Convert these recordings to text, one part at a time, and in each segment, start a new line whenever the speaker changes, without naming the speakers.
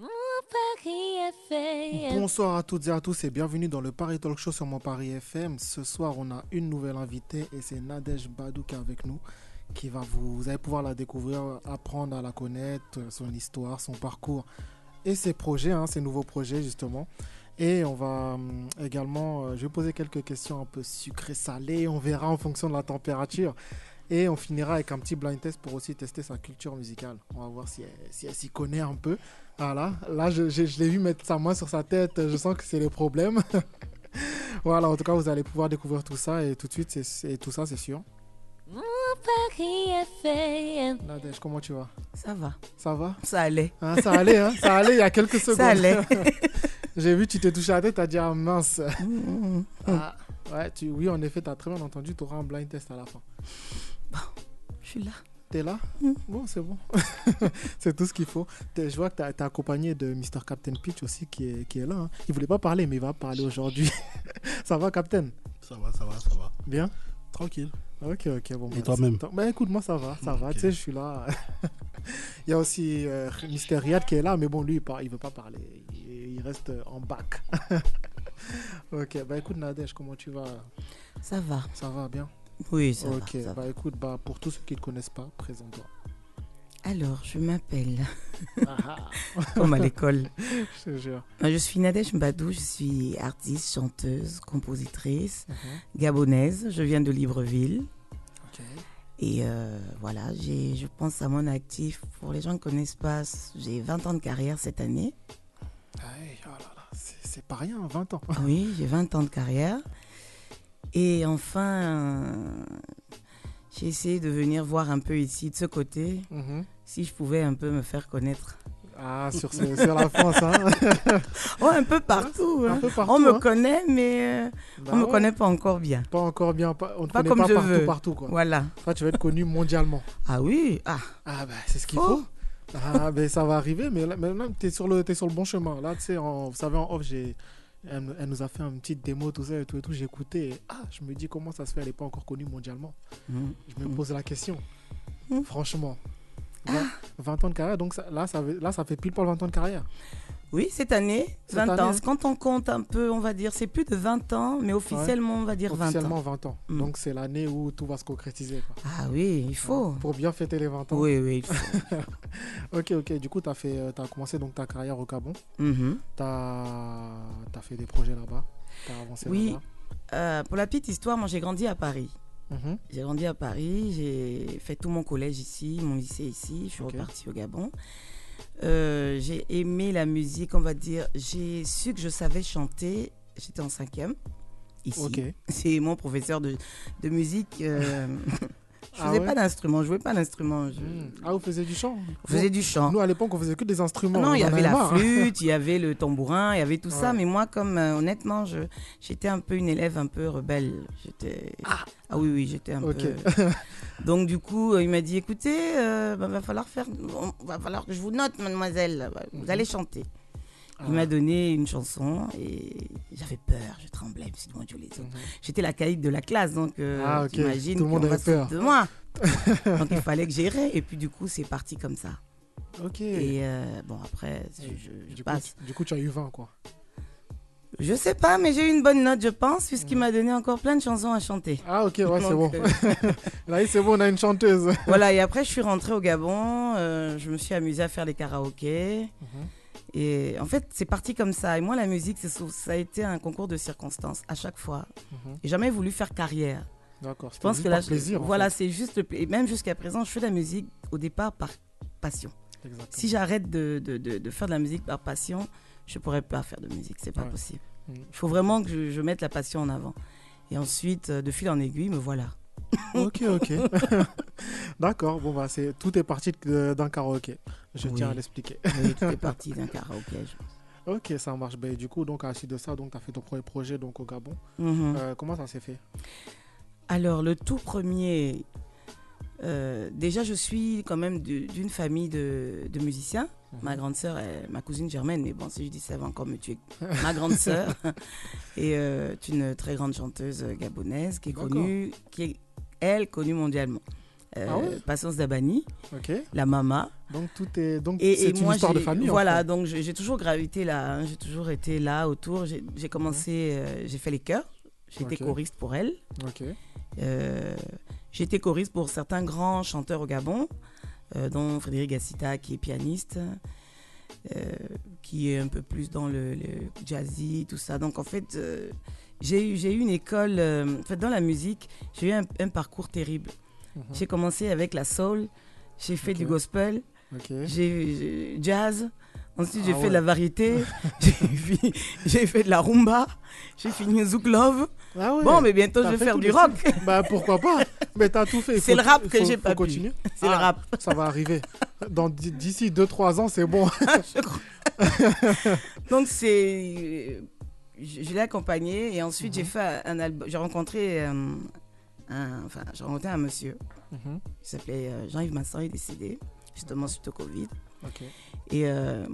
Mon Paris FM.
Bonsoir à toutes et à tous et bienvenue dans le Paris Talk Show sur mon Paris FM. Ce soir, on a une nouvelle invitée et c'est Nadège Badou qui est avec nous. Qui va vous, vous allez pouvoir la découvrir, apprendre à la connaître, son histoire, son parcours et ses projets, hein, ses nouveaux projets justement. Et on va hum, également, euh, je vais poser quelques questions un peu sucrées-salées, on verra en fonction de la température. Et on finira avec un petit blind test pour aussi tester sa culture musicale. On va voir si elle, si elle s'y connaît un peu. Voilà, là je, je- je l'ai vu mettre sa main sur sa tête, je sens que c'est le problème. voilà, en tout cas vous allez pouvoir découvrir tout ça et tout de suite, c'est- c'est tout ça c'est sûr.
Mon Paris FM.
Nadège, comment tu vas
Ça va,
Ça va
ça allait.
Hein, Ça allait, hein ça allait il y a quelques secondes.
Ça allait.
J'ai vu, tu t'es touché la tête, t'as dit ah mince.
Mm.
Ah, ouais, tu, oui, en effet, t'as très bien entendu, t'auras un blind test à la fin.
Je suis là.
T'es là
Mmh.
Bon, c'est bon. c'est tout ce qu'il faut. T'es- Je vois que t'as été accompagné de Mr. Captain Peach aussi qui est, qui est là. hein. Il voulait pas parler, mais il va parler aujourd'hui. ça va, Captain
Ça va, ça va, ça va.
Bien
Tranquille.
Ok, ok, bon. bah,
toi-même
c'est- Bah écoute, moi ça va, ça va,
Ok.
tu sais, je suis là. il y a aussi euh, Mister Riyad qui est là, mais bon, lui, il, par- il veut pas parler. Il, il reste euh, en bac. ok, bah écoute, Nadège, comment tu vas
Ça va.
Ça va bien
Oui, ça
Ok,
va. ça va.
bah écoute, bah, pour tous ceux qui ne connaissent pas, présente-toi.
Alors, je m'appelle,
Ah, ah,
comme à l'école.
je te jure.
Moi, Je suis Nadège Mbadou, je suis artiste, chanteuse, compositrice, gabonaise. Je viens de Libreville.
Ok.
Et euh, voilà, j'ai, je pense à mon actif. Pour les gens qui ne connaissent pas, j'ai 20 ans de carrière cette année.
Aïe, oh là là, c'est c'est pas rien, 20 ans.
Ah Oui, j'ai 20 ans de carrière. Et enfin, euh, j'ai essayé de venir voir un peu ici, de ce côté,
Mhm.
si je pouvais un peu me faire connaître.
Ah, sur, ce- sur la France, hein.
Oh, un peu partout.
Un
hein.
peu partout.
On me
hein.
connaît, mais euh,
Bah
on me
ouais,
connaît pas encore bien.
Pas encore bien, pas- on ne
Pas
connaît
comme
pas
je
partout,
veux.
partout, quoi.
Voilà.
Toi, tu vas être connu mondialement.
Ah oui, ah,
Ah bah c'est ce qu'il
Oh.
faut. Ah ben ça va arriver, mais là, maintenant t'es sur le t'es sur le bon chemin. Là tu sais, en- vous savez en off j'ai elle, elle nous a fait une petite démo tout ça et tout et tout. J'ai écouté. Et, ah je me dis comment ça se fait elle est pas encore connue mondialement.
Mm.
Je me pose la question.
Mm.
Franchement. Vingt- 20 ans de carrière, donc ça- là, ça, veut- là, ça fait pile pour 20 ans de carrière.
oui, cette année,
Cette
20 ans.
année. hein.
Quand on compte un peu, on va dire, c'est plus de 20 ans, mais officiellement, on va dire 20
officiellement
ans.
20 ans.
Mm.
Donc c'est l'année où tout va se concrétiser. quoi.
Ah oui, il faut.
Pour bien fêter les 20 ans.
Oui, oui, il faut.
Ok, ok. Du coup, tu as, as commencé donc, ta carrière au Gabon.
Mhm.
Tu as, fait des projets là-bas. Tu as avancé
Oui.
là-bas.
Euh, pour la petite histoire, moi, j'ai grandi à Paris.
Mhm.
J'ai grandi à Paris, j'ai fait tout mon collège ici, mon lycée ici, je suis
Ok.
repartie au Gabon. Euh, j'ai aimé la musique, on va dire. J'ai su que je savais chanter, j'étais en cinquième, ici.
Ok.
C'est mon professeur de, de musique. euh, je
Ah
faisais
ouais
pas d'instrument, je jouais pas d'instrument. Je
Mm. Ah, vous faisiez du chant
on faisait du chant.
Nous, à l'époque, on faisait que des instruments.
non,
on
il y
en
avait la
marre.
flûte, il y avait le tambourin, il y avait tout ça.
Ouais.
Mais moi, comme euh, honnêtement, je- j'étais un peu une élève un peu rebelle. J'étais. Ah. oui, oui, j'étais un
Ok.
peu. Donc du coup, euh, il m'a dit, écoutez, euh, bah, va falloir faire, on- va falloir que je vous note, mademoiselle. Bah, Vous allez chanter.
Mhm. Ah.
Il m'a donné une chanson et j'avais peur, je tremblais. Je me suis dit, mon Dieu, les autres.
Mhm.
J'étais la caïd de la classe, donc euh,
Ah, ok.
t'imagines
Tout le monde
qu'on va
avait peur.
se foutre de moi. donc il fallait que j'aille. Et puis du coup, c'est parti comme ça.
Ok.
Et euh, bon, après, je,
Et
je- je
du, coup,
passe.
tu, du coup, tu as eu 20, quoi.
Je sais pas, mais j'ai eu une bonne note, je pense, puisqu'il m'a donné encore plein de chansons à chanter.
Ah, ok, ouais, c'est bon.
Donc, euh,
Là, c'est bon, on a une chanteuse.
voilà, et après, je suis rentrée au Gabon, euh, je me suis amusée à faire des karaokés.
Mhm.
Et en fait, c'est parti comme ça. Et moi, la musique, c'est sou- ça a été un concours de circonstances à chaque fois.
Mhm.
J'ai jamais voulu faire carrière.
D'accord.
Je pense que là, je-
plaisir. en
voilà,
fait.
c'est juste le pla- et Même jusqu'à présent, je fais de la musique au départ par passion.
Exactement.
Si j'arrête de, de- de- de faire de la musique par passion, je pourrais pas faire de musique. C'est pas
Ouais.
possible.
Mm.
Il faut vraiment que je, je mette la passion en avant. Et ensuite, euh, de fil en aiguille, me voilà.
Ok, ok. D'accord, bon, bah, c'est, tout est parti de- d'un karaoké. Je
Oui.
tiens à l'expliquer.
Oui, tout est parti d'un karaoké. je pense.
ok, ça marche. Ben, du coup, donc, à la suite de ça, donc, tu as fait ton premier projet donc, au Gabon.
Mhm.
Euh, comment ça s'est fait
Alors, le tout premier, euh, déjà, je suis quand même du- d'une famille de, de musiciens.
Mhm.
Ma grande sœur, elle- ma cousine germaine, mais bon, si je dis ça, elle va encore me tuer. Ma grande sœur est euh, une très grande chanteuse gabonaise qui est
D'accord.
connue, qui est, elle, connue mondialement. Euh,
Ah ouais
Patience Dabani,
Ok,
la mama.
donc, tout est, donc,
Et,
c'est
et
une
moi,
histoire de
j'ai-
famille. en
Voilà,
fait.
donc j'ai j'ai toujours gravité là, hein, j'ai toujours été là autour. J'ai j'ai commencé, euh, j'ai fait les chœurs, j'ai été
Ok.
choriste pour elle.
Ok,
Euh, j'ai été choriste pour certains grands chanteurs au Gabon, euh, dont Frédéric Gassita, qui est pianiste, euh, qui est un peu plus dans le, le jazzy, tout ça. Donc en fait, euh, j'ai eu, j'ai eu une école, euh, en fait, dans la musique, j'ai eu un, un parcours terrible.
Mhm.
J'ai commencé avec la soul, j'ai fait du
Ok.
gospel,
ok.
j'ai j'ai- jazz. Ensuite, j'ai
Ah
fait
ouais.
de la variété. j'ai fi- j'ai fait de la rumba. J'ai fini Zouk Love.
Ah ouais.
Bon, mais bientôt, je
T'as
vais
fait
faire
tous
du
les
rock.
Bah pourquoi pas Mais t'as tout fait.
C'est
Faut-
le rap que
faut-
j'ai
faut
pas pu.
continuer.
C'est le
Ah,
rap.
Ça va arriver. Dans d'ici 2-3 ans, c'est bon.
je crois. Donc, c'est. Je, je l'ai accompagné et ensuite,
Mhm.
j'ai fait un album. J'ai rencontré. euh, un... Enfin, j'ai rencontré un monsieur.
Mhm.
Il s'appelait euh, Jean-Yves Masson. Il est décédé, justement, suite au Covid.
Ok.
Et euh,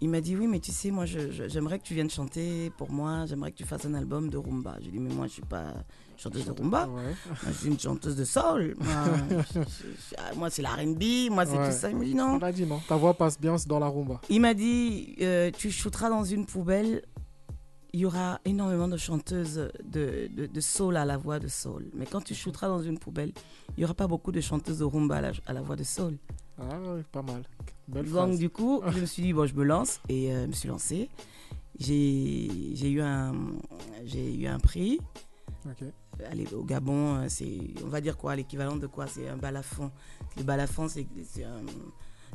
il m'a dit Oui, mais tu sais, moi, je- je- j'aimerais que tu viennes chanter pour moi, j'aimerais que tu fasses un album de rumba. J'ai dit Mais moi, je suis pas chanteuse de rumba,
Ah Ouais.
moi, je suis une chanteuse de soul. Moi, je- je- je- moi, c'est la RB, moi, c'est
Ah. Ouais.
tout ça. Il m'a dit
On
Non.
l'a dit non. Ta voix passe bien c'est dans la rumba.
Il m'a dit Euh, Tu shooteras dans une poubelle. Il y aura énormément de chanteuses de, de, de soul à la voix de soul. Mais quand tu shooteras dans une poubelle, il n'y aura pas beaucoup de chanteuses de rumba à la, à la voix de soul.
Ah ouais, pas mal. Belle
Donc
phrase.
du coup, je me suis dit bon, je me lance et euh, je me suis lancée. J'ai j'ai eu un j'ai eu un prix.
Ok.
Allez, au Gabon, euh, c'est on va dire quoi l'équivalent de quoi C'est un balafon. Le balafon, c'est c'est un-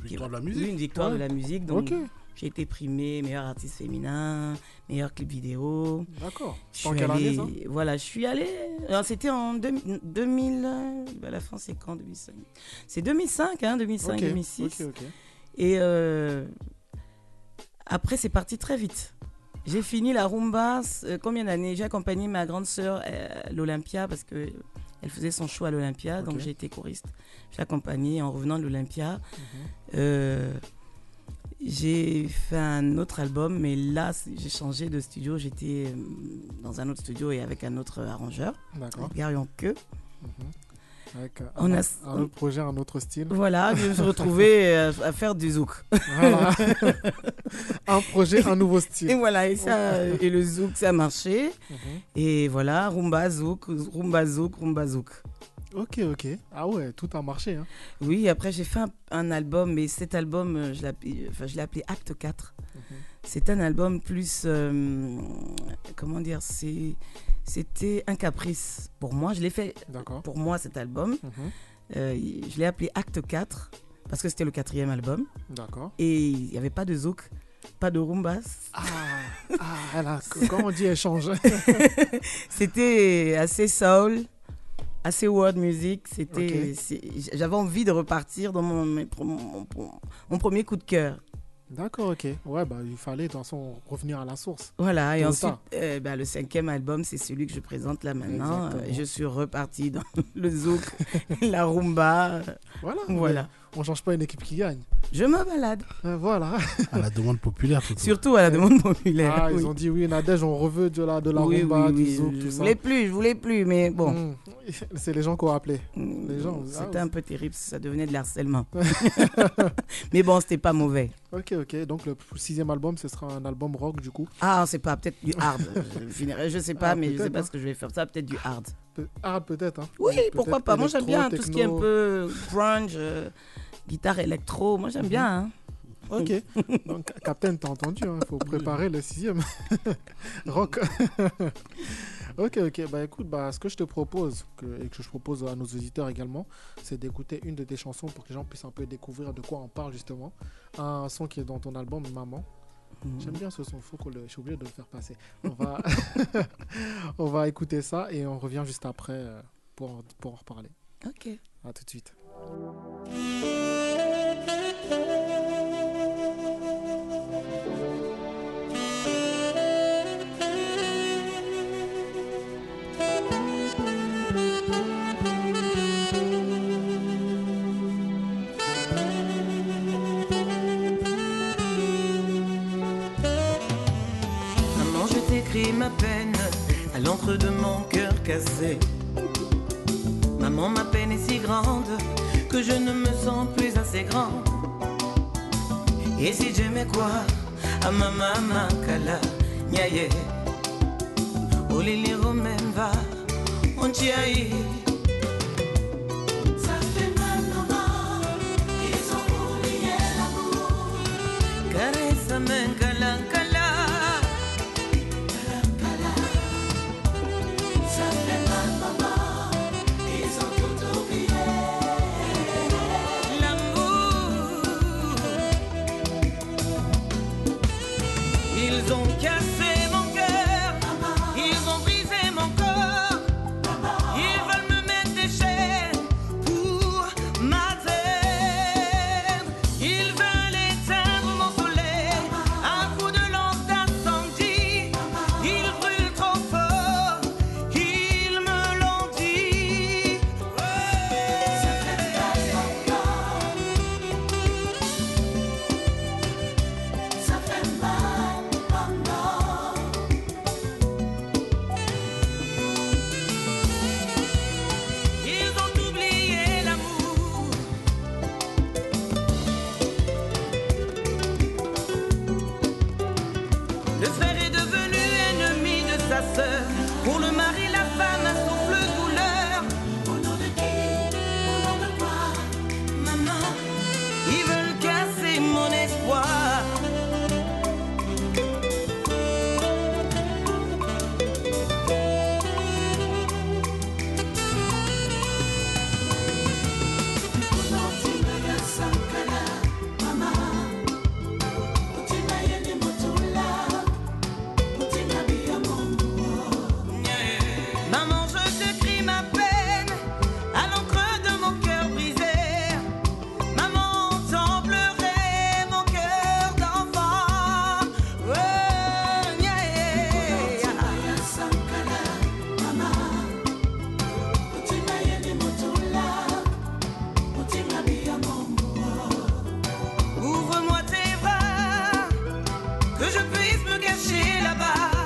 Victoire de la
oui,
musique.
une victoire
Ouais.
de la musique. Donc
ok.
j'ai été primée meilleur artiste féminin, meilleur clip vidéo.
D'accord.
Je
En
suis
quelle année,
allée- Voilà, je suis allée. Alors c'était en 2000. 2000, euh, le balafon, c'est quand 2005 C'est 2005, hein, 2005,
Ok.
2006.
Ok. Ok.
Et euh, après, c'est parti très vite. J'ai fini la rumba euh, combien d'années J'ai accompagné ma grande sœur euh, à l'Olympia parce que elle faisait son show à l'Olympia, donc
Ok.
j'ai été choriste. J'ai accompagné en revenant de l'Olympia. Euh, j'ai fait un autre album, mais là c'est- j'ai changé de studio. J'étais euh, dans un autre studio et avec un autre arrangeur,
D'accord.
Garion Que.
Mhm. Avec euh,
On
un,
a-
un autre projet, un autre style.
Voilà, je me suis retrouvée euh, à faire du zouk.
Voilà. un projet, un nouveau
Et
style.
voilà, et, ça, et le zouk, ça a marché.
Mhm.
Et voilà, rumba, zouk, rumba, zouk, rumba, zouk.
Ok. Ok. Ah ouais, tout a marché. Hein.
Oui, après, j'ai fait un, un album, mais cet album, euh, je l'ai appelé- enfin, je l'ai appelé Acte 4. C'est un album plus. euh, comment dire c'est- C'était un caprice pour moi. Je l'ai fait
D'accord.
pour moi, cet album.
Mhm.
Euh, je l'ai appelé Acte 4 parce que c'était le quatrième album.
D'accord.
Et il n'y avait pas de zouk, pas de rumba.
Ah, ah, elle a- comment on dit échange
C'était assez soul, assez world music. C'était, c'est- j'avais envie de repartir dans mon, mes pro- mon, mon- mon premier coup de cœur.
D'accord, ok. Ouais, bah, il fallait de toute façon revenir à la source.
Voilà. Et
Tout
ensuite,
ça.
euh, bah, le cinquième album, c'est celui que je présente là maintenant.
Exactement.
Euh, je suis repartie dans le zouk, la rumba.
Voilà.
Voilà.
mais On change pas une équipe qui gagne.
Je me balade,
Euh, voilà.
À la demande populaire, tout ça.
surtout à la demande populaire.
Ah,
Oui.
ils ont dit oui, Nadège, on reveut de la, de la
Oui,
rumba,
oui,
du
oui,
zouk,
je
tout ça.
voulais plus, je voulais plus, mais bon, Mm,
Mmh. C'est les gens qui ont appelé. les gens, ah,
c'était
oui.
un peu terrible, ça devenait de l'harcèlement. mais bon, c'était pas mauvais.
Ok, ok. Donc, le sixième album, ce sera un album rock, du coup.
Ah, c'est pas, peut-être du hard. je finirai, je sais pas,
Ah,
mais je sais
peut-être,
pas
hein.
ce que je vais faire. Ça, peut-être du hard.
Pe- Ah, peut-être. Hein.
Oui,
Peut-être
pourquoi pas. Moi, j'aime bien
électro,
tout ce qui est un
techno.
peu grunge, euh, guitare électro. Moi, j'aime bien. hein.
Ok. Donc, Captain, t'as entendu, il faut préparer le sixième. Rock. ok, ok. Bah écoute, bah, ce que je te propose, que- et que je propose à nos auditeurs également, c'est d'écouter une de tes chansons pour que les gens puissent un peu découvrir de quoi on parle justement. Un son qui est dans ton album, Maman. J'aime bien ce son, faut que le- j'ai oublié de le faire passer. On va, on va écouter ça et on revient juste après euh, pour, en- pour en reparler.
Ok.
À tout de suite.
Maman, je t'écris ma peine à l'encre de mon cœur cassé. Maman, ma peine est si grande que je ne me sens plus assez grand. Et si j'aimais quoi à ma maman kala Oh, nyaye olili romemva onchiai Caressa menkala kala L'amour, ils ont cassé mon cœur, ils ont brisé mon corps, ils veulent me mettre des chaînes pour m'atteindre, ils veulent éteindre mon soleil à coups de lance d'incendie, ils brûlent trop fort, ils me l'ont dit. Ils ont oublié l'amour. Le frère est devenu ennemi de sa sœur. Pour le mari, la femme a souffle douleur. Au nom de qui Au nom de quoi Maman, ils veulent casser mon espoir. Maman, je t'écris ma peine à l'encre de mon cœur brisé. Maman, t'en pleurer mon cœur d'enfant. Ouais, yeah. Ouvre-moi tes bras, que je puisse me cacher là-bas.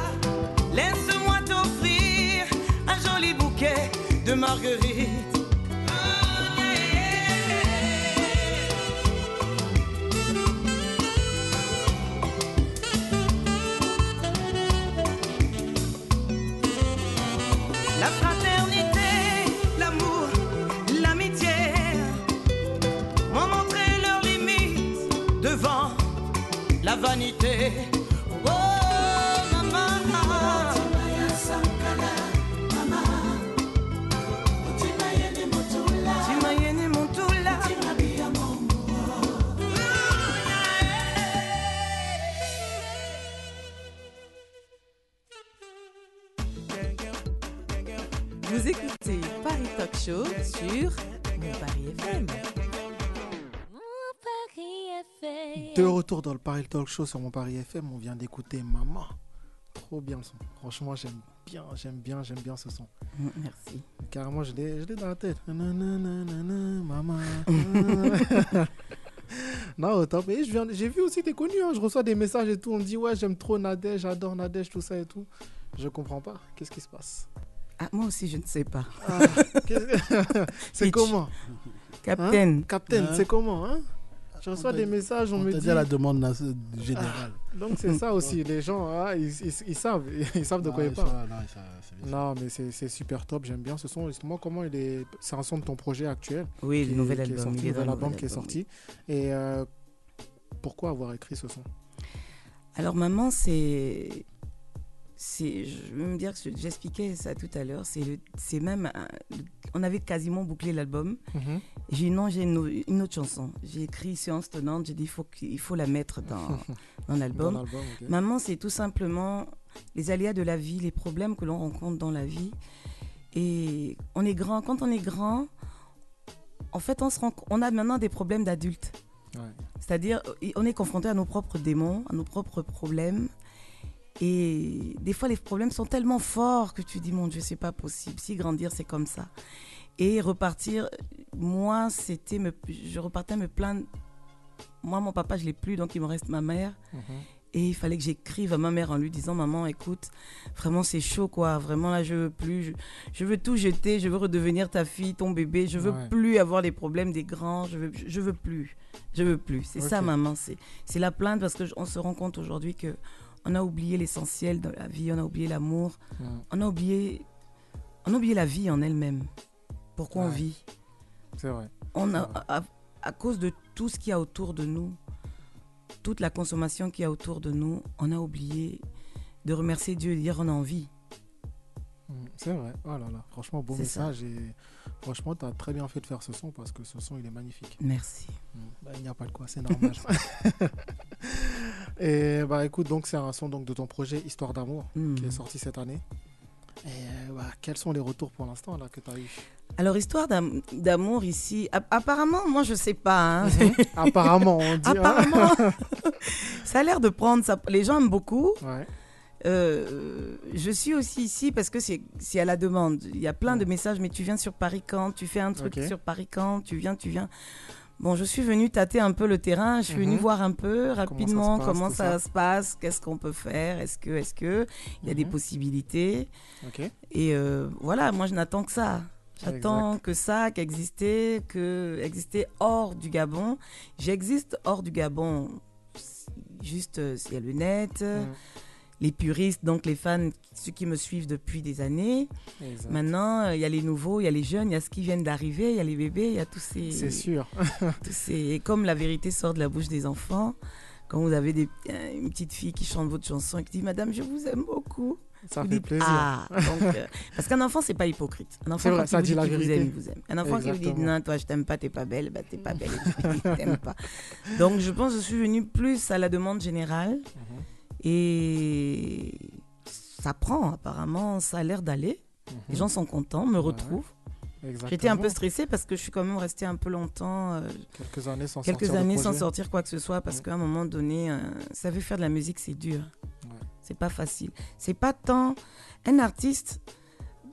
Laisse-moi t'offrir un joli bouquet de marguerites. La fraternité, l'amour, l'amitié m'ont montré leurs limites devant la vanité. Oh, maman. Timayeni Montula.
Vous écoutez Paris Talk Show sur Mon Paris FM.
De retour dans le Paris Talk Show sur mon Paris FM, on vient d'écouter Maman. Trop bien le son. Franchement, j'aime bien, j'aime bien, j'aime bien ce son.
Mm, Merci.
Carrément, je l'ai je l'ai dans la tête. Nananana, Maman. non, au top. Et je viens- j'ai vu aussi, t'es connu. hein. Je reçois des messages et tout. On me dit, ouais, j'aime trop Nadège, j'adore Nadège, tout ça et tout. Je comprends pas. Qu'est-ce qui se passe
Ah, moi aussi, je ne sais pas.
Ah, qu'est-ce- C'est
Pitch.
comment
Captain,
Captain,
Hein
c'est comment hein Je reçois
On t'a
des
dit-
messages, on,
On
me
t'a
dit.
dit à la demande nas- générale.
Donc c'est ça aussi, les gens, ah, ils, ils- ils savent, ils savent Ah, de quoi
Non,
ils
ça,
parlent.
non, ça, c'est bien.
Non, mais c'est c'est super top, j'aime bien ce son. Justement, comment il est. C'est un son de ton projet actuel.
oui,
qui-
le nouvel
qui est
album.
sorti,
il
le
est dans
nouvel
le
album
nouvel
qui est
album.
sorti. Et euh, pourquoi avoir écrit ce son
Alors maman, c'est, c'est, je veux me dire que j'expliquais ça tout à l'heure. C'est, le- c'est même, un- on avait quasiment bouclé l'album. Et J'ai dit non, j'ai une, au- une autre chanson. J'ai écrit Séance tenante. J'ai dit il faut qu'il il faut la mettre dans
dans l'album.
Dans l'album, ok.
Maman, c'est tout simplement les aléas de la vie, les problèmes que l'on rencontre dans la vie. Et on est grand. Quand on est grand, en fait, on, se rend- on a maintenant des problèmes d'adultes.
Ouais.
C'est-à-dire, euh, on est confronté à nos propres démons, à nos propres problèmes. Et des fois, les problèmes sont tellement forts que tu dis, mon Dieu, c'est pas possible. Si grandir, c'est comme ça. Et repartir, moi, c'était, me- je repartais me plaindre. Moi, mon papa, je l'ai plus, donc il me reste ma mère.
Mhm.
Et il fallait que j'écrive à ma mère en lui disant Maman, écoute, vraiment c'est chaud quoi. Vraiment là, je veux plus. Je, je veux tout jeter. Je veux redevenir ta fille, ton bébé. Je veux
Ouais.
plus avoir les problèmes des grands. Je veux, je, je veux plus. Je veux plus. C'est ça,
Ok.
maman. C'est c'est la plainte parce qu'on se rend compte aujourd'hui que on a oublié l'essentiel dans la vie. On a oublié l'amour.
Mhm.
On a oublié, on a oublié la vie en elle-même. Pourquoi on
Ouais.
vit
C'est vrai.
on a,
C'est vrai.
à, à cause de tout ce qu'il y a autour de nous, toute la consommation qu'il y a autour de nous, on a oublié de remercier Dieu et de dire on a envie.
Mhm. C'est vrai. Oh là là. Franchement, beau
C'est ça.
message. Et franchement, tu as très bien fait de faire ce son parce que ce son, il est magnifique.
Merci.
Mm.
Bah, il n'y a pas de quoi, c'est normal. et bah écoute, donc c'est un son donc, de ton projet Histoire d'amour
Hmm.
qui est sorti cette année. Et euh, bah, quels sont les retours pour l'instant là que tu as eu
Alors, histoire d'am- d'amour ici, app- apparemment, moi je sais pas. hein.
Apparemment, on dit. hein.
Apparemment, ça a l'air de prendre. Ça... Les gens aiment beaucoup.
Ouais,
Euh, je suis aussi ici parce que c'est c'est à la demande. Il y a plein de messages, mais tu viens sur Paris quand Tu fais un truc
Ok.
sur Paris quand Tu viens, tu viens. Bon, je suis venue tâter un peu le terrain. Je suis venue
Mhm.
voir un peu rapidement
passe,
comment
tout
ça
ça.
se passe, qu'est-ce qu'on peut faire, est-ce que, est-ce que, il y a des
Mhm.
possibilités.
ok.
Et euh, voilà, moi je n'attends que ça. J'attends que ça, qu'exister, que exister hors du Gabon. J'existe hors du Gabon. Juste, euh, il y a le net
Mm,
les puristes, donc les fans, ceux qui me suivent depuis des années.
exact.
Maintenant, euh, il y a les nouveaux, il y a les jeunes, il y a ceux qui viennent d'arriver, il y a les bébés, il y a tous ces...
C'est sûr.
euh, tous ces- Et comme la vérité sort de la bouche des enfants, quand vous avez des- euh, une petite fille qui chante votre chanson et qui dit « Madame, je vous aime beaucoup
Ça »,
vous
fait
dites
plaisir.
Ah Donc, euh, Parce qu'un enfant, c'est pas hypocrite. Un
C'est
enfant,
vrai,
quand il
ça
vous
dit
dit
la
qu'il vous
vérité.
aime, il vous aime. Un enfant qui vous dit «
Exactement.
Non, toi, je t'aime pas, t'es pas belle bah, », t'es pas belle, je t'aime pas. Donc je pense que je suis venue plus à la demande générale.
Mhm.
Et ça prend, apparemment, ça a l'air d'aller. Les gens sont contents, me retrouvent.
Mhm. Exactement.
J'étais un peu stressée parce que je suis quand même restée un peu longtemps, euh,
Quelques années sans
quelques
sortir de
années sans
projet.
sortir quoi que ce soit, parce
Mhm.
qu'à un moment donné, euh, ça veut faire de la musique, c'est dur.
Ouais.
C'est pas facile. C'est pas tant. Un artiste,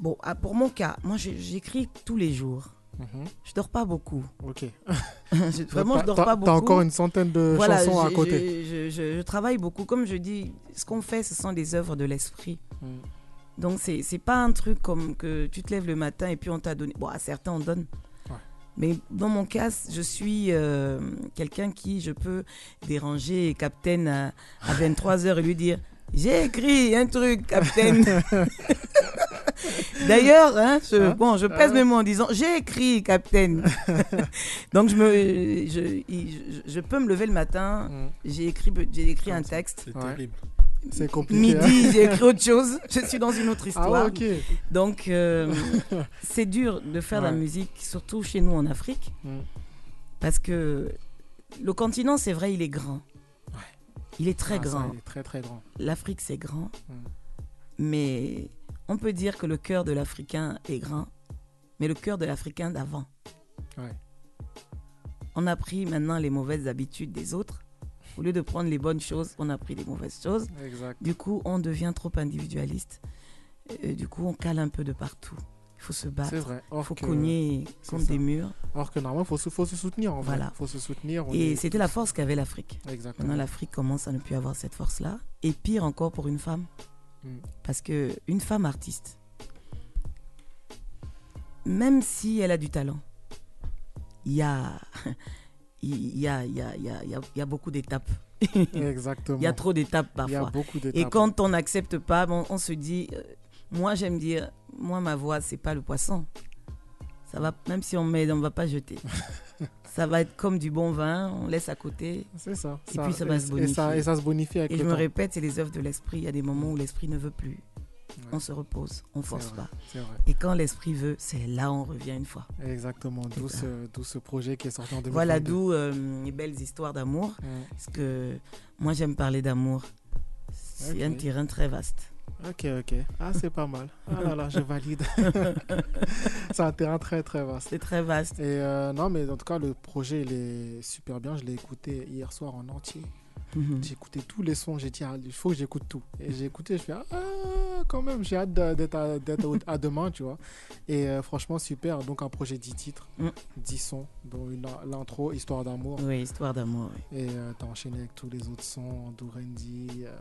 bon, ah, pour mon cas, moi j'ai- j'écris tous les jours.
Mhm,
Je dors pas beaucoup.
Ok.
Je- Vraiment, je dors
T'as-
pas beaucoup.
T'as encore une centaine de
Voilà,
chansons à
j'ai-
côté.
Je, je- je travaille beaucoup. Comme je dis, ce qu'on fait, ce sont des œuvres de l'esprit.
Mm.
Donc, c'est n'est pas un truc comme que tu te lèves le matin et puis on t'a donné. Bon, à certains, on donne.
Ouais.
Mais dans mon cas, je suis euh, quelqu'un qui, je peux déranger Captain à, 23h et lui dire J'ai écrit un truc, Captain. D'ailleurs, hein, je,
Hein
bon, je pèse mes mots en disant J'ai écrit, Captain. Donc, je, me, je, je- je peux me lever le matin,
Mm,
j'ai écrit, j'ai écrit un texte.
Ah, C'est
Ouais.
terrible.
Ah, C'est compliqué. hein.
Midi, j'ai écrit autre chose. Je suis dans une autre
Ah,
histoire.
ouais, ok.
Donc, euh, c'est dur de faire de la
Ouais.
musique, surtout chez nous en Afrique,
Mm.
parce que le continent, c'est vrai, il est grand. Il est très
Ah, ça,
grand.
il est Très, très grand.
L'Afrique, c'est grand.
Mm.
Mais on peut dire que le cœur de l'Africain est grand, mais le cœur de l'Africain d'avant.
Ouais.
On a pris maintenant les mauvaises habitudes des autres. Au lieu de prendre les bonnes choses, on a pris les mauvaises choses.
Exact.
Du coup, on devient trop individualiste. Et du coup, on cale un peu de partout. Il faut se battre.
C'est vrai.
Il
Or
faut
que-
cogner
c'est
contre
ça.
des murs.
Alors que normalement, il faut se, faut se soutenir en vrai.
Voilà.
faut se soutenir. on
Et
est
c'était la
tous-
force qu'avait l'Afrique. Maintenant,
Exactement.
l'Afrique commence à ne plus avoir cette force-là. Et pire encore pour une femme.
Mm.
Parce que une femme artiste, même si elle a du talent, il y a, il y, a, il y, a, il y, a, il y a- il y a beaucoup d'étapes. Il
Exactement.
y a trop d'étapes
Il y a
parfois.
beaucoup d'étapes. hein.
Et quand on n'accepte pas, bon, on se dit, euh, moi j'aime dire, moi ma voix c'est pas le poisson. Ça va, même si on met, on va pas jeter. ça va être comme du bon vin, on laisse à côté.
C'est ça.
Et puis, ça va se
Et ça,
bonifier.
et ça se bonifie avec
Et
le
je me
temps.
répète, c'est les œuvres de l'esprit. Il y a des moments où l'esprit ne veut plus. on se repose, on force
vrai,
pas.
C'est vrai.
Et quand l'esprit veut, c'est là on revient une fois.
Exactement. D'où
ça.
ce, d'où ce projet qui est sorti en 2022.
ben. Voilà d'où euh, les belles histoires d'amour.
Mm.
Parce que moi, j'aime parler d'amour. C'est un
Ok.
terrain très vaste.
Ok, ok. Ah, c'est pas mal. Ah là là, je valide. c'est un terrain très, très vaste.
C'est très vaste.
Et euh, non, mais en tout cas, le projet, il est super bien. Je l'ai écouté hier soir en entier.
Mhm.
J'ai écouté tous les sons. J'ai dit, ah, il faut que j'écoute tout. Et j'ai écouté, je fais, ah, quand même, j'ai hâte de- d'être à, d'être au- à demain, tu vois. Et euh, franchement, super. Donc, un projet 10 titres,
Mm.
10 sons, dont une- l'intro, Histoire d'amour.
Oui, histoire d'amour. oui.
Et euh, t'as enchaîné avec tous les autres sons, Dourendi, euh,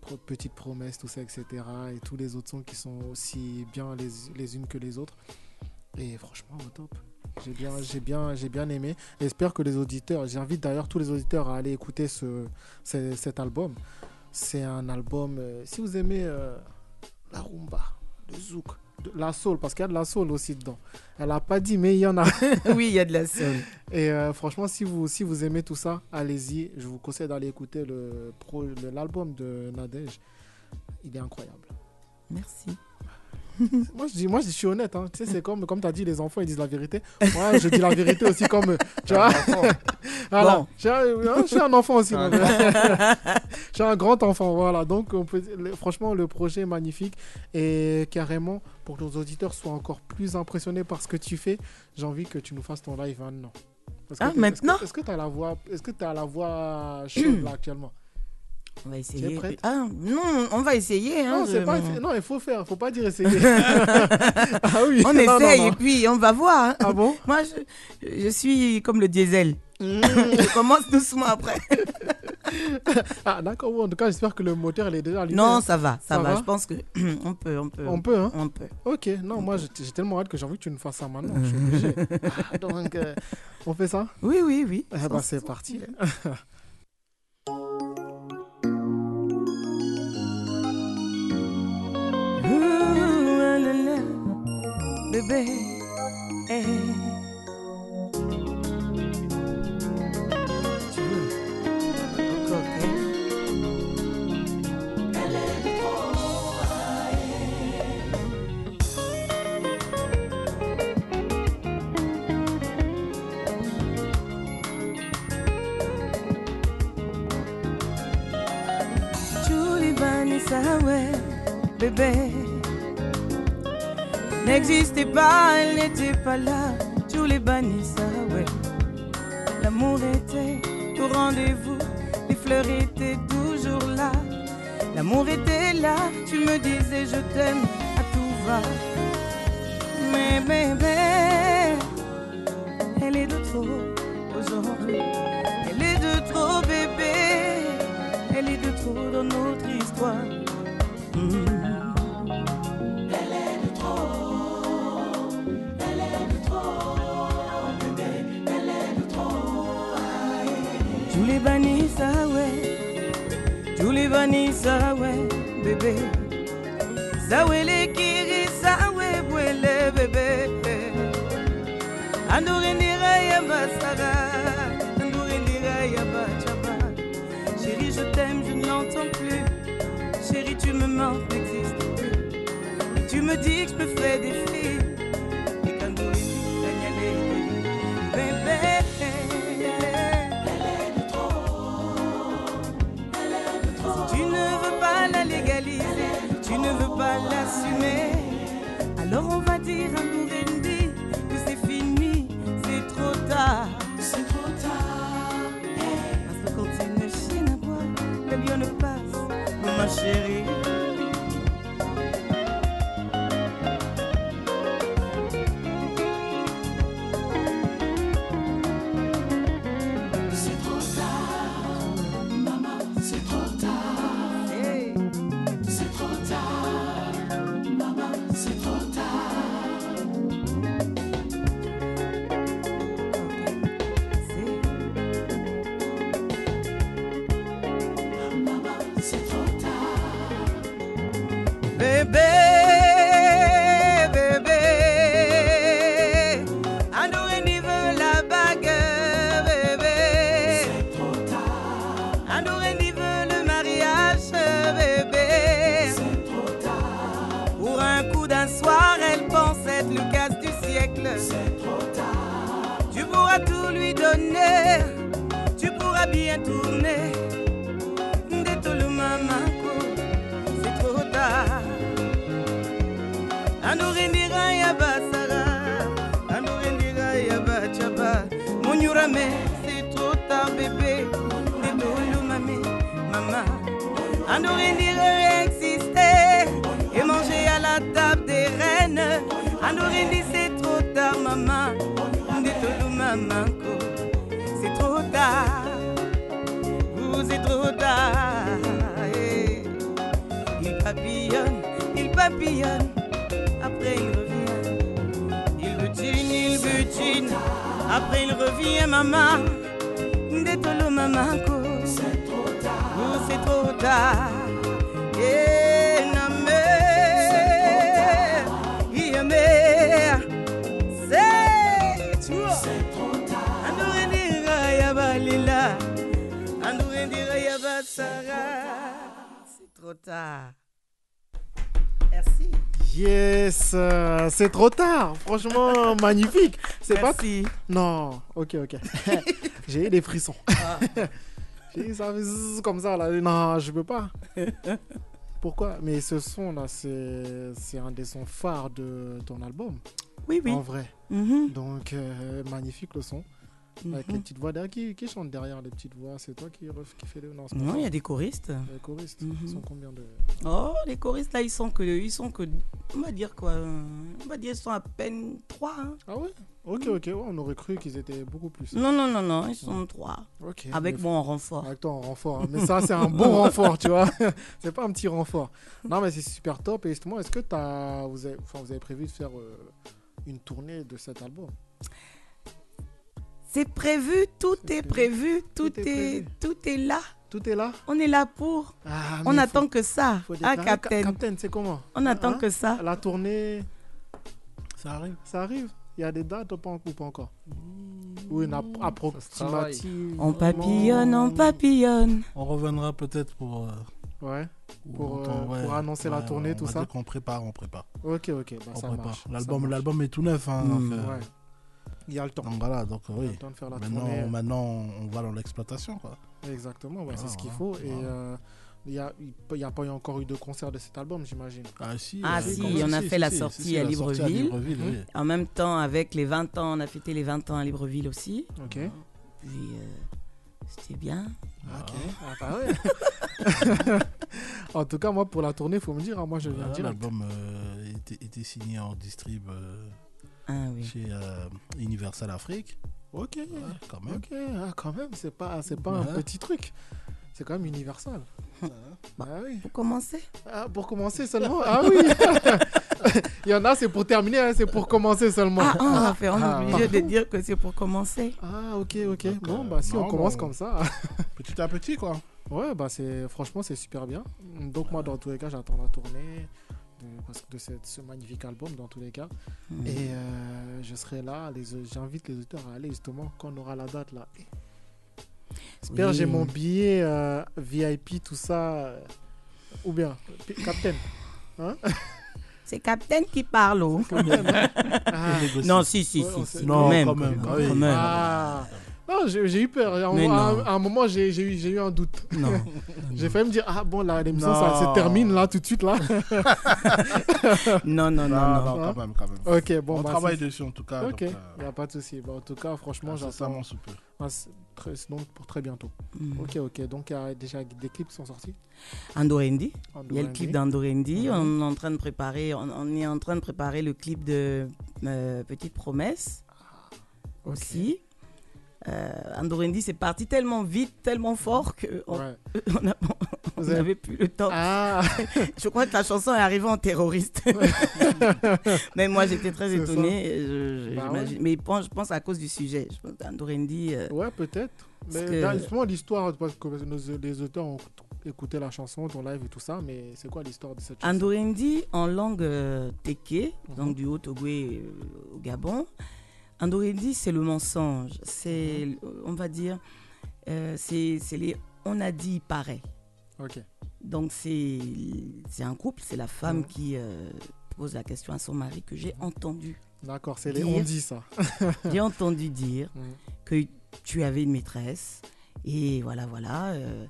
Pro- Petite Promesse, tout ça, etc. Et tous les autres sons qui sont aussi bien les, les unes que les autres. Et franchement, au top. J'ai bien, j'ai bien, j'ai bien aimé. J'espère que les auditeurs, j'invite d'ailleurs tous les auditeurs à aller écouter ce, ce- cet album. C'est un album, euh, si vous aimez euh, la rumba, le zouk, de- la soul, parce qu'il y a de la soul aussi dedans. Elle a pas dit, mais il y en a.
oui, il y a de la soul.
Et euh, franchement, si vous, si vous aimez tout ça, allez-y. Je vous conseille d'aller écouter le pro- le- l'album de Nadège. Il est incroyable.
Merci.
Moi, je, dis, moi, je suis honnête. hein. Tu sais, c'est comme, comme tu as dit, les enfants, ils disent la vérité. Moi, je dis la vérité aussi comme... eux. Tu vois voilà.
Bon.
Je, suis un- je suis un enfant aussi. moi. je suis un grand enfant, voilà. Donc, on peut, le- franchement, le projet est magnifique. Et carrément, pour que nos auditeurs soient encore plus impressionnés par ce que tu fais, j'ai envie que tu nous fasses ton live maintenant. Parce que
Ah,
t'es-
maintenant
Est-ce que tu as la voix, est-ce que t'as la voix chaude là actuellement
On va essayer.
prête
Ah, non, on va essayer. hein,
Non, c'est
je-
pas,
on-
non, il faut faire, faut pas dire essayer. ah oui.
On
non, non,
essaye
non.
et puis on va voir. hein.
Ah bon
Moi, je, je suis comme le diesel. je commence doucement après.
Ah d'accord. bon, En tout cas, j'espère que le moteur il est déjà allumé.
Non,
hein.
ça va, ça,
Ça
va.
va
Je pense que on peut, on peut,
on peut hein.
on peut.
Ok, non, moi j'ai j'ai tellement hâte que j'ai envie que tu nous fasses ça maintenant. Je suis obligé. Ah, donc, euh, on fait ça
Oui, oui, oui.
Eh ben, c'est parti.
Ouh, ah là là, bébé. eh. Tu veux encore, hein? Chulibani Sawe, bébé. N'existait pas, elle n'était pas là. Chulibani Sawe. L'amour était au rendez-vous, les fleurs étaient toujours là. L'amour était là, tu me disais je t'aime à tout va. Mais bébé, elle est de trop aujourd'hui. Elle est de trop bébé, elle est de trop dans notre histoire. Mhm. tulibanisa we tulibanisa we bebe Ah sawelekirisa we bwele bebe andurindira ya basara andurindira ya bachaba chéri je t'aime je ne l'entends plus chéri tu me mens n'existe plus Et tu me dis que je me fais des filles et qu'andurindira ya bébé Si tu ne veux pas la légaliser, tu ne veux pas l'assumer. Alors on va dire à Burundi que c'est fini, c'est trop tard. C'est trop tard. eh. Parce que quand il ne chine à boire, le lion ne passe, oh, ma chérie. Hey. Ok. C'est- Bébé, bébé, à nous il n'y veut la bague, eh, bébé. C'est trop tard. À nous il n'y veut le mariage, bébé. C'est trop tard.
C'est trop tard. Tu pourras tout lui donner. Tu pourras bien tourner. Détole mamako. C'est trop tard. Andorindira ya basara. Andorindira ya bachaba. Monyurame. C'est trop tard, bébé. Détole mamé. Maman. Andorindira exister. Et manger à la table des reines. Andorindi, c'est trop tard, maman. Ndetolo, maman, c'est trop tard. Vous, c'est trop tard. Eh. Il papillonne, il papillonne. Après, il revient. Il butine, il butine. Après, il revient, maman. Ndetolo, maman, c'est trop tard. Vous, c'est trop tard. Eh, Namé. Yamé. C'est toi. Andorindira Yabalila. Andorindira Yabasara. C'est trop tard. Merci.
Yes, euh, c'est trop tard. Franchement, magnifique. C'est pas
Merci.
Non, ok, ok. J'ai eu des frissons.
Ah.
J'ai eu ça fait zzz comme ça là. Non, je peux pas. Pourquoi Mais ce son là, c'est c'est un des sons phares de ton album,
Oui, oui.
en vrai.
Mhm,
Donc euh, magnifique le son. Avec les
mhm.
petites voix derrière. Qui, qui chante derrière les petites voix C'est toi qui, ref- qui fais le non, c'est pas
Non,
toi.
il y a des choristes.
Les choristes.
Mhm.
Ils sont combien de
Oh, les choristes là, ils sont que, ils sont que, on va dire quoi, euh, on va dire ils sont à peine trois. hein.
Ah ouais Ok, ok. ouais, on aurait cru qu'ils étaient beaucoup plus.
Non, non, non, non, ils sont trois.
Ok.
Avec
mais-
moi en renfort.
Avec toi en renfort. hein. Mais ça, c'est un bon renfort, tu vois. c'est pas un petit renfort. Non, mais c'est super top. Et justement, est-ce que t'as- vous, avez... Enfin, vous avez prévu de faire euh, une tournée de cet album
C'est prévu, tout
C'est
est
prévu.
prévu, tout,
Tout est
est,
prévu.
tout est là.
Tout est là
On est là pour.
Ah, mais
on
faut-
attend que ça,
faut
ah,
déclarer. Ca-
Captain.
Captain, c'est comment
on attend
Hein
que ça.
La tournée,
Ça arrive.
ça arrive Il y a des dates ou pas, ou pas encore Ou une ap- approximative
On papillonne, on papillonne.
On reviendra peut-être pour, euh,
Ouais.
pour,
Pour, euh, pour annoncer la tournée,
on
tout
va
ça.
dire qu'on prépare, on prépare.
Ok, ok. Bah,
on
ça
prépare.
marche. ça
L'album,
marche. Hmm,
l'album est tout neuf. hein,
Mm.
donc, euh,
Ouais. Il y a le temps.
donc voilà, donc
Il y a
oui.
le temps de faire la tournée.
Maintenant, maintenant, on va dans l'exploitation. quoi.
Exactement, ouais, c'est
Ah,
ce qu'il
ouais,
faut. Et
ouais.
euh, il n'y a, il peut- il y a pas eu encore eu de concert de cet album, j'imagine.
Ah si,
Ah,
euh,
si,
quand même,
on a fait la sortie à
sortie
Libreville.
Hmm.
Libreville, oui.
En même temps, avec les 20 ans, on a fêté les 20 ans à Libreville aussi.
Ok.
Puis euh, c'était bien.
Ok. Ah, bah ouais. en tout cas, moi, pour la tournée, faut me dire, hein, moi, je viens
Voilà,
direct.
Ah, L'album euh, était, était signé en distrib euh,
Ah oui.
chez euh, Universal Afrique,
Ok.
Ouais, quand même.
Ok, ah, quand même, c'est pas, c'est pas un
Ouais.
petit truc. C'est quand même universal. Bah oui.
Pour commencer.
Ah, pour commencer seulement Ah oui Il y en a, c'est pour terminer, hein, c'est pour commencer seulement.
Ah, on va faire, on
ah,
est obligé de dire que c'est pour commencer.
Ah, ok, ok.
Donc,
bon,
euh,
bah si on
non,
commence
bon.
comme ça.
Petit à petit, quoi.
Ouais, bah c'est franchement c'est super bien. Donc moi dans tous les cas j'attends la tournée de, parce que de cette- ce magnifique album dans tous les cas.
Mm.
Et euh, je serai là, les- j'invite les auteurs à aller justement quand on aura la date là. J'espère
Oui.
j'ai mon billet euh, VIP tout ça euh, ou bien P- Captain.
C'est Captain qui parle. oh.
Ah,
Négocier. Euh,
Non, si, si,
Ouais, on
si,
sait-
si,
Non,
quand même.
quand même,
quand
oui.
quand même.
Ah. Non, j'ai j'ai eu peur. À un,
Mais
moment- à un-
non.
à un moment j'ai j'ai eu, j'ai eu un doute.
Non.
J'ai failli me dire ah bon là l'émission ça
Non.
se termine là tout de suite là.
Non, non, non, non.
Non, non, Ah, quand même, quand même.
ok bon
on
bah,
travaille
c'est-
dessus en tout cas.
Ok,
donc, euh,
euh,
il n'y a pas de souci. Bah, en tout cas, franchement,
ça
j'attends.
m'en soupe.
Ah, c'est très- c'est donc pour très bientôt.
Mm.
Ok, ok. Donc, il y a déjà des clips qui sont sortis.
Andorendi. Il y a le
Andorendi.
clip d'Andorendi.
Mhm.
On est en train de préparer, on, on est en train de préparer le clip de euh, Petite Promesse
Ok.
aussi. Euh, Andorendi, c'est parti tellement vite, tellement fort que on
Ouais.
n'avait
Vous avez-
plus le temps.
Ah,
Je crois que la chanson est arrivée en terroriste. mais moi, j'étais très
C'est ça.
étonnée. je- je-
Bah
j'imagine- Mais bon, je pense à cause du sujet. Je pense qu'Andorendi, euh,
ouais, peut-être. Mais
Parce
là,
que-
justement, l'histoire, parce que nos- les auteurs ont écouté la chanson, ton live et tout ça, mais c'est quoi l'histoire de cette chanson
Andorendi en langue euh, teke,
Mhm.
donc du Haut-Ogoé au Gabon. Andorendi, c'est le mensonge. C'est,
Mhm.
on va dire, euh, c'est c'est les on a dit, il paraît.
Ok.
Donc c'est c'est un couple, c'est la femme
Mhm.
qui euh, pose la question à son mari que j'ai entendu.
D'accord, c'est les
Dire.
on dit ça.
J'ai entendu dire
Mm.
que tu avais une maîtresse. Et voilà, voilà. euh,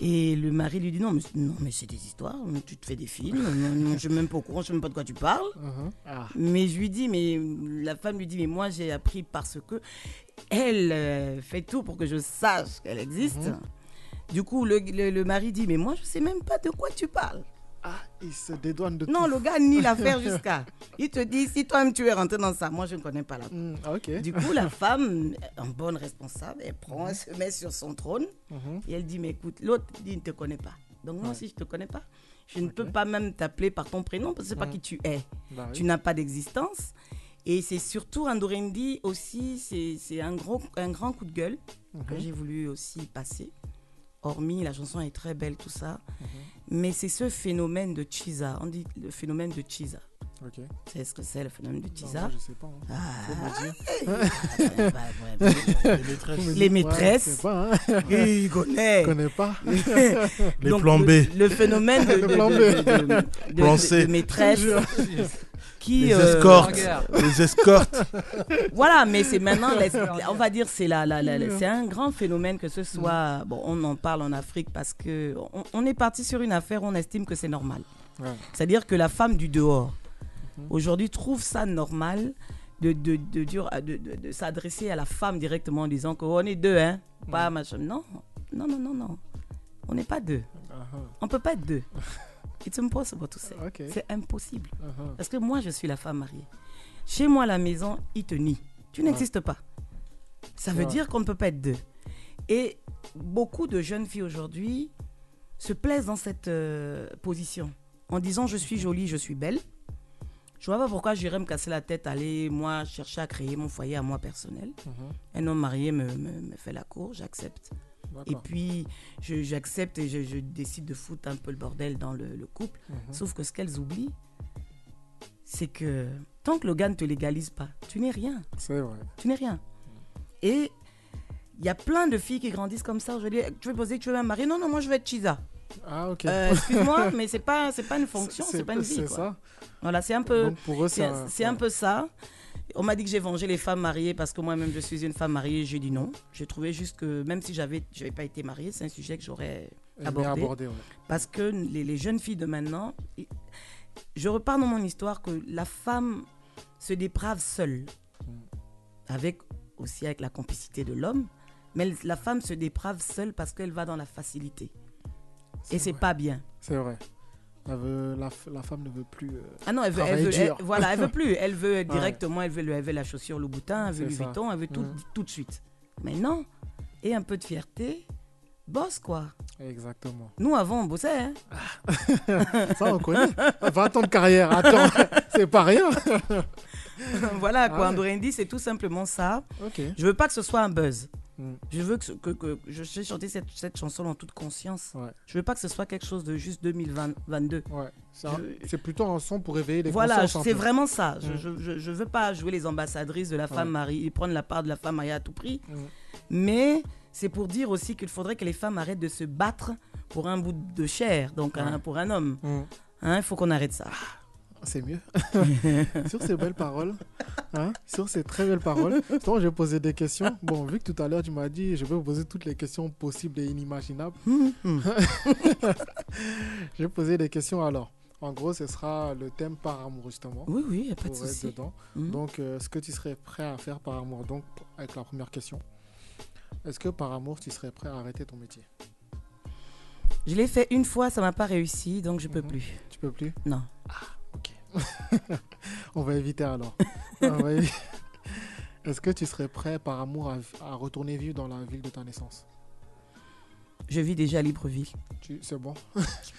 et le mari lui dit Non, mais, non, mais c'est des histoires, tu te fais des films, non, non, je ne même pas au courant, je ne sais même pas de quoi tu parles.
Mhm. Ah.
Mais je lui dis, mais la femme lui dit, mais moi j'ai appris parce que elle euh, fait tout pour que je sache qu'elle existe.
Mhm.
Du coup, le, le- le mari dit, mais moi je sais même pas de quoi tu parles.
Ah, il se dédouane de
Non,
tout.
le gars nie l'affaire jusqu'à. Il te dit, si toi-même tu es rentré dans ça, moi je ne connais pas la.
Hmm, ah, ok.
Du coup, la femme, en bonne responsable, elle prend, elle se met sur son trône
Mhm.
et elle dit, mais écoute, l'autre dit, ne te connais pas. Donc moi, si je te connais pas, je ne peux pas même t'appeler par ton prénom parce que je sais pas
Mhm.
qui tu es
Bah oui.
tu n'as pas d'existence. Et c'est surtout Andorendi aussi, c'est c'est un, gros, un grand coup de gueule
Hmm, Mhm.
que j'ai voulu aussi passer. Hormis, la chanson est très belle, tout ça.
Mhm.
Mais c'est ce phénomène de Chisa. On dit le phénomène de Chisa.
Ok.
Tu sais ce que c'est le phénomène de
Non,
Chisa
moi, je sais pas. hein.
Ah,
Faut me dire.
ouais, ouais, ouais.
Les maîtresses,
Les
Ouais,
maîtresses.
je sais pas, hein.
Et il connaît.
Je connais pas.
les
Donc, euh,
plombées,
Le, le phénomène de,
Le
de-
plan B.
de- de- de- de-
Pensez.
de maîtresse qui.
les
euh,
escortes, les escortes.
Voilà, mais c'est maintenant, les- on va dire, c'est la, la- la- la- c'est un grand phénomène que ce soit. Bon, on en parle en Afrique parce que on, on est parti sur une affaire, on estime que c'est normal.
Ouais.
C'est-à-dire que la femme du dehors aujourd'hui trouve ça normal de de, de dire- de- de- de s'adresser à la femme directement en disant qu'on est deux, hein, pas machin. Non, non, non, non, non, on n'est pas deux.
Ah,
On peut pas être deux. It's impossible, tout ça.
ah. Ok.
C'est impossible.
Ah, ah.
Parce que moi, je suis la femme mariée. Chez moi, à la maison, il te nie. Tu n'existes pas. Ça veut
Ouais.
dire qu'on ne peut pas être deux. Et beaucoup de jeunes filles aujourd'hui se plaisent dans cette euh, position. En disant je suis jolie, je suis belle. Je vois pas pourquoi j'irais me casser la tête, aller, moi, chercher à créer mon foyer à moi personnel.
Mhm.
Un homme marié me, me- me fait la cour, j'accepte. Et
D'accord.
puis, je- j'accepte et je, je décide de foutre un peu le bordel dans le, le couple.
Mhm.
Sauf que ce qu'elles oublient, c'est que tant que le gars ne te légalise pas, tu n'es rien.
C'est vrai.
Tu n'es rien. Et il y a plein de filles qui grandissent comme ça. Je veux dire, tu veux poser, tu veux un mari Non, non, moi je veux être Chisa.
Ah, ok.
Euh, Excuse-moi, mais c'est pas, c'est pas une fonction,
C'est-
c'est pas une vie.
C'est
quoi.
ça.
Voilà, c'est un peu,
Donc pour eux,
c'est un, c'est un peu ça. On m'a dit que j'ai vengé les femmes mariées parce que moi-même je suis une femme mariée. J'ai dit non. J'ai trouvé juste que même si j'avais, j'avais pas été mariée, c'est un sujet que j'aurais
abordé.
abordé.
abordé ouais.
Parce que les, les jeunes filles de maintenant, i- je repars dans mon histoire que la femme se déprave seule, avec aussi avec la complicité de l'homme, mais elle- la femme se déprave seule parce qu'elle va dans la facilité. Et c'est
vrai.
pas bien.
C'est vrai. Elle veut- la, f- la femme ne veut plus. euh,
Ah non, elle veut, elle
Travailler
veut- elle-
dur.
voilà, elle veut plus. Elle veut directement, elle veut, le- elle veut la chaussure le boutin, elle veut
C'est
Louis
ça.
Vuitton, elle veut tout,
Mhm.
tout de suite. Mais non, et un peu de fierté, bosse quoi.
Exactement.
Nous avant on bossait. hein.
Ça, on connaît. 20 ans de carrière. Attends, c'est pas rien.
voilà
Ah
quoi.
ouais.
Andorendi, c'est tout simplement ça.
Ok.
Je veux pas que ce soit un buzz.
Mm.
Je veux que, ce- que, que- je sais chanter cette, cette chanson en toute conscience.
Ouais.
Je veux pas que ce soit quelque chose de juste 2022.
Ouais. C'est un-
Je-
c'est plutôt un son pour réveiller les
Voilà,
consciences. un
c'est
peu.
vraiment ça. Je,
Mm.
je, je- je veux pas jouer les ambassadrices de la femme
Ouais.
mariée et prendre la part de la femme mariée à tout prix.
Mm.
Mais c'est pour dire aussi qu'il faudrait que les femmes arrêtent de se battre pour un bout de chair, donc un- pour un homme. hein,
Mm.
Il faut qu'on arrête ça.
C'est mieux. sur ces belles paroles, hein, sur ces très belles paroles, justement, je vais poser des questions. Bon, vu que tout à l'heure, tu m'as dit, je vais vous poser toutes les questions possibles et inimaginables.
Hum,
je vais poser des questions alors. En gros, ce sera le thème par amour, justement.
Oui, oui, y a pas de
Pour être
souci.
dedans.
Mhm.
Donc, euh, ce que tu serais prêt à faire par amour, donc p- avec la première question, est-ce que par amour, tu serais prêt à arrêter ton métier
Je l'ai fait une fois, ça m'a pas réussi, donc je peux
Mhm.
plus.
Tu peux plus
Non.
Ok. On va éviter alors. On va évi- Est-ce que tu serais prêt par amour à, à retourner vivre dans la ville de ta naissance
Je vis déjà à Libreville.
Tu- C'est bon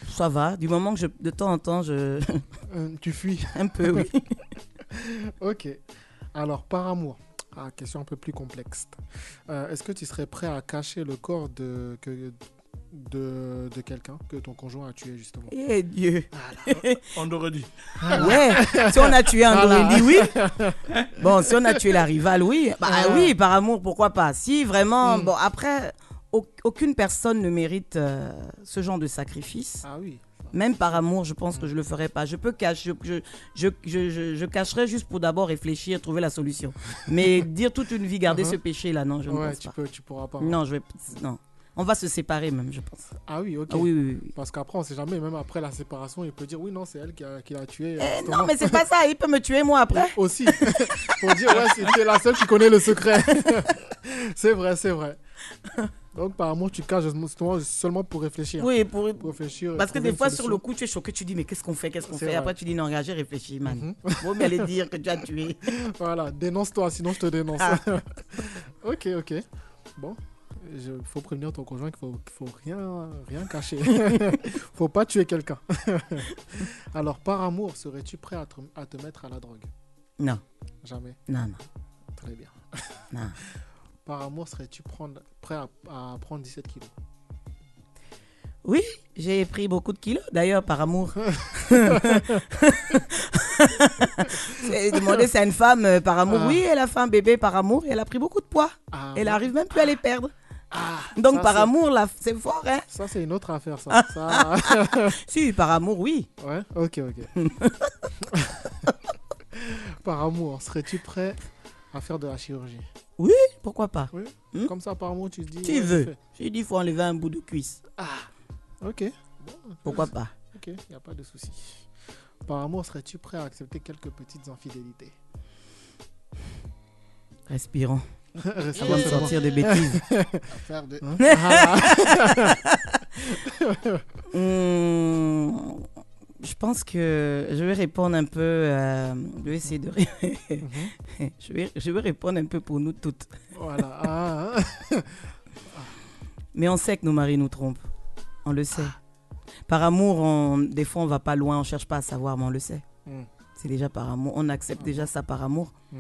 Ça va, du moment que je, de temps en temps, je.
Euh, Tu fuis
un peu, oui.
Ok. Alors, par amour. Ah, question un peu plus complexe. Euh, Est-ce que tu serais prêt à cacher le corps de, que- de, de quelqu'un que ton conjoint a tué justement
Eh Dieu.
On aurait dit.
Ah Ouais, si on a tué un
Voilà.
Dorendi, oui. Bon, si on a tué la rivale, oui. Bah
Voilà.
oui, par amour, pourquoi pas. Si vraiment.
Ah. Mm.
Bon, après, au- aucune personne ne mérite euh, ce genre de sacrifice.
Ah oui. ça,
Même par amour, je pense que je le ferai pas. Je peux cacher, je, je, je, je- je cacherai juste pour d'abord réfléchir, trouver la solution. Mais dire toute une vie garder
Uh-huh.
ce péché-là, non, je ne
ouais,
pense
tu,
pas.
peux, tu pourras pas.
Non, je vais, non. On va se séparer même, je pense.
Ah oui, ok.
Ah oui, oui, oui.
Parce qu'après, on sait jamais, même après la séparation, il peut dire oui, non, c'est elle qui, a- qui l'a tué.
Eh,
justement.
non, mais c'est pas ça. Il peut me tuer moi après.
Aussi, pour dire ouais, c'était la seule qui connaît le secret. c'est vrai, c'est vrai. Donc, par amour, tu caches justement seulement pour réfléchir.
Oui, pour.
Pour réfléchir. et
Parce que
trouver
des
une
fois, sur
solution.
le coup, tu es choqué, tu dis, mais qu'est-ce qu'on fait, qu'est-ce qu'on fait
C'est vrai. Mhm.
Après, tu dis, non, regarde, j'ai réfléchi, man. Vaut mieux aller dire que tu as tué.
Voilà, dénonce-toi, sinon je te dénonce.
Ah.
ok, ok. Bon, il faut prévenir ton conjoint qu'il faut, qu'il faut rien, rien cacher. faut pas tuer quelqu'un. Alors, par amour, serais-tu prêt à te, à te mettre à la drogue
Non,
Jamais.
non, non.
Très bien.
Non.
Par amour, serais-tu prendre- prêt à, à prendre 17 kilos
J'ai pris beaucoup de kilos, d'ailleurs, par amour. J'ai demandé ça à une femme euh, par amour.
Ah.
Oui, elle a fait un bébé par amour et elle a pris beaucoup de poids.
ah,
Elle arrive même plus à les perdre.
ah,
Donc,
ça,
par
c'est-
amour, là, c'est fort, hein
Ça, c'est une autre affaire, ça. ça... euh,
Si, par amour, oui.
Ouais, ok, ok. par amour, serais-tu prêt à faire de la chirurgie
Pourquoi pas Hmm
Comme ça, par amour, tu te dis.
Tu
ouais, je
veux.
fais.
J'ai dit, il faut enlever un bout de cuisse.
Ok,
Pourquoi pas
ok, il n'y a pas de souci. Par amour, serais-tu prêt à accepter quelques petites infidélités
Respirons.
Restons
Avant de
seulement.
sortir de bêtises.
Affaire de.
Ah.
Hmm, je pense que je vais répondre un peu. euh, je vais essayer de. ré- je, vais, je vais répondre un peu pour nous toutes.
Voilà. Ah, hein.
Mais on sait que nos maris nous trompent. On le sait. Par amour, on- des fois, on va pas loin, on cherche pas à savoir, mais on le sait.
Mm.
C'est déjà par amour. On accepte déjà ça par amour.
Mm.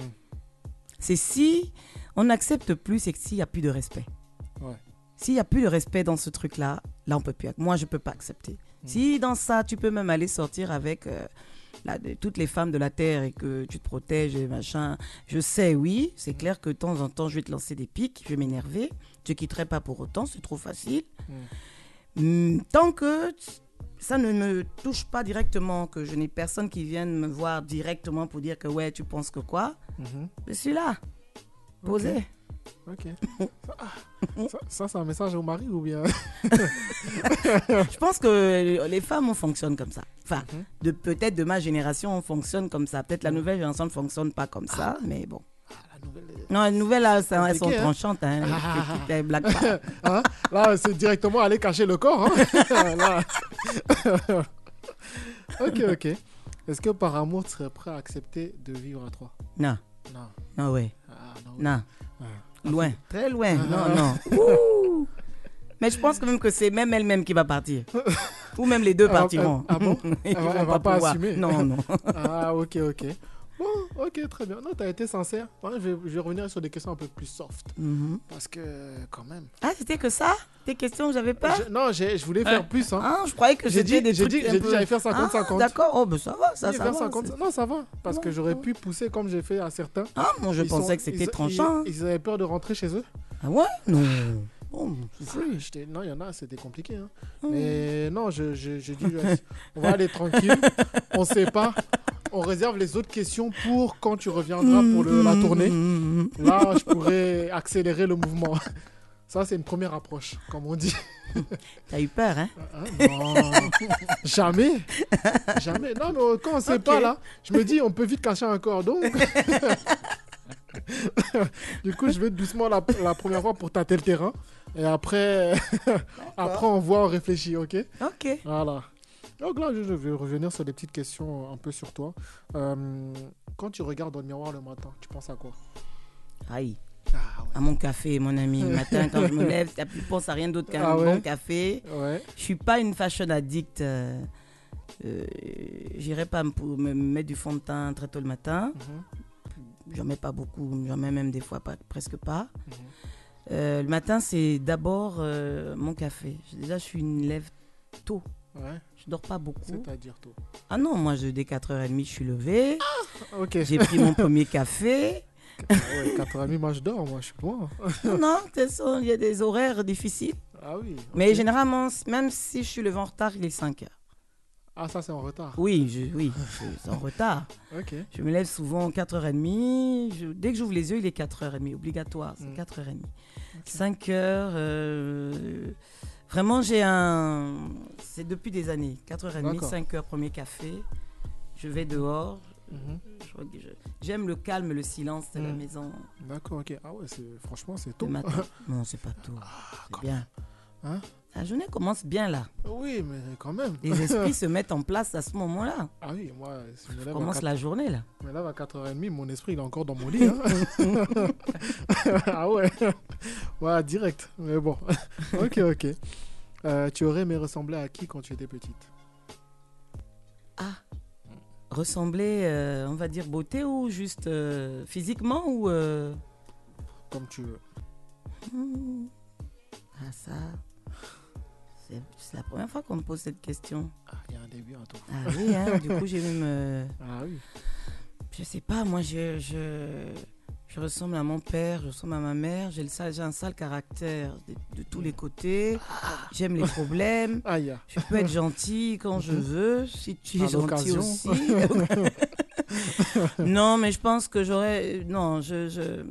C'est si on n'accepte plus, c'est que s'il n'y a plus de respect.
Ouais.
S'il n'y a plus de respect dans ce truc-là, là, on peut plus. ac- Moi, je peux pas accepter. Si dans ça, tu peux même aller sortir avec euh, la- de- toutes les femmes de la terre et que tu te protèges et machin, je sais, oui, c'est clair que de temps en temps, je vais te lancer des pics, je vais m'énerver. Je te quitterai pas pour autant, c'est trop facile.
Mm.
Hmm, Tant que t- ça ne me touche pas directement, que je n'ai personne qui vienne me voir directement pour dire que ouais, tu penses que quoi,
Mhm,
je suis là, posé.
Ok. Ah, Ça, ça, c'est un message au mari ou bien
Je pense que les femmes, on fonctionne comme ça. Enfin,
Mhm.
de, peut-être de ma génération, on fonctionne comme ça. Peut-être la
Mm.
nouvelle génération ne fonctionne pas comme
Ah.
ça, mais bon.
la nouvelle.
Non, les nouvelles, là, ça- elles sont
Compliqué, hein.
tranchantes. Hein.
Ah.
Elles- elles blaguent pas.
Hein Là, c'est directement aller cacher le corps. hein. Là. ok, ok. Est-ce que par amour, tu serais prêt à accepter de vivre à trois
Non,
Non.
non, ouais.
Ah, non.
Non.
Ah.
Loin, très loin. Non, non. Ouh. Mais je pense quand même que c'est même elle-même qui va partir. Ou même les deux
Ah,
partiront.
ah, ah bon
Ils
Elle va-
vont
elle va pas
pouvoir.
assumer.
Non, non.
Ah, ok, ok. Bon, ok, très bien. Non, t'as été sincère. Ouais, je, vais, je vais revenir sur des questions un peu plus soft.
Mhm.
Parce que, quand même.
Ah, c'était que ça Tes questions, j'avais pas
Je- non, j'ai- je voulais faire plus. Hein.
Hein, Je croyais que
J'ai
c'était
dit,
des
j'ai
trucs
dit,
un
j'ai dit,
peu-
j'allais faire 50-50.
Ah, D'accord, oh, ben ça va, ça,
Oui,
ça
vers
va.
50.
c'est-
Non, ça va. Parce que
Ouais,
j'aurais
ouais.
pu pousser comme j'ai fait à certains.
Ah, moi, je
Ils
pensais
sont-
que c'était
ils-
tranchant. hein.
Ils, ils avaient peur de rentrer chez eux.
Ah ouais Non. Oh, c'est fou.
Ah, j'étais- non, il y en a, c'était compliqué. hein. Mais non, je, je, je dis, ouais, on va aller tranquille. On sait pas. On réserve les autres questions pour quand tu reviendras pour le- la tournée.
Mhm.
Là, je pourrais accélérer le mouvement. Ça, c'est une première approche, comme on dit.
T'as eu peur, hein
Hein, non. Jamais. Jamais. Non, mais quand on sait
Ok.
pas, là, je me dis, on peut vite cacher un cordon. du coup, je vais doucement la, la première fois pour tâter le terrain. Et après, après on voit, on réfléchit, ok
Ok.
Voilà. Donc là, je je vais revenir sur des petites questions un peu sur toi. Euh, quand tu regardes dans le miroir le matin, tu penses à quoi
Aïe.
Ah
À mon café, mon ami. Le matin, quand je me lève, t'as plus pense à rien d'autre qu'à
Ah
un
ouais
bon café.
ouais. Ouais.
Je suis pas une fashion addict. euh, euh, J'irai pas me, pou- me mettre du fond de teint très tôt le matin.
Mhm.
J'en mets pas beaucoup, j'en mets même des fois pas, presque pas.
Mhm.
Euh, le matin, c'est d'abord euh, mon café. Je- Déjà, je suis une lève tôt.
Ouais.
Je dors pas beaucoup.
C'est-à-dire toi.
Ah non, moi, je, dès 4h30, je suis levée.
Ok.
J'ai pris mon premier café.
Ah Ouais, 4h30, moi je dors, moi je suis loin.
Non, non, de toute façon, il y a des horaires difficiles.
Ah oui.
Mais généralement, c- même si je suis levée en retard, il est 5h.
Ah, ça, c'est en retard.
Oui, je, oui, Ah, je suis en retard.
Ok.
Je me lève souvent 4h30. Je- dès que j'ouvre les yeux, il est 4h30, obligatoire, c'est
Mm.
4h30. 5h. euh, vraiment, j'ai un. C'est depuis des années. 4h30,
D'accord.
5h, premier café. Je vais dehors.
Mhm.
je reg- je- J'aime le calme, le silence de la
Mm.
maison
D'accord, ok. Ah ouais, c'est- franchement, c'est
le
tôt.
matin. Non, c'est pas tout. c'est bien.
Hein
La journée commence bien là.
Oui, mais quand même.
Les esprits se mettent en place à ce moment-là.
Ah oui, moi, si je me lève, à
Commence la journée là.
Mais là, à 4h30, mon esprit, il est encore dans mon lit. hein. ah ouais. Ouais, direct. Mais bon. ok, ok. Euh, tu aurais aimé ressembler à qui quand tu étais petite
Ressembler, euh, on va dire beauté ou juste euh, physiquement ou. euh,
Comme tu veux.
hmm, Ah ça. C'est c'est la première fois qu'on me pose cette question.
Ah, il y a un début, un tout.
Ah oui, hein, du coup j'ai même. euh,
Ah oui.
Je sais pas, moi je, je, je ressemble à mon père, je ressemble à ma mère, j'ai le sale- j'ai un sale caractère de, de tous les côtés, j'aime les problèmes,
Ah, il y a.
je peux être gentil quand je veux, si tu
Mhm. À
es gentil
l'occasion.
aussi. non, mais je pense que j'aurais... Non, je... je- euh,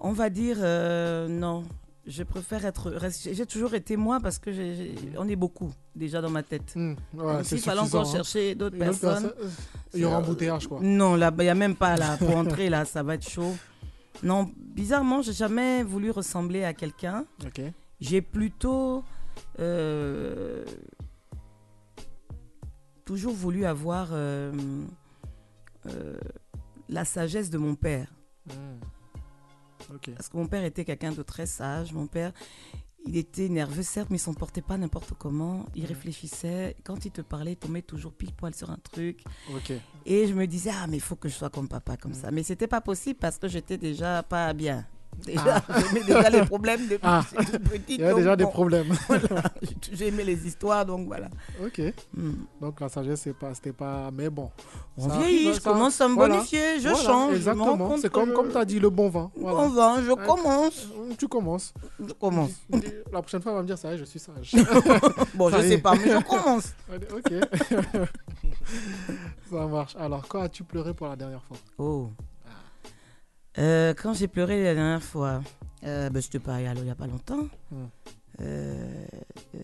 on va dire euh, non. Je préfère être... reste- J'ai toujours été moi parce que j'ai- j'ai- on est beaucoup déjà dans ma tête.
Hmm, ouais,
Donc,
c'est
S'il fallait
suffisant,
encore
hein.
chercher d'autres
Une autre
personnes...
personne, euh, Il y aura embouteillage, quoi.
Non, là, il n'y a même pas là. Pour entrer là, ça va être chaud. Non, bizarrement, j'ai jamais voulu ressembler à quelqu'un.
Ok.
J'ai plutôt euh, toujours voulu avoir euh, euh, la sagesse de mon père.
Hmm. Ok.
Parce que mon père était quelqu'un de très sage. Mon père, il était nerveux, certes, mais il s'en portait pas n'importe comment. Il
Mhm.
réfléchissait. Quand il te parlait, il tombait toujours pile poil sur un truc.
Ok.
Et je me disais, ah, mais il faut que je sois comme papa, comme ça. Mais c'était pas possible parce que j'étais déjà pas bien. Déjà, j'aimais déjà les problèmes depuis
Ah.
que j'étais toute petite.
Il y a
donc
déjà des
bon,
problèmes.
voilà. J'aimais les histoires, donc voilà.
ok.
Hmm.
Donc la sagesse, c'est pas, c'était pas. Mais bon.
On
Ça
vieillit,
arrive,
je
ça-
commence à me
voilà.
bonifier, je
Voilà,
change. je me rends
Exactement.
compte
C'est
que
comme,
je-
comme tu as dit, le bon vin. Voilà.
On va, je
Ah.
commence,
Tu commences.
je commence.
La prochaine fois, elle va me dire ça y est, je suis sage.
Bon,
Ça
je
y est.
sais pas, mais je commence.
Elle dit, ok. ça marche. Alors, quand as-tu pleuré pour la dernière fois
Oh. Euh, quand j'ai pleuré la dernière fois, euh, ben, je te parlais alors il n'y a pas longtemps.
Hmm.
Euh, euh,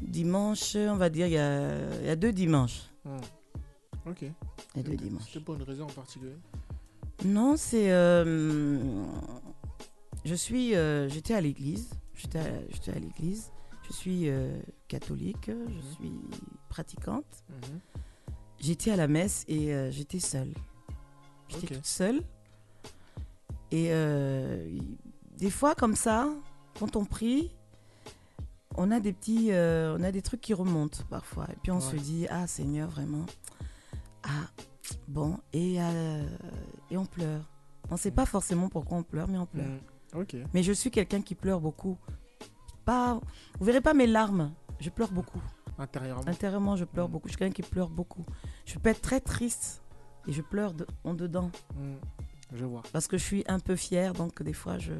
dimanche, on va dire, il y a, il y a deux dimanches.
Mm. Ok.
Il y a deux dimanches.
C'était pour une raison en particulier.
Non, c'est. euh, je suis. euh, j'étais à l'église. J'étais à, j'étais à l'église. Je suis euh, catholique. Je suis pratiquante.
Mm-hmm.
J'étais à la messe et euh, j'étais seule. J'étais
Ok.
toute seule. Et euh, y- des fois, comme ça, quand on prie, on a des petits, euh, on a des trucs qui remontent parfois. Et puis on se
Ouais.
dit, ah Seigneur, vraiment, ah bon, et euh, et on pleure. On ne
Mm.
sait pas forcément pourquoi on pleure, mais on pleure.
Ok.
Mais je suis quelqu'un qui pleure beaucoup. Pas, vous verrez pas mes larmes. Je pleure beaucoup.
Intérieurement.
Intérieurement, je pleure
Mm.
beaucoup. Je suis quelqu'un qui pleure beaucoup. Je peux être très triste et je pleure de- en dedans
Mm. Je vois.
parce que je suis un peu fière. Donc des fois, je,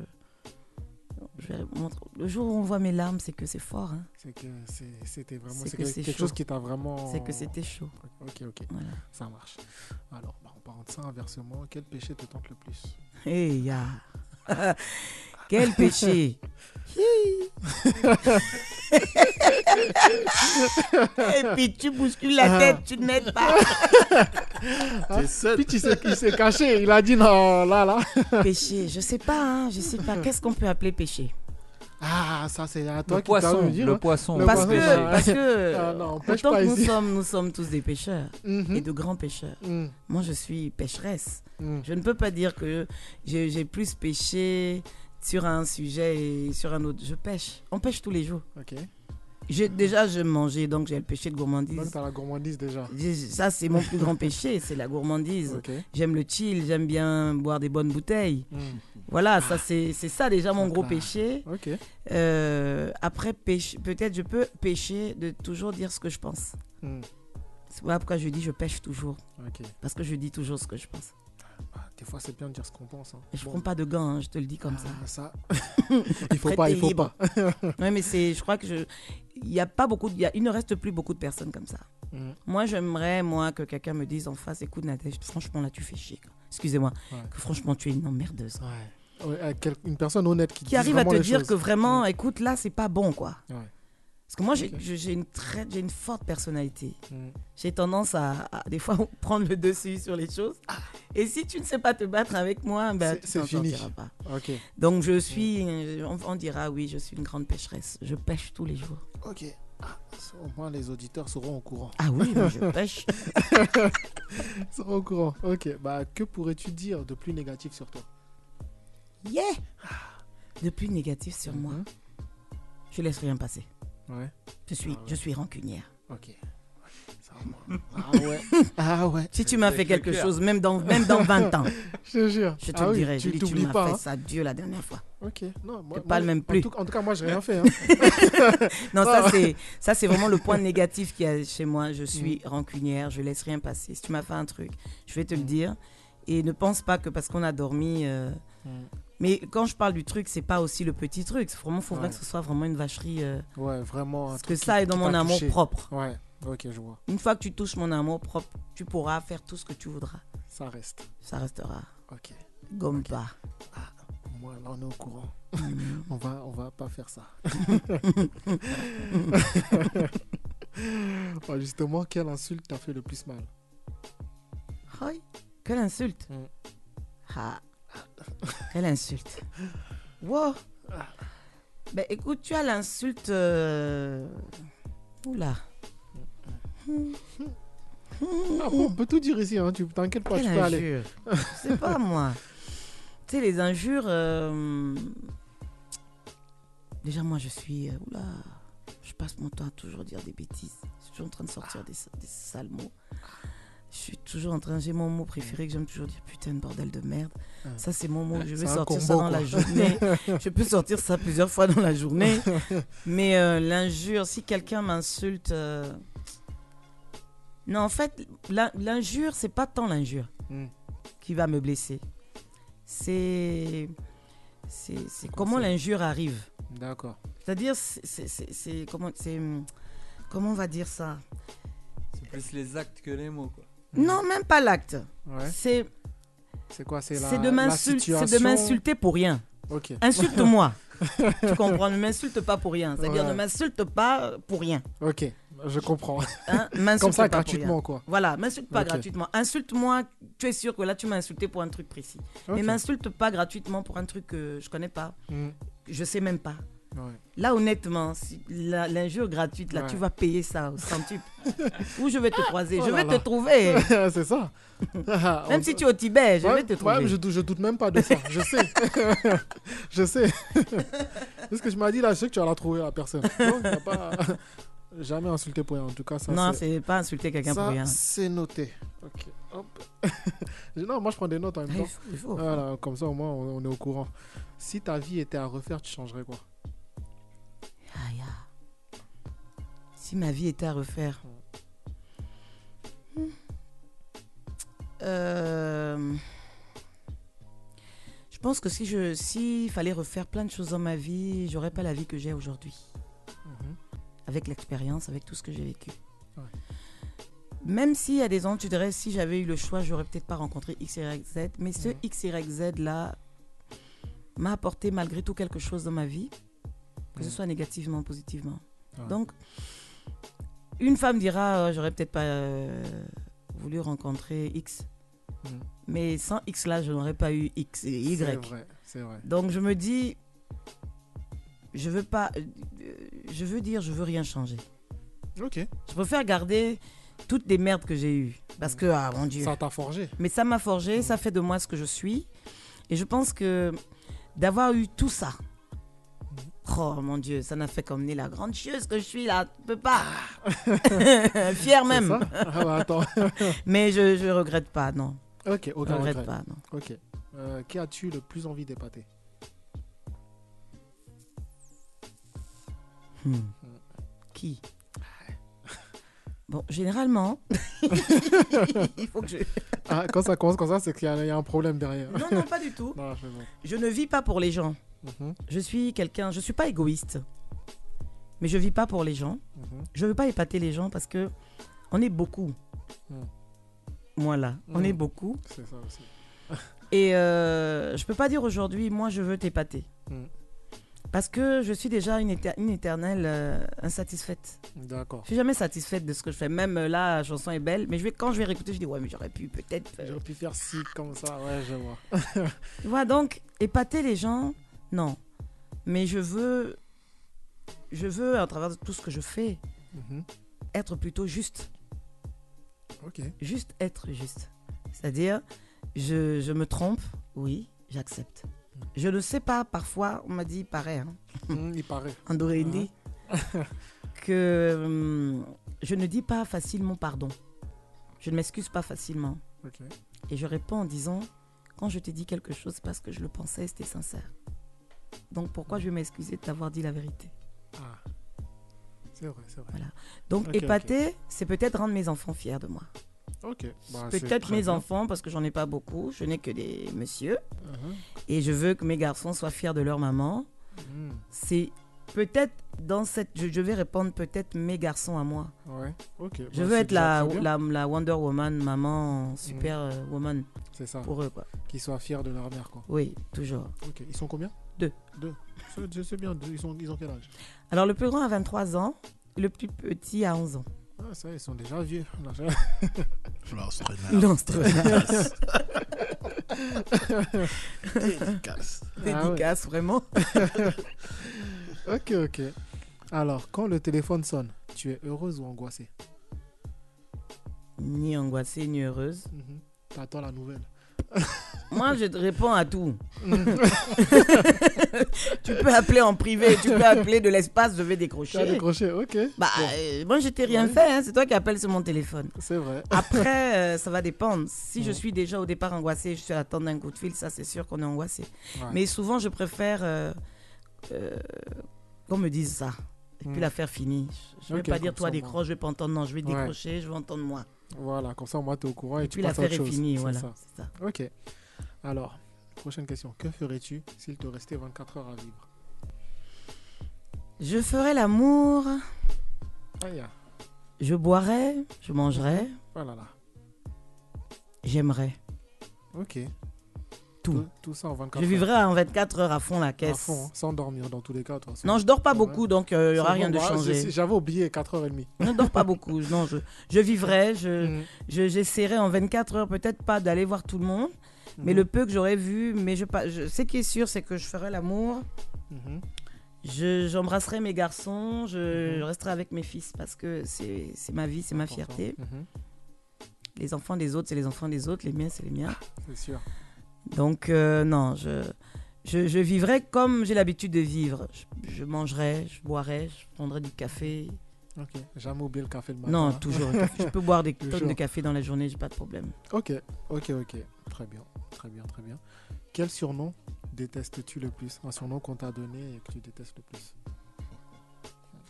je montre. Le jour où on voit mes larmes, c'est que c'est fort. hein.
C'est que c'est- c'était vraiment
C'est
c'est
que
quelque,
c'est
quelque
chaud.
chose qui t'a vraiment.
C'est que c'était chaud.
Ok, ok.
Voilà.
Ça marche. Alors, bah, en parlant de ça, inversement, quel péché te tente le plus
Hey, ya. Quel péché Hi. Et puis tu bouscules la tête, tu n'aides pas.
Ah,
T'es seul.
Puis il s'est il s'est caché, il a dit non, là, là.
Péché, je sais pas, hein, je sais pas. Qu'est-ce qu'on peut appeler péché
Ah, ça, c'est à toi
le
qui t'as
poisson,
me dire. hein.
le poisson.
Le
Parce
poisson,
que,
bah,
parce
Ah,
que,
non, on pêche
autant
pas
que nous
ici.
sommes, nous sommes tous des pêcheurs
Mhm.
et de grands pêcheurs.
Mm.
Moi, je suis pécheresse.
Mm.
Je ne peux pas dire que j'ai j'ai plus péché sur un sujet et sur un autre. Je pêche. On pêche tous les jours.
Ok.
J'ai- Déjà, je mangeais, donc j'ai le péché de
Donc,
gourmandise.
t'as la gourmandise déjà.
J'ai- Ça, c'est mon plus grand péché, c'est la gourmandise.
Ok.
J'aime le chill, j'aime bien boire des bonnes bouteilles.
Mm.
Voilà, ça c'est c'est ça déjà mon
Donc
gros
là.
péché.
Ok.
Euh, après, pêche- peut-être je peux pécher de toujours dire ce que je pense.
Mm.
C'est voilà pourquoi je dis je pêche toujours,
Ok.
parce que je dis toujours ce que je pense.
Bah, des fois, c'est bien de dire ce qu'on pense. Hein.
Et je
Bon.
prends pas de gants, hein, je te le dis comme ça.
Ah, ça. il faut pas, il faut
libre.
pas.
Ouais, mais c'est, je crois que je, il y a pas beaucoup, de- il y a- il ne reste plus beaucoup de personnes comme ça.
Mhm.
Moi, j'aimerais, moi, que quelqu'un me dise en face, écoute, Nadège, franchement, là, tu fais chier. quoi. Excusez-moi,
Ouais.
que franchement, tu es une emmerdeuse.
Ouais. Ouais, euh, quel- une personne honnête qui,
Qui
dise
arrive à
vraiment
te
les
dire
choses. Mm.
que vraiment, écoute, là, c'est pas bon, quoi.
Ouais.
Parce que moi, j'ai-
Ok.
j'ai j'ai une très, j'ai une forte personnalité.
Mhm.
J'ai tendance à, à, des fois, prendre le dessus sur les choses. Et si tu ne sais pas te battre avec moi, ben,
Ah. C'est-
tu
c'est
t'en
fini.
sortiras pas.
Ok.
Donc, je suis, on, on dira, oui, je suis une grande pêcheresse. Je pêche tous les jours.
Ok. Ah, Au moins, les auditeurs seront au courant.
Ah oui, mais je pêche.
Ils seront au courant. Ok. Bah, que pourrais-tu dire de plus négatif sur toi
Yeah De plus négatif sur moi,
Mhm.
je laisse rien passer.
Ouais.
Je suis,
Ah ouais.
je suis rancunière.
Ok. Ça, moi. Ah ouais. Ah ouais.
Si tu m'as fait quelque chose, même dans, même dans 20 ans,
Je te jure.
je te
Ah
le
oui,
dirai. Je
Tu
dis, tu
t'oublies
m'as
pas.
fait
hein.
ça, Dieu, la dernière fois.
Ok. Non, moi.
Te
moi,
parle
je-
même
en
plus.
tout- En tout, cas, moi, j'ai rien fait. hein.
Non, ça,
Ah.
c'est, ça, c'est vraiment le point négatif qu'il y a chez moi. Je suis
Mm.
rancunière, je laisse rien passer. Si tu m'as fait un truc, je vais te le
Mhm.
dire. Et ne pense pas que parce qu'on a dormi. euh,
Mhm.
Mais quand je parle du truc, c'est pas aussi le petit truc. C'est Vraiment, faut
Ouais. Oh,
vraiment que ce soit vraiment une vacherie. euh,
Ouais, vraiment. un
parce que
truc qui-
ça est dans
qui
mon
t'a
amour
touché.
propre.
Ouais. Ok, je vois.
Une fois que tu touches mon amour propre, tu pourras faire tout ce que tu voudras.
Ça reste.
Ça restera.
Ok.
Gomme pas.
Moi, là, on est au courant.
Mm.
On va, on va pas faire ça. Oh, Justement, quelle insulte t'a fait le plus mal
Aïe, quelle insulte.
Mm.
Ah, quelle insulte. Wow. Ben écoute, tu as l'insulte. euh, Oula.
Ah bon, on peut tout dire ici, hein, tu t'inquiètes pas,
Quelle
tu peux aller.
injure. Je sais pas moi. Tu sais, les injures. euh, Déjà, moi, je suis. euh, Oula. Je passe mon temps à toujours dire des bêtises. Je suis toujours en train de sortir des, sa- des sales mots. Je suis toujours en train. J'ai mon mot préféré que j'aime toujours dire putain de bordel de merde. Ça, c'est mon mot. Je
C'est
vais
un
sortir ça
combo,
dans la
quoi.
journée. je peux sortir ça plusieurs fois dans la journée. Mais euh, l'injure, si quelqu'un m'insulte. euh, Non, en fait, l'in- l'injure, c'est pas tant l'injure
Mm.
qui va me blesser. C'est. C'est c'est
quoi,
comment
c'est-
l'injure arrive.
D'accord.
C'est-à-dire, c'est- c'est- c'est c'est- comment, c'est, hum, comment on va dire ça
C'est plus les actes que les mots, quoi.
Non, même pas l'acte.
Hmm. Ouais.
C'est
C'est quoi C'est la,
c'est de
la
m'insul- c'est de Hein?
situation
m'insulter pour rien.
Ok.
Insulte-moi. tu comprends Ne m'insulte pas pour rien. C'est-à-dire,
Ouais.
ne m'insulte pas pour rien.
Ok, je comprends.
Hein, m'insulte
Comme ça,
pas pour rien.
gratuitement, quoi.
Voilà, m'insulte pas
Ok.
gratuitement. Insulte-moi, tu es sûr que là tu m'as insulté pour un truc précis. Mais
Ok.
m'insulte pas gratuitement pour un truc que je connais pas,
Mm.
que je sais même pas.
Ouais.
Là honnêtement, si la- l'injure gratuite là,
Ouais.
tu vas payer ça au centuple. Où je vais te croiser,
oh
je
là
vais
là.
te trouver.
c'est ça.
Même si tu es au Tibet, je vais te trouver.
je, dou- je doute même pas de ça, je sais. je sais. Parce que je m'as dit là, je sais que tu vas la trouver, la personne. Non, t'as pas... Jamais insulté pour rien, en tout cas, ça
non,
c'est-
c'est pas insulter quelqu'un
Ça,
pour rien.
C'est noté. Ok. Hop. non, moi je prends des notes en
Ah,
même
il
temps.
faut- il faut.
Voilà, comme ça au moins on, on est au courant. Si ta vie était à refaire, tu changerais quoi
Aïe, ah. Si ma vie était à refaire. Hmm. Euh, Je pense que si je s'il fallait refaire plein de choses dans ma vie, j'aurais pas la vie que j'ai aujourd'hui.
Mhm.
Avec l'expérience, avec tout ce que j'ai vécu.
Ouais.
Même s'il y a des ans, tu dirais, si j'avais eu le choix, j'aurais peut-être pas rencontré X, Y, Z. Mais ce
Mhm.
X, Y, Z là m'a apporté malgré tout quelque chose dans ma vie que ce
Mhm.
soit négativement ou positivement.
Ouais.
Donc, une femme dira, euh, j'aurais peut-être pas euh, voulu rencontrer X,
Mhm.
mais sans X là, je n'aurais pas eu X et
C'est
Y.
vrai, c'est vrai.
Donc, je me dis, je veux pas, euh, je veux dire, je veux rien changer.
Ok.
Je préfère garder toutes les merdes que j'ai eues, parce que ah mon Dieu.
Ça t'a forgé.
Mais ça m'a forgé, ça fait de moi ce que je suis. Et je pense que d'avoir eu tout ça, oh mon Dieu, ça n'a fait qu'emmener la grande chieuse que je suis là. Je peux pas. Fière
C'est
même.
ça ah bah attends.
Mais je je regrette pas, non.
ok,
Je
aucun
regrette
regret.
pas, non.
Ok. Euh, qui as-tu le plus envie d'épater
Hmm. Qui Bon, généralement, il faut que je...
ah, Quand ça commence comme ça, c'est qu'il y, a- il y a un problème derrière.
Non, non, pas du tout.
Non, je plaisante.
Je ne vis pas pour les gens.
Mhm.
Je suis quelqu'un, je suis pas égoïste. Mais je vis pas pour les gens.
Mhm.
Je veux pas épater les gens parce que on est beaucoup.
Mm.
Moi là, on
Mm.
est beaucoup.
C'est ça aussi.
Et euh, je peux pas dire aujourd'hui, moi je veux t'épater.
Mm.
Parce que je suis déjà une, éter- une éternelle euh, insatisfaite.
D'accord.
Je suis jamais satisfaite de ce que je fais. Même euh, là, la chanson est belle, mais je vais, quand je vais réécouter, je dis ouais, mais j'aurais pu peut-être. euh,
J'aurais pu faire ci comme ça, ouais, je vois.
Tu vois, donc, épater les gens, non. Mais je veux, je veux, à travers tout ce que je fais,
Mhm.
être plutôt juste.
Ok.
Juste être juste. C'est-à-dire, je, je me trompe, oui, j'accepte. Je ne sais pas, parfois, on m'a dit, pareil, hein,
Mm, il paraît.
en Dorénie, que hum, je ne dis pas facilement pardon. Je ne m'excuse pas facilement.
Ok.
Et je réponds en disant, quand je t'ai dit quelque chose, c'est parce que je le pensais, et c'était sincère. Donc pourquoi je vais m'excuser de t'avoir dit la vérité
Ah. C'est vrai, c'est vrai.
Donc
Ok, ok.
épater, c'est peut-être rendre mes enfants fiers de moi.
Ok. Bah, c'est
Peut-être
très
mes
bien.
enfants, parce que j'en ai pas beaucoup, je n'ai que des messieurs.
Mhm.
Et je veux que mes garçons soient fiers de leur maman.
Mm.
C'est peut-être dans cette... Je, je vais répondre peut-être mes garçons à moi.
Ouais. Ok. bah,
Je veux
c'est
être
déjà
la,
très bien. Mhm.
la, la Wonder Woman, maman, super euh, woman
C'est ça.
pour eux, quoi.
Qu'ils soient fiers de leur mère, quoi.
Oui, toujours.
Ok. Ils sont combien
Deux.
Deux. C'est- Je sais bien. Deux. Ils, sont, ils ont quel âge
Alors le plus grand a 23 ans, le plus petit a 11 ans.
Ah, ça, ils sont déjà vieux. Non, je-
Florence
Ah.
Renard.
Dédicace.
Dédicace.
Ah ouais.
Dédicace, vraiment.
Ok, ok. Alors, quand le téléphone sonne, tu es heureuse ou angoissée
Ni angoissée, ni heureuse.
Mhm. T'attends la nouvelle.
Moi, je te réponds à tout. tu peux appeler en privé, tu peux appeler de l'espace, je vais
Tu as
décrocher.
décroché, ok.
Bah,
Bon,
euh, moi, je t'ai rien
Ouais.
fait, hein, c'est toi qui appelles sur mon téléphone.
C'est vrai.
Après, euh, ça va dépendre. Si je
Ouais.
suis déjà au départ angoissée, je suis à l'attente d'un coup de fil, ça c'est sûr qu'on est angoissé.
Ouais.
Mais souvent, je préfère euh, euh, qu'on me dise ça. Et puis
Mm.
l'affaire finie. Je ne vais
Ok,
pas
je
dire toi
comprends, moi.
décroche, je vais pas entendre non, je vais
Ouais.
décrocher, je vais entendre moi.
Voilà, comme ça, au moins, t'es au courant et,
Et
tu
puis
passes à
l'affaire
autre
est
chose.
finie,
C'est
voilà.
ça.
c'est ça.
Ok. Alors, prochaine question. Que ferais-tu s'il te restait 24 heures à vivre
Je ferai l'amour,
Aïe, ah,
je boirai, je mangerai,
oh là là.
j'aimerais.
Ok.
Tout.
ça en 24
Je
heures.
vivrai en 24 heures à fond la
à
caisse.
fond, hein, sans dormir dans tous les cas. Toi, c'est-
Non, je dors pas
Ouais.
beaucoup, donc euh, il y
c'est
aura
bon,
rien de
moi, j'ai-
changé.
J'avais oublié 4h30.
Je ne dors pas beaucoup. Non, je, je vivrai, je,
Mm.
Je- J'essaierai en 24 heures, peut-être pas d'aller voir tout le monde, mais
Mhm.
le peu que j'aurai vu, mais je, pa- je, ce qui est sûr, c'est que je ferai l'amour,
Mhm.
je- j'embrasserai mes garçons, je,
Mhm.
je resterai avec mes fils parce que c'est c'est ma vie, c'est ma
Important.
fierté.
Mhm.
Les enfants des autres, c'est les enfants des autres, les miens, c'est les miens.
C'est sûr.
Donc, euh, non, je, je, je vivrai comme j'ai l'habitude de vivre. Je, je mangerai, je boirai, je prendrai du café.
Ok. Jamais oublié le café le matin.
non,
hein.
toujours. un café. Je peux boire des tonnes de
Toujours.
café dans la journée, j'ai pas de problème.
Ok, ok, ok. Très bien, très bien, très bien. Quel surnom détestes-tu le plus Un surnom qu'on t'a donné et que tu détestes le plus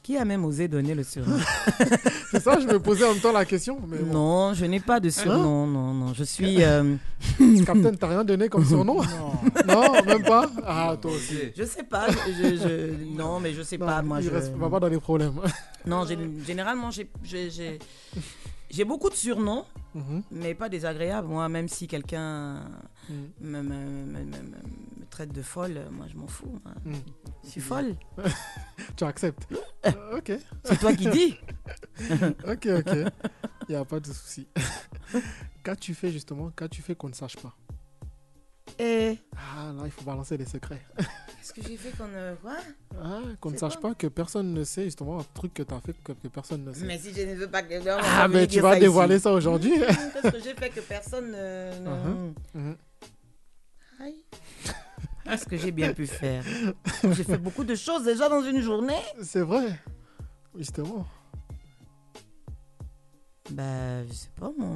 Qui a même osé donner le surnom
C'est ça, je me posais en même temps la question, mais bon. Hein?
Non, je n'ai pas de surnom, non, non. Je suis. euh,
Captain, t'as rien donné comme surnom Non, même pas Ah, toi aussi.
je sais pas. je- je- je- non, mais je sais
Non,
pas. Moi,
il
je.
reste- va pas dans les problèmes.
Non, j'ai- généralement, j'ai- j'ai j'ai- j'ai beaucoup de surnoms,
Mhm,
mais pas désagréables. Moi, même si quelqu'un
mhm.
me, me- me- me- me- me traite de folle, moi, je m'en fous. hein.
Mm.
Je suis folle.
Tu acceptes Euh, Ok,
C'est toi qui dis.
ok, ok. Il a pas de souci. Qu'as-tu fait justement Qu'as-tu fait qu'on ne sache pas
Et
Ah, là, il faut balancer les secrets.
qu'est-ce que j'ai fait euh, qu'on ne voit
Ah, qu'on ne
C'est
sache
quoi
pas, que personne ne sait justement un truc que t'as fait que, que personne ne sait.
Mais si je ne veux pas que. non,
Ah,
je vais
mais tu
dire
vas
ça ici.
dévoiler ça aujourd'hui.
Qu'est-ce que j'ai fait que personne ne. ne-
Mhm, mhm.
Aïe. Qu'est-ce Ah, que j'ai bien pu faire J'ai fait beaucoup de choses déjà dans une journée.
C'est vrai. Justement.
Bah, je sais pas, moi.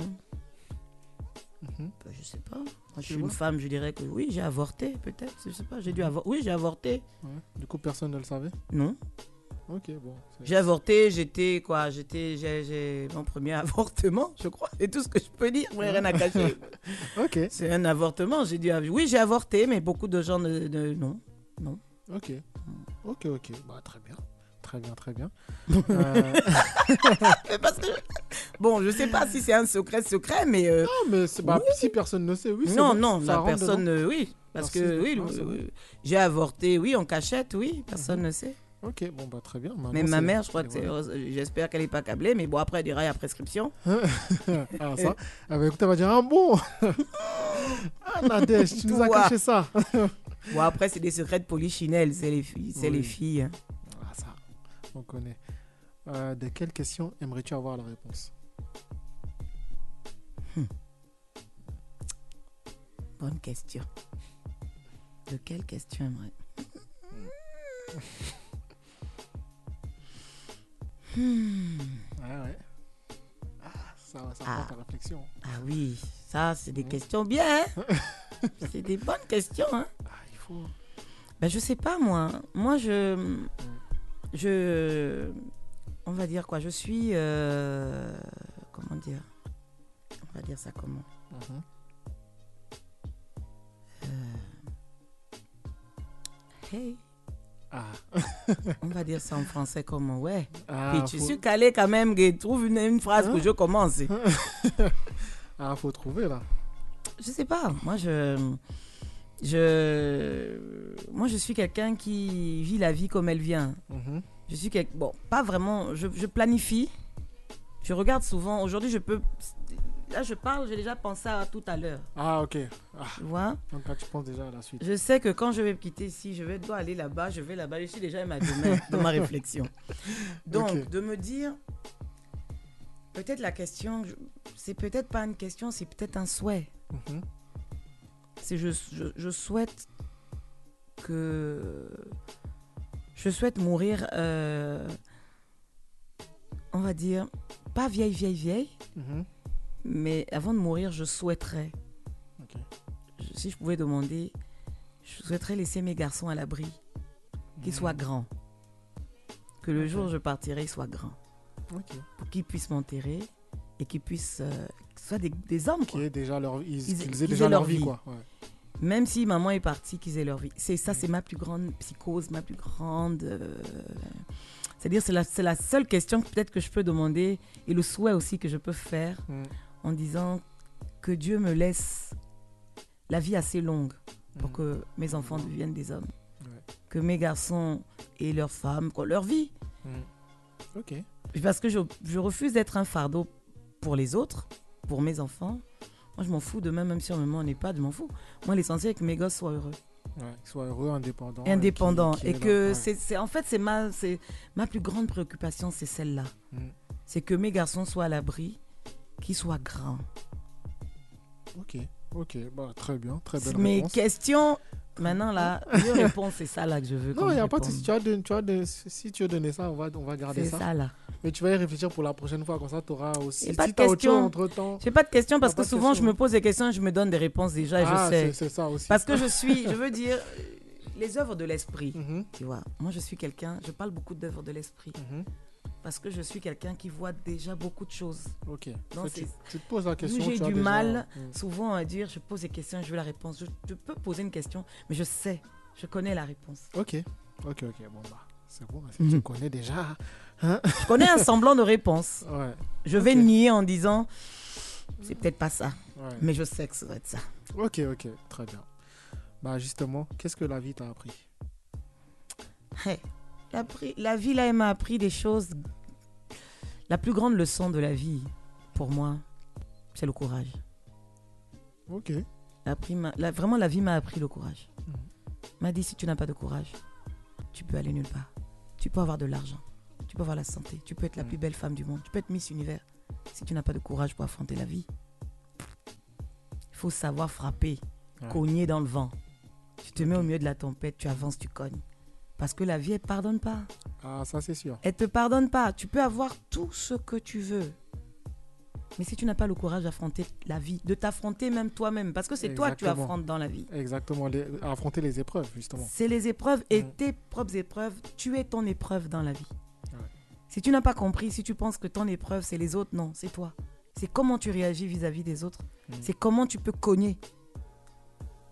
Mhm.
Bah, je sais pas. Moi, je
Tu
suis une
vois
femme, je dirais que oui, j'ai avorté, peut-être. Je sais pas, j'ai dû avorter. Oui, j'ai avorté.
Ouais. Du coup, personne ne le savait.
Non.
Ok, bon. c'est-
J'ai avorté, j'étais quoi J'étais. j'ai- J'ai mon premier avortement, je crois. C'est tout ce que je peux dire. Moi, rien à cacher.
Ok,
C'est un avortement, j'ai dû.
ah,
av- Oui, j'ai avorté, mais beaucoup de gens ne. ne- non.
ok. Ok, ok. Bah, très bien. Très très bien, très bien. Euh,
Mais parce que- Bon, je sais pas si c'est un secret secret, mais euh,
non, mais c'est- bah, si personne ne sait, oui. c'est
non,
bon,
non,
ça
la
rentre
personne,
dedans.
euh, oui, parce
Narcisse,
que oui,
ouais, c'est
euh,
vrai.
j'ai avorté, oui, en cachette, oui, personne ne sait.
Ok, bon, bah très bien. Maintenant,
Même ma
c'est-
mère, je crois
c'est-
que c'est heureuse- j'espère qu'elle est pas câblée, mais bon, après, elle dira, il y a prescription.
voilà. ah, ça. Ah, bah, écoute, elle va dire, ah bon Ah, Nadège, tu nous as
Toi.
caché ça
Bon, après, c'est des secrets de polichinelle, c'est les filles, c'est les
Oui.
filles. hein.
Ah, ça, on connaît. Euh, de quelle question aimerais-tu avoir la réponse
Bonne question. De quelle question aimerais
Ouais, ouais. Ah, ça va, ça
Ah.
va ta réflexion.
Ah oui, ça, c'est des questions bien. hein. c'est des bonnes questions. Hein.
Ah, il faut.
Ben, je sais pas, moi. Moi, je. Je. On va dire quoi Je suis. euh, Comment dire On va dire ça comment
Mhm.
Euh, Hey
Ah,
On va dire ça en français comment Ouais.
ah
Puis tu
faut... Hein?
suis calé quand même, que trouve une, une phrase que je commence.
ah, faut trouver là.
Je sais pas. Moi, je. Je. Moi, je suis quelqu'un qui vit la vie comme elle vient.
Mhm.
Je suis quelque... Bon, pas vraiment. Je, je planifie. Je regarde souvent. Aujourd'hui, je peux. Là, je parle, j'ai déjà pensé à tout à l'heure.
Ah, ok.
Tu vois
Donc là, tu penses déjà à la suite.
Je sais que quand je vais quitter ici, je vais dois aller là-bas, je vais là-bas. Je suis déjà à ma demeure, dans ma réflexion. Donc,
Ok.
de me dire. Peut-être la question. je- C'est peut-être pas une question, c'est peut-être un souhait.
Mhm.
C'est je, je, je souhaite que. Je souhaite mourir, euh, on va dire, pas vieille, vieille, vieille,
Mhm.
mais avant de mourir, je souhaiterais,
Ok.
je- si je pouvais demander, je souhaiterais laisser mes garçons à l'abri, qu'ils
Mhm.
soient grands. Que le jour où je partirai, ils soient grands.
Ok.
Pour qu'ils puissent m'enterrer et qu'ils puissent. euh, que ce soient des, des hommes,
Qui
quoi.
aient déjà leur, ils,
Ils-
qu'ils aient
qu'ils
déjà
aient
leur
leur
vie,
vie.
quoi. Ouais.
Même si maman est partie, qu'ils aient leur vie. C'est ça, c'est ma plus grande psychose, ma plus grande. euh, C'est-à-dire, c'est la, c'est la seule question que peut-être que je peux demander et le souhait aussi que je peux faire
Mm.
en disant que Dieu me laisse la vie assez longue pour
Mm.
que mes enfants deviennent des hommes,
Ouais.
que mes garçons et leurs femmes, qu'on leur vie.
mhm. Ok.
Parce que je, je refuse d'être un fardeau pour les autres, pour mes enfants. Moi, je m'en fous demain, même si on me met en EHPAD, je m'en fous. Moi, l'essentiel, c'est que mes gosses soient heureux.
Ouais. Qu'ils soient heureux, indépendants. euh,
indépendant
qui- qui
et
aient
que
leur-
c'est c'est- en fait c'est ma c'est ma plus grande préoccupation c'est celle-là
Mm.
c'est que mes garçons soient à l'abri qu'ils soient grands
ouais. Ok. Ok. Bah, très bien. Très belle
mes
réponse.
questions maintenant là les réponses c'est ça là que je veux
Non,
qu'on
il n'y a pas de
réponde.
souci. Tu as don- tu as don- Si tu as donné ça, on va, on va garder
c'est
ça.
ça là
Mais tu vas y réfléchir pour la prochaine fois, comme ça, tu auras aussi.
Et
Si tu
pas de
as autre chose
questions.
entre temps.
j'ai pas de questions parce
pas
que
de
souvent je
questions.
me pose des questions et je me donne des réponses déjà et
Ah,
je
c'est
sais
c'est ça aussi.
parce que je suis je veux dire euh, les œuvres de l'esprit
Mhm,
tu vois moi je suis quelqu'un je parle beaucoup d'œuvres de l'esprit
mhm.
parce que je suis quelqu'un qui voit déjà beaucoup de choses
Ok.
Non,
Ça, tu,
c'est-
tu te poses la question.
j'ai
tu as
du
déjà-
mal.
Mm.
Souvent, à dire, je pose des questions, je veux la réponse. Je, je peux poser une question, mais je sais, je connais la réponse.
Ok. Ok, ok. Bon, bah, c'est bon.
Mhm.
si Tu connais déjà.
Je connais un semblant de réponse.
Ouais.
Je vais
Ok.
nier en disant, c'est peut-être pas ça,
ouais.
mais je sais que ça va être ça.
Ok, ok. Très bien. Bah, justement, qu'est-ce que la vie t'a appris
Hey, la, pri- la vie, là, elle m'a appris des choses. La plus grande leçon de la vie, pour moi, c'est le courage.
Ok.
La prime- la- vraiment, la vie m'a appris le courage.
Mhm.
M'a dit si tu n'as pas de courage, tu peux aller nulle part. Tu peux avoir de l'argent, tu peux avoir la santé, tu peux être la
Mhm.
plus belle femme du monde, tu peux être Miss Univers. Si tu n'as pas de courage pour affronter la vie, il faut savoir frapper,
Ouais.
cogner dans le vent. Tu te mets au milieu de la tempête, tu avances, tu cognes. Parce que la vie, elle pardonne pas.
Ah, ça, c'est sûr.
Elle te pardonne pas. Tu peux avoir tout ce que tu veux. Mais si tu n'as pas le courage d'affronter la vie, de t'affronter même toi-même, parce que c'est toi que tu
Exactement.
affrontes dans la vie.
Exactement. les- affronter les épreuves, justement.
C'est les épreuves et
Mm.
tes propres épreuves. Tu es ton épreuve dans la vie.
Ouais.
Si tu n'as pas compris, si tu penses que ton épreuve, c'est les autres, non, c'est toi. C'est comment tu réagis vis-à-vis des autres.
Mm.
C'est comment tu peux cogner.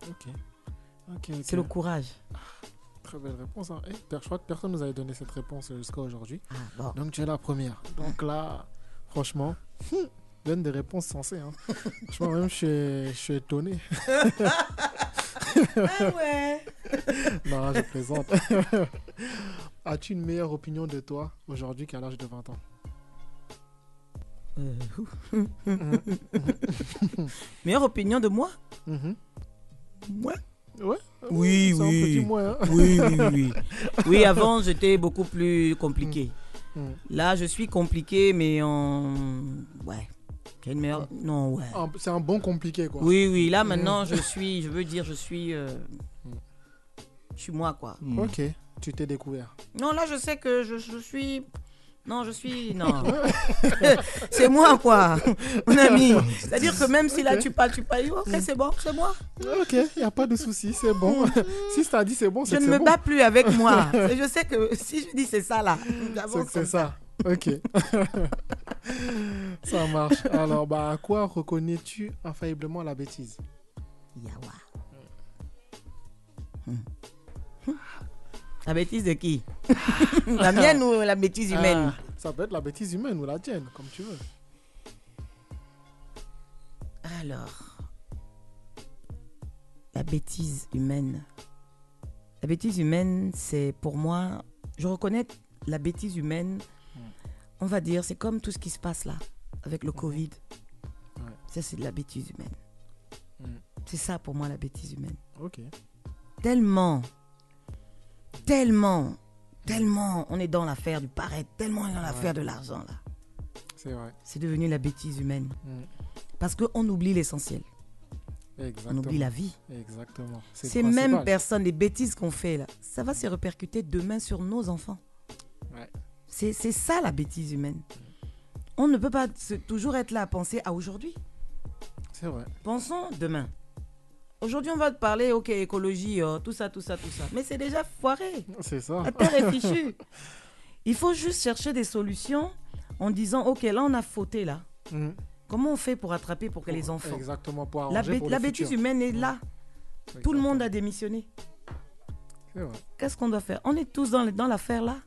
Ok. Ok, ok.
C'est le courage.
très belle réponse. Hein. Eh, Père Chouette, personne nous avait donné cette réponse euh, jusqu'à aujourd'hui.
Ah, bon.
Donc tu es la première. Donc là, franchement, donne des réponses sensées. hein. Franchement, même je suis, je suis étonné.
Ah ouais
Non, je plaisante. As-tu une meilleure opinion de toi aujourd'hui qu'à l'âge de 20 ans
Euh, ouh. Meilleure opinion de moi
Mhm.
Moi
Euh, C'est un petit moi, hein.
Oui, oui, oui. Oui, avant, j'étais beaucoup plus compliqué.
Mm. Mm.
Là, je suis compliqué, mais en. Ouais. J'ai une meilleure. Non, ouais.
Un- C'est un bon compliqué, quoi.
Oui, oui. Là, maintenant, je suis. Je veux dire, je suis. euh,
Mm.
Je suis moi, quoi.
Mm.
Ok, tu t'es découvert.
Non, là, je sais que je, je suis. Non, je suis. Non. c'est moi, quoi. Mon ami. C'est-à-dire que même si là,
Ok. Mm.
tu parles, tu parles. Ok, c'est bon, c'est moi.
Ok, il n'y a pas de souci, c'est bon. si t'as dit c'est bon,
Je
c'est que
ne
c'est
me
bon.
bats plus avec moi. Et je sais que si je dis c'est ça, là.
C'est
j'avance
que c'est
comme
ça. Ok. ça marche. Alors, bah, à quoi reconnais-tu infailliblement la bêtise
Yawa. Hmm. La bêtise de qui La mienne ou la bêtise humaine
Ah, Ça peut être la bêtise humaine ou la tienne, comme tu veux.
Alors. La bêtise humaine. La bêtise humaine, c'est pour moi. Je reconnais la bêtise humaine. On va dire, c'est comme tout ce qui se passe là, avec le Covid.
Ouais.
Ça, c'est de la bêtise humaine.
Mm.
C'est ça pour moi la bêtise humaine.
Ok.
tellement, tellement, tellement, on est dans l'affaire du paraître, tellement on est dans l'affaire de l'argent là.
C'est vrai.
C'est devenu la bêtise humaine.
Mm.
Parce qu'on oublie l'essentiel, on
Exactement.
oublie la vie.
Exactement. C'est
Ces
le principal.
mêmes personnes, les bêtises qu'on fait là, ça va se répercuter demain sur nos enfants.
Ouais.
C'est c'est ça la bêtise humaine. On ne peut pas se- toujours être là à penser à aujourd'hui.
C'est vrai.
Pensons demain. Aujourd'hui, on va te parler, ok, écologie, euh, tout ça, tout ça, tout ça. Mais c'est déjà foiré.
C'est ça.
La terre est fichue. Il faut juste chercher des solutions en disant, OK, là, on a fauté, là.
Mm.
Comment on fait pour attraper pour que les enfants...
Exactement. Pour
La,
arranger
bê-
pour
la
le
bêtise
futur.
humaine est là. Tout le
Exactement.
monde a démissionné.
C'est vrai.
Qu'est-ce qu'on doit faire On est tous dans, le- dans l'affaire, là.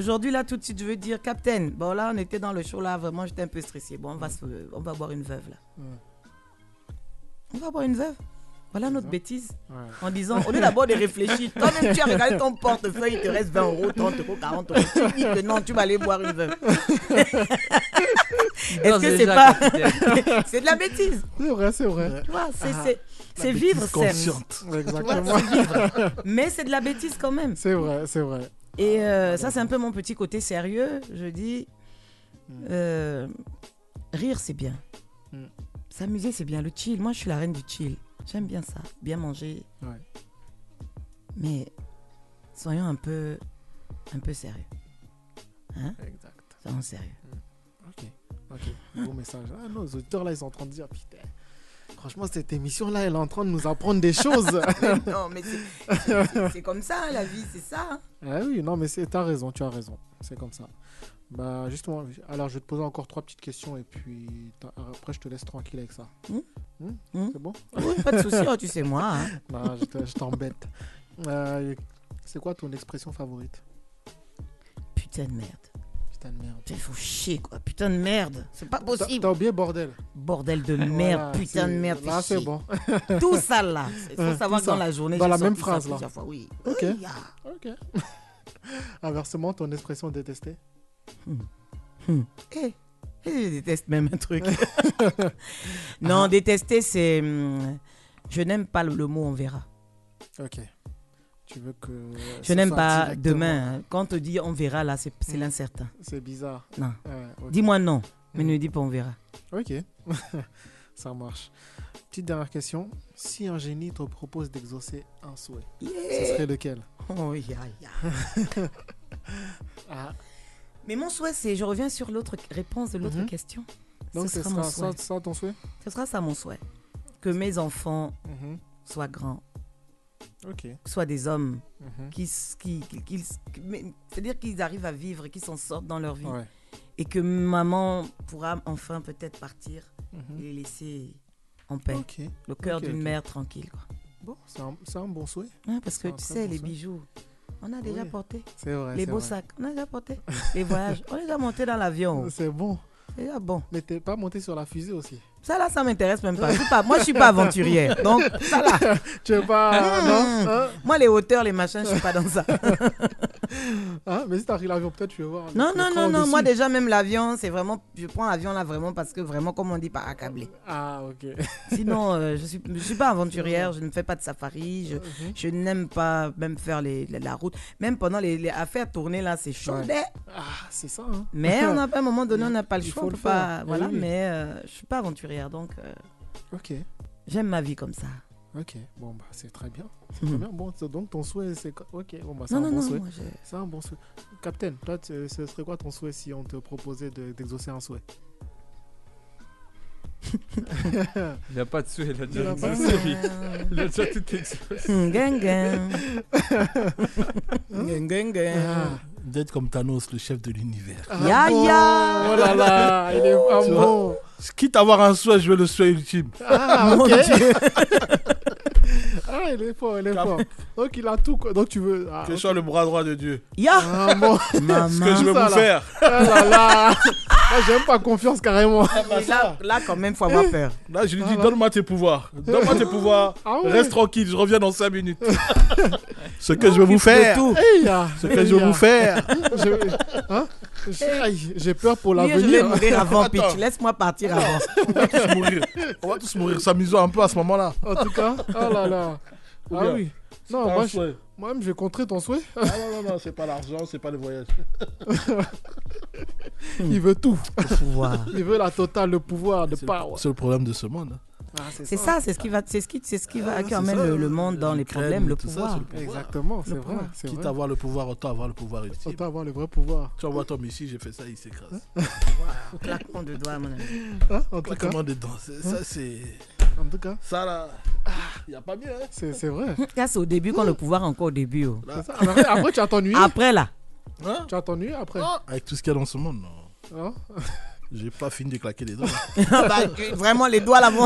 Aujourd'hui, là, tout de suite, je veux dire, Captain, bon, là, on était dans le show, là, vraiment, j'étais un peu stressé. Bon, on va, se- on va boire une veuve, là.
Ouais.
On va boire une veuve. Voilà
C'est
notre
ça.
bêtise.
Ouais.
en disant, au lieu d'abord de réfléchir, toi-même tu as regardé ton portefeuille, il te reste 20 euros, 30 euros, 40 euros. Tu dis que non, tu vas aller boire une veuve. Est-ce
Non,
que c'est
déjà
pas.
capitaine.
c'est de la bêtise.
C'est vrai, c'est vrai.
Tu vois, c'est,
Ah,
c'est, c'est
Bêtise
vivre, certes.
consciente.
Tu vois,
Exactement.
c'est vivre. Mais c'est de la bêtise quand même.
C'est vrai, c'est vrai.
Et euh, ça, c'est un peu mon petit côté sérieux. Je dis.
Hmm.
euh, rire, c'est bien.
Mm.
S'amuser, c'est bien. Le chill. Moi, je suis la reine du chill. J'aime bien ça. Bien manger.
Ouais.
Mais soyons un peu, un peu sérieux.
Exact.
Soyons sérieux.
Ok. Ok. Beau message. Ah, nos auditeurs là, ils sont en train de dire putain. Franchement, cette émission là, elle est en train de nous apprendre des choses.
non, mais c'est- c'est c'est- c'est comme ça, hein, la vie, c'est ça. hein.
Ah oui, non, mais c'est- t'as raison, tu as raison. C'est comme ça. Bah, justement, alors je vais te poser encore trois petites questions et puis t'as- après, je te laisse tranquille avec ça.
Hmm.
Hmm
Hmm.
C'est bon
Oui, pas de souci, oh, tu sais, moi. hein.
Non, je te- je t'embête. Euh, c'est quoi ton expression favorite
Putain de merde.
Putain de merde.
Putain, faut chier, quoi. Putain de merde. C'est pas
T'as
possible.
t'as oublié bordel.
Bordel de merde,
Voilà,
putain de
c'est-
merde. fais
Là, c'est
chier.
bon.
Tout ça, là. Il
Ouais,
faut savoir
tout
que dans
ça.
la journée,
Dans
j'ai
la même
sorti ça
phrase, là.
plusieurs fois, oui.
Ok.
Aïe, ah.
Ok. Inversement, ton expression détestée
Eh, eh, je déteste même un truc. non, détester, c'est. hum, Je n'aime pas le le mot on verra.
Ok. Tu veux que. euh,
Je
ce
n'aime
soit
pas
directement-
demain. hein. Quand on dit on verra, là, c'est c'est
Mm.
l'incertain.
C'est bizarre.
Non.
Ouais, ok.
Dis-moi non, mais
Mm.
ne dis pas on verra.
Ok, ça marche. Petite dernière question. Si un génie te propose d'exaucer un souhait, ce serait lequel
Oh, ya, ya.
Ah,
Mais mon souhait, c'est. Je reviens sur l'autre réponse de l'autre
Mhm.
question.
Donc
ce
ce
sera mon
sera,
souhait.
ça, ça ton souhait
Ce sera ça mon souhait. Que mes enfants
Mhm.
soient grands,
Ok.
soient des hommes
Mhm.
qui, s- qui, qui- qu'ils- qui- mais- c'est-à-dire qu'ils arrivent à vivre, qu'ils s'en sortent dans leur vie,
Ouais.
et que maman pourra enfin peut-être partir et
Mhm.
les laisser en paix,
Ok.
le cœur
ok,
d'une
ok.
mère tranquille. quoi.
Bon, c'est un, c'est un bon souhait.
Ouais, parce que
C'est un
tu
très
sais,
bon
les
souhait.
bijoux, On a déjà
Oui.
porté.
C'est vrai.
les
c'est
beaux
vrai.
sacs, on a déjà porté. les voyages, on a déjà monté dans l'avion.
C'est bon.
C'est déjà bon.
Mais t'es pas monté sur la fusée aussi.
Ça là, ça m'intéresse même pas. Je suis pas. Moi, je suis pas aventurière. Donc, ça là.
Tu veux pas.
Hmm.
non hein
Moi, les hauteurs, les machins, je suis pas dans ça.
Hein Mais si t'as pris l'avion, peut-être tu veux voir.
Non,
le
non,
cran
non, non.
au-dessus.
Moi, déjà, même l'avion, c'est vraiment. Je prends l'avion là vraiment parce que vraiment, comme on dit, par accablé.
Ah, ok.
Sinon, euh, je suis, je suis pas aventurière. Je ne fais pas de safari. Je,
Mhm.
je n'aime pas même faire les, la, la route. Même pendant les, les affaires tournées là, c'est chaud.
Ouais.
dé.
Ah, c'est ça, hein.
Mais on a, à un moment donné, on n'a pas le
Il
choix.
faut
on
le
peut pas-
faire. Eh
voilà.
oui.
Mais euh, je suis pas aventurière, donc euh,
Ok.
j'aime ma vie comme ça.
Ok, bon bah c'est très bien. C'est très
Mhm.
bien. Bon, t- donc ton souhait c'est quoi Ok, bon bah c'est
Non,
un
non, non.
bon souhait.
moi, je-
C'est un bon souhait. Captain, toi tu- ce serait quoi ton souhait si on te proposait de- d'exaucer un souhait
Il a pas de sous, il a
Il a
déjà
pas de
tout exaucé.
euh,
Il a déjà tout exaucé.
hmm, Gangan. Gangan.
Hein Ah,
D'être comme Thanos, le chef de l'univers.
Ya,
bon,
ya.
Oh là là, il est pas
Tu
bon.
Quitte à avoir un souhait, je veux le souhait ultime.
Ah, ok. ah, il est fort, il est
Cap.
fort. Donc il a tout quoi. Donc tu veux. Ah,
Que je
ok.
sois le bras droit de Dieu.
Ya.
Ah, bon.
Ce que je
Maman.
veux
Ça,
vous
là.
faire.
Ah là là. Moi, J'ai même pas confiance carrément.
Et Là, là, quand même, faut avoir peur.
Là, je lui
Ah
dis,
bah.
donne-moi tes pouvoirs. Donne-moi tes pouvoirs.
Ah ouais.
Reste tranquille, je reviens dans 5 minutes. Ce que je veux vous faire.
tout.
Hey, ya,
Ce que
hey,
je veux
ya.
vous faire.
Ah, Je- hein Aïe, J'ai peur pour
Mieux, je vais
l'avenir.
mourir avant,
Attends.
Pitch. Laisse-moi partir avant.
On va tous mourir. On va tous mourir. S'amusons un peu à ce moment-là.
En tout cas, oh là là.
Ou
Ah
bien,
oui. Non,
Pas un
moi, je-
souhait.
moi-même, je vais contrer ton souhait.
Ah non, non, non, c'est pas l'argent, c'est pas le voyage.
Il veut tout.
Au pouvoir.
Il veut la totale, le pouvoir, le
C'est
power.
le- c'est le problème de ce monde. hein.
Ah,
C'est ça, c'est ce qui va, c'est ce qui, c'est ce qui va, qui
Ah, c'est
emmène
ça,
Ah, le, le monde dans les
l'Ukraine,
problèmes, le
tout ça,
pouvoir.
c'est le pouvoir.
Exactement, c'est
Le
vrai.
pouvoir.
C'est
Quitte
vrai.
à avoir le pouvoir, autant Hein, avoir le pouvoir ultime.
Autant avoir le vrai pouvoir.
Tu envoies ton ici, j'ai fait ça, il s'écrase.
Claquement de doigts, mon ami.
Hein, en, tout cas,
Claquement dedans. C'est- Ça, c'est.
en tout cas,
Ça, là. Il a pas mieux, hein.
c'est c'est vrai.
Là, c'est au début quand le pouvoir est encore au début. oh.
C'est ça. Après, après, tu as t'ennuyé.
Après là,
Hein
Tu as t'ennuyé après.
Avec tout ce qu'il y a dans ce monde, non.
Oh.
Hein
J'ai pas fini de claquer les doigts.
Bah, vraiment les doigts là, mon.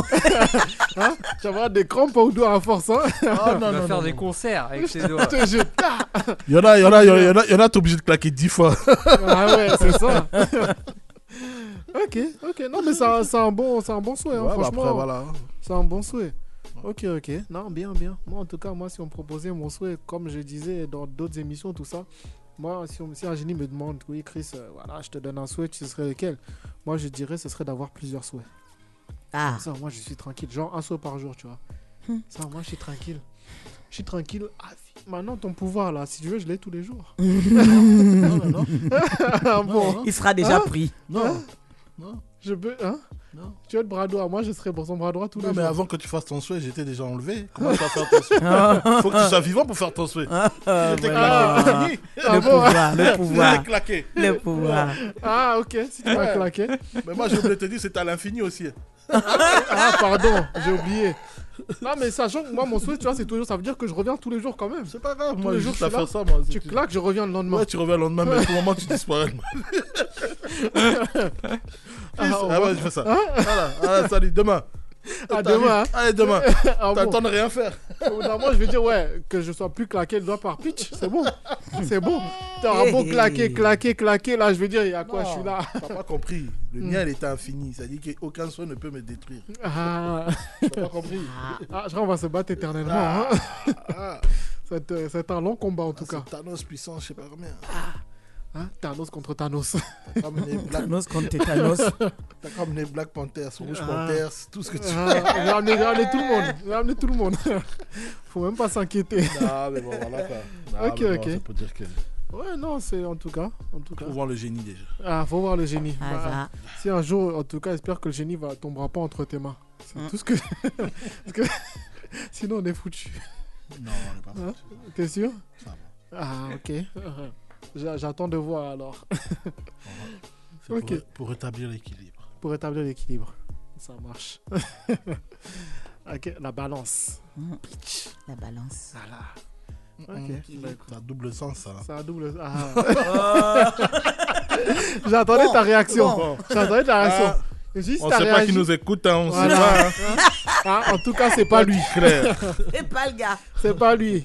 Hein tu vas avoir des crampes au doigt à force. Hein
Oh,
Il va faire des concerts avec ses doigts.
Je te jure. Ah
Il y en a, il y en a, il y en a, il y en a, il y en a, t'es obligé de claquer 10 fois.
Ah ouais, c'est ça. ok, ok. Non, mais ça- c'est un, bon, c'est un bon souhait, hein,
Ouais, bah
franchement.
après, voilà.
C'est un bon souhait. Ok, ok. Non, bien, bien. Moi, en tout cas, moi, si on me proposait mon souhait, comme je disais dans d'autres émissions, tout ça, moi, si, on, si un génie me demande, oui, Chris, euh, voilà, je te donne un souhait, ce serait lequel Moi, je dirais, ce serait d'avoir plusieurs souhaits.
Ah,
Ça, moi, je suis tranquille. Genre, un souhait par jour, tu vois.
Hmm.
Ça, moi, je suis tranquille. Je suis tranquille. Ah, fi- maintenant, ton pouvoir, là, si tu veux, je l'ai tous les jours.
Non, non, non.
Ah, bon,
il sera déjà
Hein
pris.
Non,
je peux, hein
Non.
Tu es le bras droit. Moi, je serais pour son bras droit tous
non,
les
mais
jours.
avant que tu fasses ton souhait, j'étais déjà enlevé. Comment tu vas faire ton souhait Faut que tu sois vivant pour faire ton souhait.
Euh,
J'étais
voilà.
claqué.
Le pouvoir, le pouvoir,
J'étais claqué.
le pouvoir.
Ah, ok, si tu m'as
Ouais.
claqué.
Mais moi, je voulais te dire, c'est à l'infini aussi.
Ah pardon, j'ai oublié. Non mais sachant que moi mon souhait tu vois c'est toujours ça veut dire que je reviens tous les jours quand même.
C'est pas grave.
Tous
Moi,
les
je
jours,
vais
tu
faire ça, moi.
Tu claques, je reviens le lendemain.
Ouais, tu reviens le lendemain, mais pour le moment, tu disparais.
Ah, au
Ah ouais, je fais ça. Voilà, voilà, salut, demain.
À
T'as vu
demain, hein.
Allez, demain.
Ah, bon.
T'attends de rien faire.
Au bout d'un moment, je vais dire ouais que je sois plus claqué le doigt par pitch, c'est bon, c'est bon. T'as un beau claquer, claquer, claquer là, je vais dire il y a quoi, je suis là.
T'as pas compris. Le mien, il était infini. Ça dit qu'aucun souhait ne peut me détruire.
Ah,
T'as pas compris
Ah, je crois qu'on va se battre éternellement. hein.
Ah,
C'est euh, c'est un long combat en tout cas.
c'est Thanos puissant, je sais pas combien.
Hein, Thanos contre Thanos.
T'as comme les Black,
Thanos contre Tétanos.
t'as comme les Black Panthers, Rouge
Ah.
Panthers, tout ce que tu veux.
Ah, J'ai amené, j'ai amené tout le monde, j'ai amené tout le monde. Faut même pas s'inquiéter.
Ah, mais bon, voilà quoi. Ah,
Ok,
mais
ok.
c'est pour dire que.
Ouais non c'est en tout cas, en tout cas.
Faut voir le génie déjà.
Ah, faut voir le génie.
Ah,
Bah,
ça.
si un jour, en tout cas, j'espère que le génie va tombera pas entre tes mains. C'est
Mm.
Hein.
tout ce que. Parce que sinon, on est foutu.
Non, on est pas
Hein T'es sûr
Ça va.
Ah, ok. J'a- J'attends de voir alors
C'est pour-
Ok.
pour, rétablir l'équilibre.
pour rétablir l'équilibre. Ça marche. ok, la balance.
La balance.
Voilà.
Mm, mm.
Ok.
Ça a double sens, ça. là.
Ça double. Ah. J'attendais ta réaction.
bon.
J'attendais ta réaction.
Ah,
Juste,
On
t'as
sait pas qui
réagi.
nous écoute, hein, on
Voilà.
sait pas. hein.
Ah, en tout cas, c'est pas lui.
Claire,
C'est pas le gars.
C'est pas lui.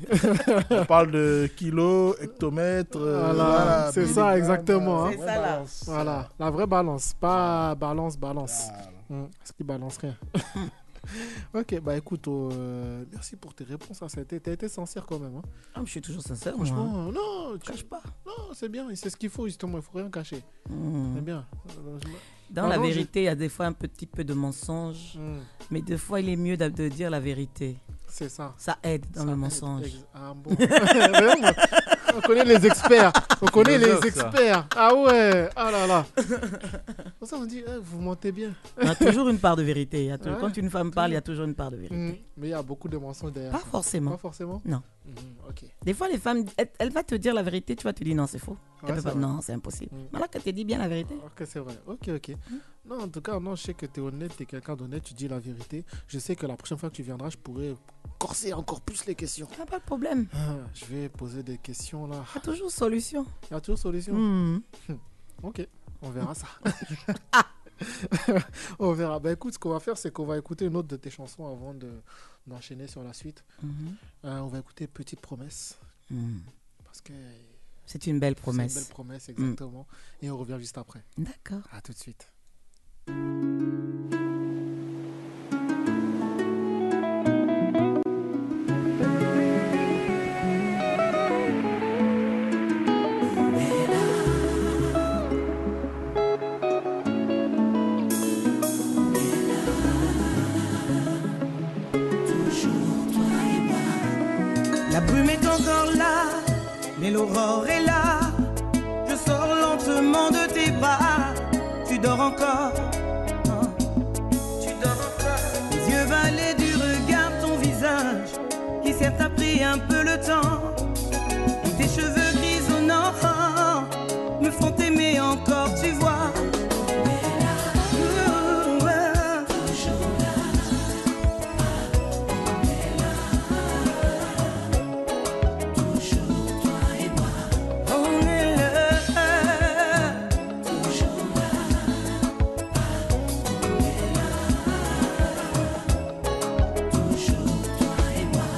on parle de kilos, hectomètres. euh,
Voilà, c'est
mille-
ça, exactement,
Ouais,
hein. C'est ça, là.
balance.
Voilà, la vraie balance, pas balance, balance. Mm, Parce qu'il balance rien. ok, bah écoute, euh, merci pour tes réponses. à cette T'as été sincère quand même. hein.
Ah, mais je suis toujours sincère, moi. hein.
Franchement, euh, non,
Je
tu-
cache pas.
non, c'est bien, c'est ce qu'il faut justement, il faut rien cacher.
Mm.
Hmm.
C'est bien. Euh, je-
Dans
Pardon,
la
j'ai-
vérité, il y a des fois un petit peu de mensonge,
Mm,
mais des fois, il est mieux d'a- de dire la vérité.
C'est ça.
Ça aide dans
Ça
le
aide.
mensonge.
Ex- Ah bon Vraiment On connaît les experts. On connaît les
Philosophe, ça.
experts. Ah ouais Ah là là Pour ça, on dit, eh, vous mentez bien.
Il y a toujours une part de vérité. Il y a toujours-
Ouais,
Quand une femme parle, il y a toujours une part de vérité.
Mm, Mais il y a beaucoup de mensonges derrière.
Pas
ça.
forcément.
Pas forcément
Non.
Mm, Ok.
Des fois, les femmes, elle, elle va te dire la vérité, tu vas te dire non, c'est faux.
Ouais,
elle peut
ça
pas,
va.
non, Mm. c'est impossible.
Mm.
Mais là, quand tu dis bien la vérité,
Ok, c'est vrai. Ok, ok. Non, en tout cas, non, je sais que tu es honnête, tu es quelqu'un d'honnête, tu dis la vérité. Je sais que la prochaine fois que tu viendras, je pourrai corser encore plus les questions.
il n'y a pas de problème.
Ah, je vais poser des questions là.
Il y a toujours solution.
Il y a toujours solution.
Mm.
Ok, on verra ça. on verra. Bah écoute, ce qu'on va faire, c'est qu'on va écouter une autre de tes chansons avant de d'enchaîner sur la suite.
Mhm.
Euh, on va écouter Petite Promesse
Mm.
parce que
C'est une belle
c'est une belle
promesse. Mm.
promesse exactement. Et on revient juste après.
D'accord.
À tout de suite.
La brume est encore là, mais l'aurore est là. Je sors lentement de tes bras. Tu dors encore. hein. Tu dors encore. Les yeux valets du regard, ton visage, qui certes a pris un peu le temps. Et tes cheveux grisonnants me font aimer encore, tu vois. Ouh, ouais. On est là, toujours là. On est là, toujours toi et moi.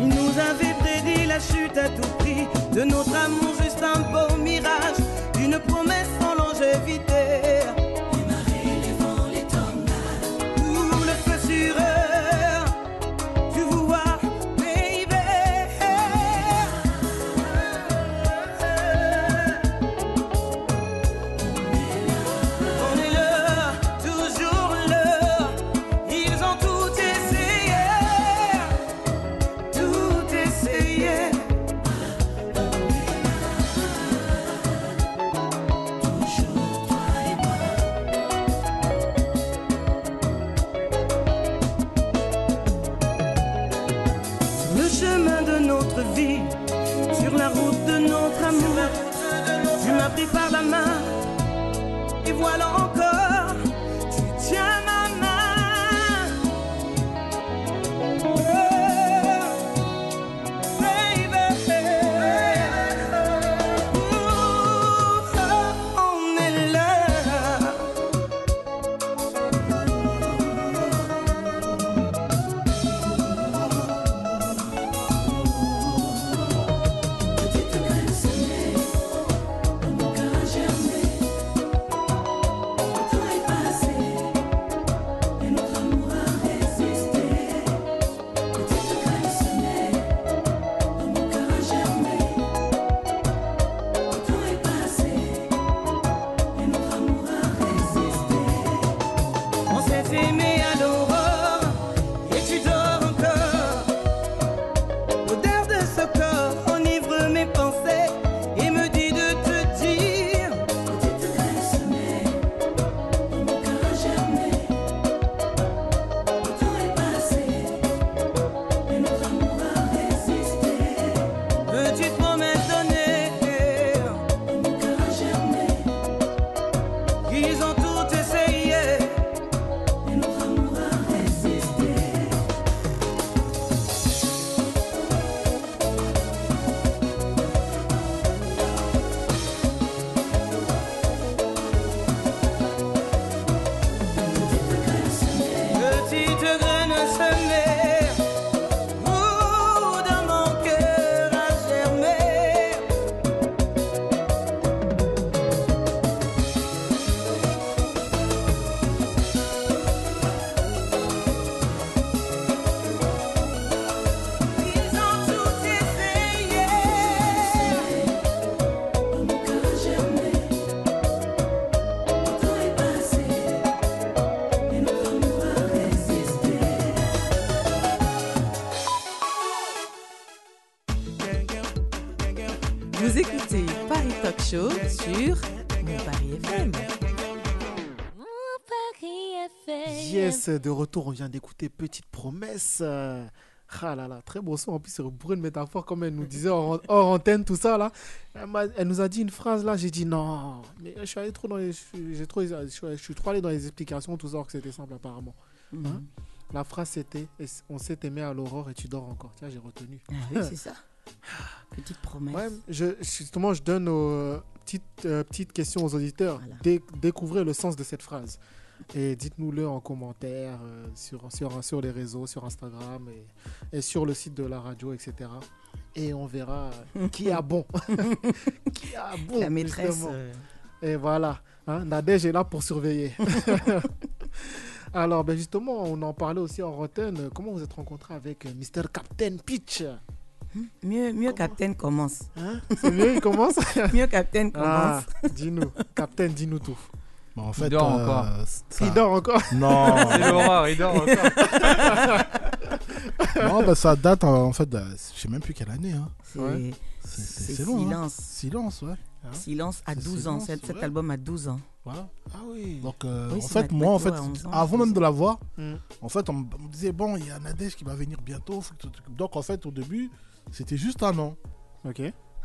Il nous avait prédit la chute à tout prix de notre amour, juste un beau mirage, une promesse sans longévité. Les marées, les vents, les tornades, tout le feu sur eux. Tu vois, baby. On est là, toujours là, ils ont tout essayé, tout essayé. Toujours toi et moi. Sur le chemin de notre vie, sur la route de notre amour, tu m'as pris par la main. Et voilà encore, tu tiens ma main. Oh, baby. Ouh, oh, on est là. Petite graine semée, dans mon cœur a germé. Show sur Mon Paris FM.
Paris FM.
Yes, de retour, on vient d'écouter Petite Promesse. Euh, Ah là là, très beau son. En plus, c'est pour une métaphore, comme elle nous disait hors, hors antenne, tout ça là. Elle, m'a- elle nous a dit une phrase là, j'ai dit non. Mais je suis allé trop dans les, je suis- j'ai trop, je suis, je suis trop allé dans les explications, tout ça, alors que c'était simple apparemment. Hein La phrase c'était Et s- On s'est aimé à l'aurore et tu dors encore. Tiens, j'ai retenu.
Ah oui, c'est ça. Petite promesse.
Ouais, je, justement, je donne aux petites, euh, petites questions aux auditeurs.
Voilà.
Dé- découvrez le sens de cette phrase. Et dites-nous-le en commentaire euh, sur, sur, sur les réseaux, sur Instagram et, et sur le site de la radio, etc. Et on verra euh, qui a bon. qui a bon.
La maîtresse.
justement.
euh,
Et voilà, hein, Nadège est là pour surveiller. Alors, ben justement, on en parlait aussi en antenne. Comment vous êtes rencontré avec euh, Mr. Captain Pitch
mieux mieux Captain commence.
hein C'est mieux, il commence
Mieux Captain
Ah,
commence.
dis-nous, Captain, dis-nous tout.
Bah, en fait,
dort
euh,
encore.
ça-
Il dort encore.
Non,
C'est l'horreur, il dort encore.
non bah, ça date euh, en fait, de- je sais même plus quelle année. Hein.
C'est
Ouais.
C'est-
c'est
C'est c'est long. hein.
silence.
Silence, ouais.
Silence à
Hein? C'est
12 ans.
silence,
Cet, cet
ouais.
album à 12 ans.
Voilà.
Ah oui.
Donc, euh,
Oui,
en
c'est
fait,
ma-
moi, en
ouais,
fait,
11 ans,
avant
12
même de la voir,
Mm.
en fait, on, me- on me disait, bon, il y a Nadège qui va venir bientôt. faut que tu- Donc, en fait, au début, c'était juste un an.
Ok.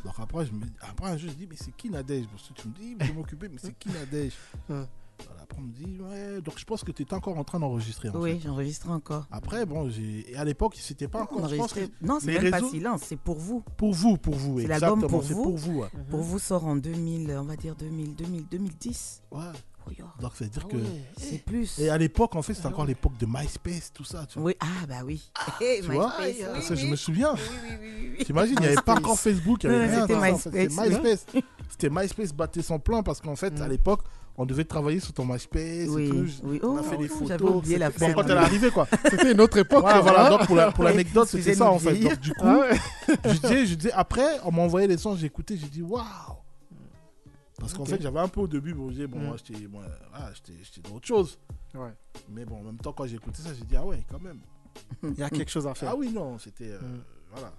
Donc, après, je me après, je dis, mais c'est qui Nadège Parce que tu me dis, je vais m'occuper, mais c'est qui Nadège
Ouais.
Voilà, Après, on me dit, ouais. Donc, je pense que tu étais encore en train d'enregistrer. en
Oui,
fait.
j'enregistre encore.
Après, bon, j'ai. Et à l'époque, c'était pas encore. Je pense que
Enregistré- Non, c'est
les
même pas
réseaux- Hein?
silence, c'est pour vous.
pour vous, pour vous.
C'est l'album
exactement,
pour
c'est
vous.
pour vous. ouais.
Pour vous sort en 2000, on va dire 2000, 2000 2010.
Ouais.
Oh, yo,
Donc, ça veut dire
Ah
que.
ouais.
c'est plus.
Eh. Et à l'époque, en fait, c'était encore l'époque de MySpace, tout ça. Tu vois,
Ah Oui, ah bah oui. Hey,
Tu vois
MySpace, oui,
Parce que
oui.
je me souviens.
Oui, oui, oui, oui.
T'imagines, il n'y avait pas encore Facebook, il n'y avait
Ouais,
rien.
c'était
tout ça, en fait. C'était
MySpace.
MySpace. C'était MySpace battait son plan parce qu'en fait, à
Mm.
l'époque, on devait travailler sur ton MySpace. et tout.
Oui, oui.
On
Oh,
a fait des
j'avais
photos.
oublié la
c'était- Bon,
fin.
quand elle est arrivée, quoi.
C'était une autre époque.
Voilà,
quoi.
voilà. Donc, pour la- pour l'anecdote,
Excusez
c'était ça,
nous
en fait.
vieillir.
Donc, du coup,
Ah ouais.
je disais, je disais, après, on m'a envoyé les sons, j'écoutais, j'ai dit, waouh! Parce qu'en
Ok.
fait, j'avais un peu au début, bon, je disais, bon,
Mm.
moi, j'étais moi, ah, j'étais- j'étais dans autre chose.
Ouais.
Mais bon, en même temps, quand j'ai écouté ça, j'ai dit, ah ouais, quand même.
Il y a quelque chose à faire.
Ah oui, non, c'était. euh,
Mm.
Voilà.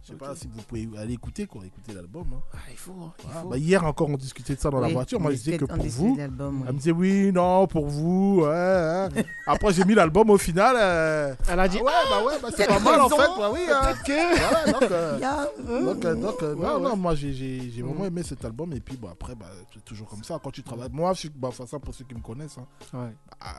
Je sais
Ok.
pas si vous pouvez aller écouter, quoi, écouter l'album. hein.
Ah, il faut. hein, il
Voilà.
faut.
Bah, hier encore, on discutait de ça dans la
Oui,
voiture. Moi,
on
je disais que
discutait- on
pour
discutait de
vous.
l'album,
Elle me
oui.
disait, oui, non, pour vous. ouais, hein. Après, j'ai mis l'album au final. euh,
Elle a dit.
ah ouais, bah ouais, bah, c'est
Quelle
pas mal en
raison
fait. Bah oui, hein. Voilà, donc, euh,
Il y a-
donc, euh, donc, euh,
Ouais,
non,
ouais. Mm.
non, moi j'ai j'ai- j'ai vraiment aimé cet album. Et puis, bon, après, bah, c'est toujours comme ça. Quand tu travailles, moi, je suis, bah, enfin, ça pour ceux qui me connaissent, hein,
Ah, Ouais,
bah,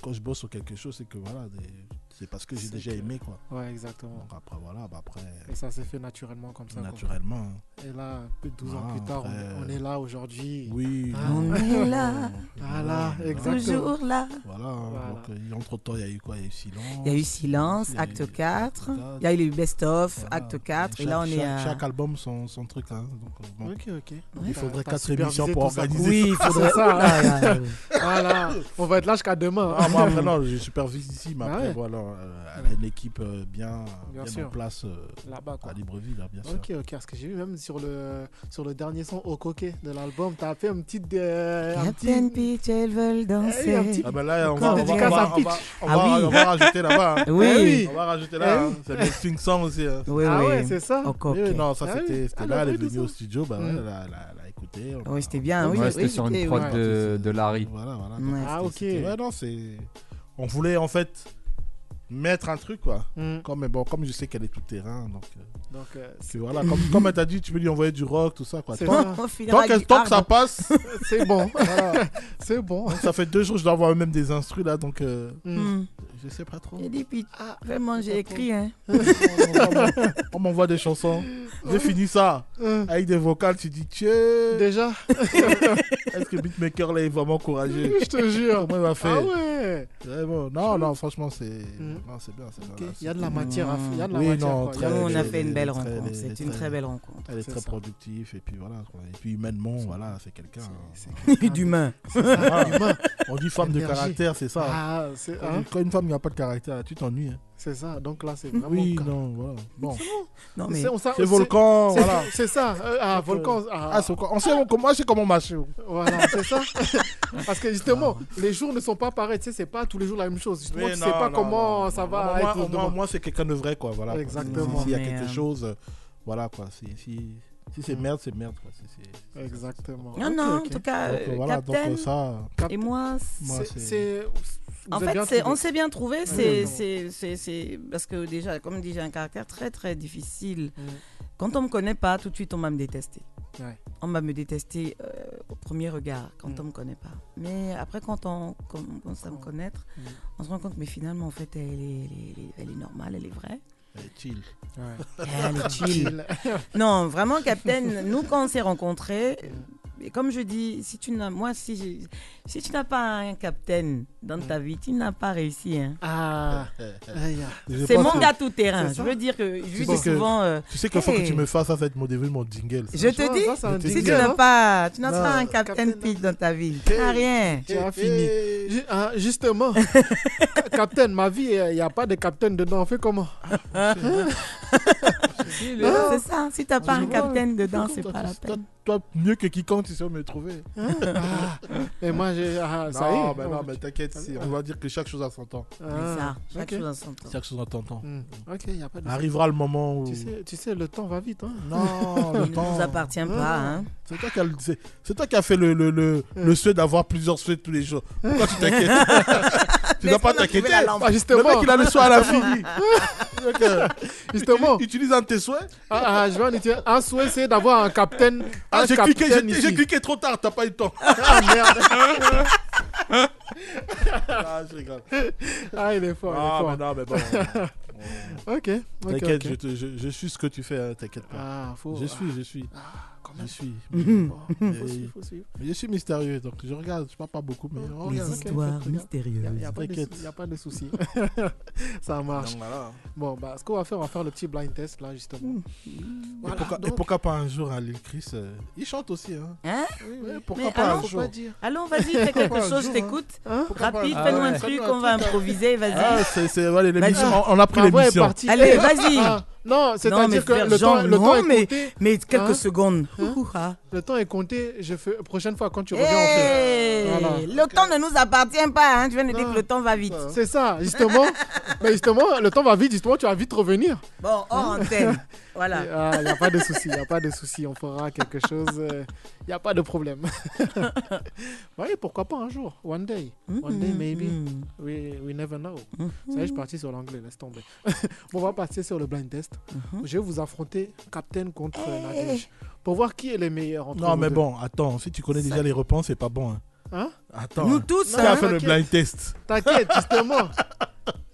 quand je bosse sur quelque chose, c'est que voilà, des- c'est parce que j'ai
C'est
déjà
que-
aimé quoi.
ouais, exactement.
Donc, après, voilà, bah, après,
Et ça s'est fait naturellement comme ça. quoi.
naturellement. hein.
Et là, plus de 12 ans
Ah,
plus tard, on est,
frère.
on est là aujourd'hui.
Oui,
Ah.
non,
On est là,
Voilà,
Voilà.
exactement.
toujours là.
Voilà, hein,
Voilà.
donc euh, entre-temps, il y a eu quoi Il y a eu Silence.
Il y a eu Silence,
Il y a eu
Acte 4.
Acte
Il y a eu les Best of,
Voilà.
Acte 4. Et
chaque-
là, on est
chaque,
à.
chaque album son, son truc. hein, donc, euh, bon.
Ok, ok.
Il
T'as-
faudrait
t'as
4 émissions
supervisé
pour
tout ça, quoi.
organiser.
Oui, il faudrait.
C'est ça. hein.
Oh là là, là, oui.
Voilà, on va être là jusqu'à demain. hein.
Ah, moi, après, non, je supervise ici, mais
Ah
après,
ouais.
voilà, euh, elle a une équipe euh, bien,
Bien
bien,
sûr.
en place euh,
Là-bas, quoi.
à Libreville, hein, bien
Ok, ok, parce que j'ai vu même sur le, sur le dernier son au coquet de l'album, t'as fait un petit. euh, un petit-
Captain Peach, elles veulent
Eh, un petit-
danser.
sûr. Ah, bah là, on
Quand
va, on va, on
dédicace
va,
à
on va-
Pitch.
on
Ah
va-
oui.
on va rajouter là-bas. hein.
Oui.
Eh oui.
On va rajouter
Eh
là.
oui.
hein. C'est des Sting Songs aussi. hein.
Oui,
ah
oui.
ouais, c'est ça
Au
Oui,
coquet.
non, ça
Ah oui.
c'était.
Ah,
c'était là, elle est
l'abri, tout
venue au
ça.
studio, bah,
Mm.
elle a- elle a elle a écouté. on a-
Oui, c'était bien. Ah Hmm. Oui,
Ouais,
oui,
c'était sur une
c'était-
prod
ouais.
ouais.
de, de Larry.
Voilà, voilà.
Ouais.
Ah,
C'était-
ok.
c'était- Ouais, non, c'est. On voulait en fait mettre un truc, quoi.
Mm.
Comme, mais bon, comme je sais qu'elle est tout terrain, donc. euh,
Donc, euh,
que voilà, comme, comme elle t'a dit, tu peux lui envoyer du rock, tout ça, quoi.
C'est
Tant,
ça.
On finira
tant que,
avec
tant que ça
Arbre.
passe,
c'est bon,
voilà.
c'est bon.
Donc, ça fait deux jours, je dois avoir même des instrus, là, donc. euh,
Mm.
Hmm.
je sais pas trop.
J'ai dit, Peach,
Ah,
vraiment, j'ai écrit. Hein.
On m'envoie des chansons. J'ai fini ça.
Euh,
Avec des vocales, tu dis, tiens,
Déjà,
est-ce que Beatmaker, là, il va m'encourager
je te jure.
Comment il va faire
Ah ouais
Vraiment. Non, non, franchement, c'est.
Mm.
Non, c'est bien, c'est bien.
Ok,
Là,
Il y a de
c'est-
la matière à faire. Il y a de la
Oui,
matière.
non,
quoi. Il y
Nous,
a-
très-
on a
les-
fait une
les-
belle
les-
rencontre.
les-
C'est
les-
une très belle rencontre.
Elle est
C'est
très
ça.
productive, et puis voilà. quoi. Et puis humainement, voilà, c'est quelqu'un. hein.
C'est-
D'humain.
Voilà. On dit femme de
Énergie.
caractère, c'est ça.
Ah, c'est
Quand
hein,
une- Quand une femme n'a pas de caractère, tu t'ennuies. hein.
c'est ça. Donc là, c'est vraiment.
Oui,
ca-
non, voilà. Bon,
Non,
C'est-
mais.
on s'a-
c'est
c'est-
volcan,
c'est-
voilà.
C'est ça. euh, ah,
Donc, euh,
volcan.
Ah,
Ah,
c'est volcan. On sait comment, moi, je sais comment marcher. oh.
voilà, c'est ça. Parce que justement, les jours ne sont pas pareils. Tu sais, c'est pas tous les jours la même chose. Justement, tu sais pas comment ça va
Moi,
être.
au moins,
demain.
moi, c'est quelqu'un de vrai, quoi. Voilà. quoi.
Exactement.
S'il y a
Mais,
quelque
euh,
chose, euh, voilà, quoi. Si, si, Si c'est merde, c'est merde. Quoi. Si c'est-
Exactement.
Non,
Ok,
non,
ok.
en tout cas,
Donc,
euh,
voilà, donc
Captain
euh, ça.
et moi, c'est-
Moi,
C'est-
c'est-
c'est- vous
en
avez
fait,
bien
c'est-
trouvé.
on s'est bien trouvé.
Ouais.
C'est, c'est, c'est, c'est- parce que déjà, comme dit, j'ai un caractère très, très difficile.
Mm.
Quand on me connaît pas, tout de suite, on va me détester.
Ouais.
On va me détester euh, au premier regard, quand
Mm.
on me connaît pas. Mais après, quand on commence à me
Quand-
connaître,
Mm.
on se rend compte, mais finalement, en fait, elle est, elle est- elle est normale, elle est vraie.
Eh, chill.
Ouais.
Elle est chill. Non, vraiment, Captain, nous, quand on s'est rencontrés,
Mm.
et comme je dis, si tu n'as, moi, si, j'ai- si tu n'as pas un Captain dans ta
Mm.
vie, tu n'as pas réussi. hein.
Ah,
Eh.
aïe,
Je
C'est
pense
mon
que-
gars tout terrain.
C'est
Je
ça.
veux dire que je lui
sais
dis
que-
souvent, euh,
Tu sais qu'une fois que
Hey.
tu me fasses ça, ça va être mon début, mon jingle. ça.
je
Tu vois,
te dis,
ça, c'est un
je
si
te dis,
tu
jingle, hein.
n'as pas, tu n'as
Non,
pas un
Captain
Captain Peach dans ta vie,
Hey.
tu n'as rien.
Tu as
Eh,
fini.
eh.
Ju- ah, justement, ca- Captain, ma vie, il n'y a pas de Captain dedans. On fait comment
Non, C'est ça. Si tu n'as pas
Je
un
vois.
Captain dedans,
Toi,
c'est
toi,
pas la
toi,
peine.
Toi, mieux que quiconque, tu sais où me trouver.
Ah, Et moi, j'ai. ah, ça y est.
non, mais non, mais t'inquiète, si, on va dire que chaque chose a son temps.
C'est ça.
Ah,
Chaque
ok.
chose en son temps.
Chaque chose a son temps.
Hmm, Ok, il n'y a pas de.
Arrivera le moment où.
Tu sais, tu sais, le temps va vite. Hein.
Non,
Il
le
ne
temps.
nous appartient pas. hein.
C'est toi qui as, le- c'est- c'est toi qui as fait le, le, le, le souhait d'avoir plusieurs souhaits tous les jours. Pourquoi tu t'inquiètes Tu dois
Laisse-moi
pas
trouver
t'inquiéter.
la lampe.
Ah,
Le mec,
justement,
il a le souhait à la vie. lui. Donc, euh,
justement.
Utilise un de tes souhaits.
Ah, ah, je vais en utiliser un souhait, c'est d'avoir un Captain.
Ah,
un
j'ai cliqué,
capitaine
j'ai-
ici.
j'ai cliqué trop tard, t'as pas eu le temps.
Ah, merde.
Ah, je rigole.
Ah, il est fort,
Ah,
il est
mais
fort.
non, mais bon.
Ok, ok.
T'inquiète,
ok.
je te- je, je suis ce que tu fais, hein, t'inquiète pas.
Ah, faut.
je suis, je suis,
Ah, quand
je
même.
suis. Hmm.
Bon, faut
Mais-
suivre, faut suivre.
mais je suis mystérieux, donc je regarde, je parle pas beaucoup, mais je
Les
regarde.
ok, histoires ok, ok.
mystérieuses.
Il n'y a, pas de sou-
T'inquiète.
y a pas de souci. ça marche. Bon, bah, ce qu'on va faire, on va faire le petit blind test là, justement. Voilà,
Hmm. et, pourquoi, et
donc-
pourquoi pas un jour à l'île Chris euh, Il chante aussi, hein
Hein
Oui, oui.
Ouais, Pourquoi
Mais
pas un
allons,
jour
dire.
Allons, vas-y, fais quelque
Pourquoi pas un
chose, je
jour,
t'écoute.
Hein
Pourquoi pas
Rapide,
un
fais-nous
jour
un
Ah ouais.
truc, on va improviser, vas-y.
Ah, c'est, c'est, voilà, l'émission, on, on a pris
Ma voix est
l'émission.
partie.
Allez,
Eh,
vas-y.
ah, non,
mais
c'est-à-dire que le
Jean,
temps, le
non,
temps est
mais-
compté.
Mais quelques
Hein
secondes.
Hein
Ouhouha.
Le temps est compté. Je fais prochaine fois quand tu reviens. on fait.
Hey
Voilà.
Le temps ne nous appartient pas. Hein. Tu viens de dire
Non.
que le temps va vite.
C'est ça, justement. mais justement, le temps va vite. Justement, tu vas vite revenir.
Bon, hors antenne. Voilà.
Il n'y a pas de souci. Il n'y a pas de souci. On fera quelque chose. Il n'y a pas de problème. oui, pourquoi pas un jour, one day. One day, maybe.
Mhm.
We, we never know.
Mhm.
Ça y est, je suis parti sur l'anglais, laisse tomber. Bon, on va partir sur le blind test.
Mhm.
Je vais vous affronter Captain contre Nadège pour voir qui est le meilleur entre
Non,
vous
mais
deux.
bon, attends, si tu connais déjà les réponses, c'est pas bon. Hein.
Hein Ah,
Attends,
Nous
hein.
tous,
qui a
hein.
fait le
t'inquiète.
blind test
T'inquiète, justement.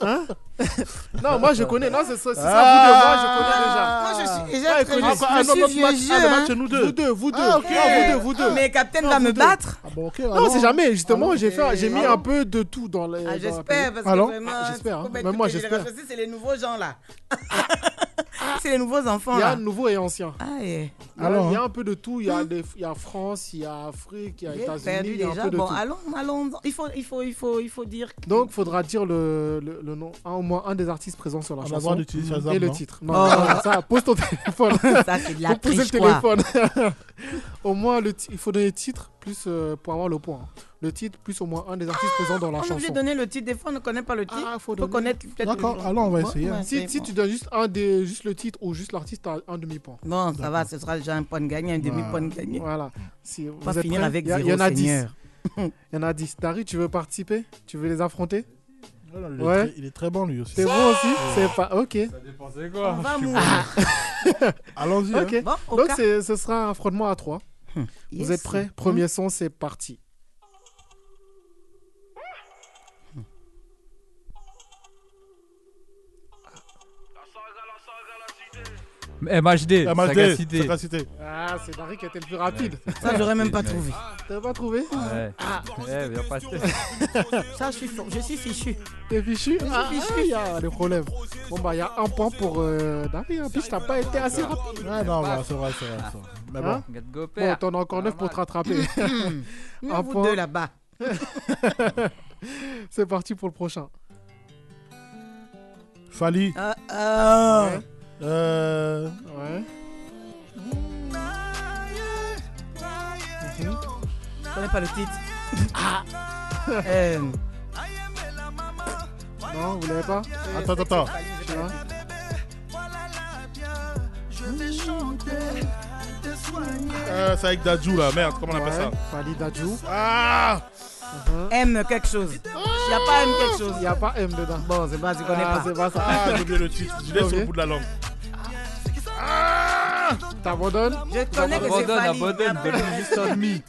Hein Non, moi je connais. Non, c'est ça, c'est ça,
Ah. Moi, je suis déjà
Ouais,
très
bah,
connais-
je
Ah, non,
suis
notre
vieux
match-
jeu,
ah, le
hein.
match, vous deux. Vous deux, vous deux.
Ah, ok.
Non, vous deux, vous deux.
Mais Captain
Non,
va
vous
me
deux.
battre.
Ah bon, ok,
Non, c'est
alors.
jamais. Justement, j'ai fait, j'ai mis
Ah
un
bon
peu de tout dans les. dans
Ah,
la
j'espère,
playlist.
parce
Allons.
que vraiment,
Ah, j'espère, hein.
faut pas
Même
être
moi,
que les
j'espère.
générations, C'est les nouveaux gens, là. c'est les nouveaux enfants,
Il y a
là.
nouveau et ancien.
Ah, eh.
Alors,
il y a un peu de tout. Il y a des- il y a France, il y a Afrique, il y a
J'ai
États-Unis,
perdu
il y a un
déjà.
peu de
Bon,
tout.
allons, allons. Il faut, il faut, il faut, il faut dire. que-
Donc, faudra dire le, le, le nom, un, au moins un des artistes présents sur la
On a le droit
chanson
d'utiliser Shazam,
et le
non
titre. Non,
Oh.
non, non, ça, pose ton téléphone.
ça, c'est de la
Faut poser
triche,
le
quoi.
téléphone. au moins, le ti- il faut donner le titre plus, euh, pour avoir le point. Le titre plus au moins un des artistes présents dans la
Ah, On est obligé
chanson.
de donner le titre. Des fois, on ne connaît pas le titre.
Ah, faut
Il faut
donner.
connaître peut-être. le
D'accord,
genre.
alors on va
Ouais,
essayer. hein.
ouais,
Si,
c'est
si
bon.
tu donnes juste, un des, juste le titre ou juste l'artiste, t'as un demi-point.
Bon, ça va, ce sera déjà un point de gagné, un demi-point
Ah.
de gagné.
Voilà. Si vous
On va
êtes
Hmm. finir
prêts,
avec
il y a-
zéro,
Il y en a 10.
Seigneur.
Il y en a 10. Dari, tu veux participer Tu veux les affronter
Oh là, il est
Ouais.
très- Il est très bon lui aussi.
C'est bon aussi C'est pas. Ok.
Ça dépend c'est
Ah,
quoi.
On va
Je suis
mourir.
bon.
Allons-y. hein.
Ok.
Bon, au
Donc,
cas-
c'est- ce sera un affrontement à 3.
Yes.
Vous êtes prêts Premier son, c'est parti.
Eh, MHD,
Ah, Mazda,
sagacité.
sagacité.
Ah, c'est Dari qui était le plus rapide.
Ça, j'aurais même pas trouvé.
T'as pas trouvé
Ouais. Ouais, viens pas te-
Ça, je suis, fo- je suis fichu.
T'es fichu Ah,
fichu.
il y a des problèmes. Bon, bah, il y a un point pour euh, Dari. Hein. Biche, t'as pas été assez rapide.
Ah non, bah, c'est vrai, c'est vrai. c'est vrai. Mais bon,
Hein
Get go,
Bon,
père.
t'en as
Ah,
encore 9 pour te rattraper.
Mais
Un
vous
Ah, point.
deux là-bas.
c'est parti pour le prochain.
Fali,
Euh, euh,
euh,
Ouais.
Je connais pas le titre. Euh,
Non, vous l'avez pas
attends, attends, attends.
Tu vois
Je vais chanter de
Euh, c'est avec Dadju là, merde, comment on appelle ça
Fali Dadju.
Ah
Mhm.
M quelque chose. Il n'y a pas M quelque chose.
Il n'y a pas M dedans.
Bon, c'est pas, tu connais
Ah,
pas.
c'est pas ça.
Ah, j'ai oublié le titre, je l'ai sur le
Ok.
bout de la langue.
Ah.
T'abandonnes
Je connais que c'est Ah,
Abandonne,
Fanny.
abandonne, donne juste un demi.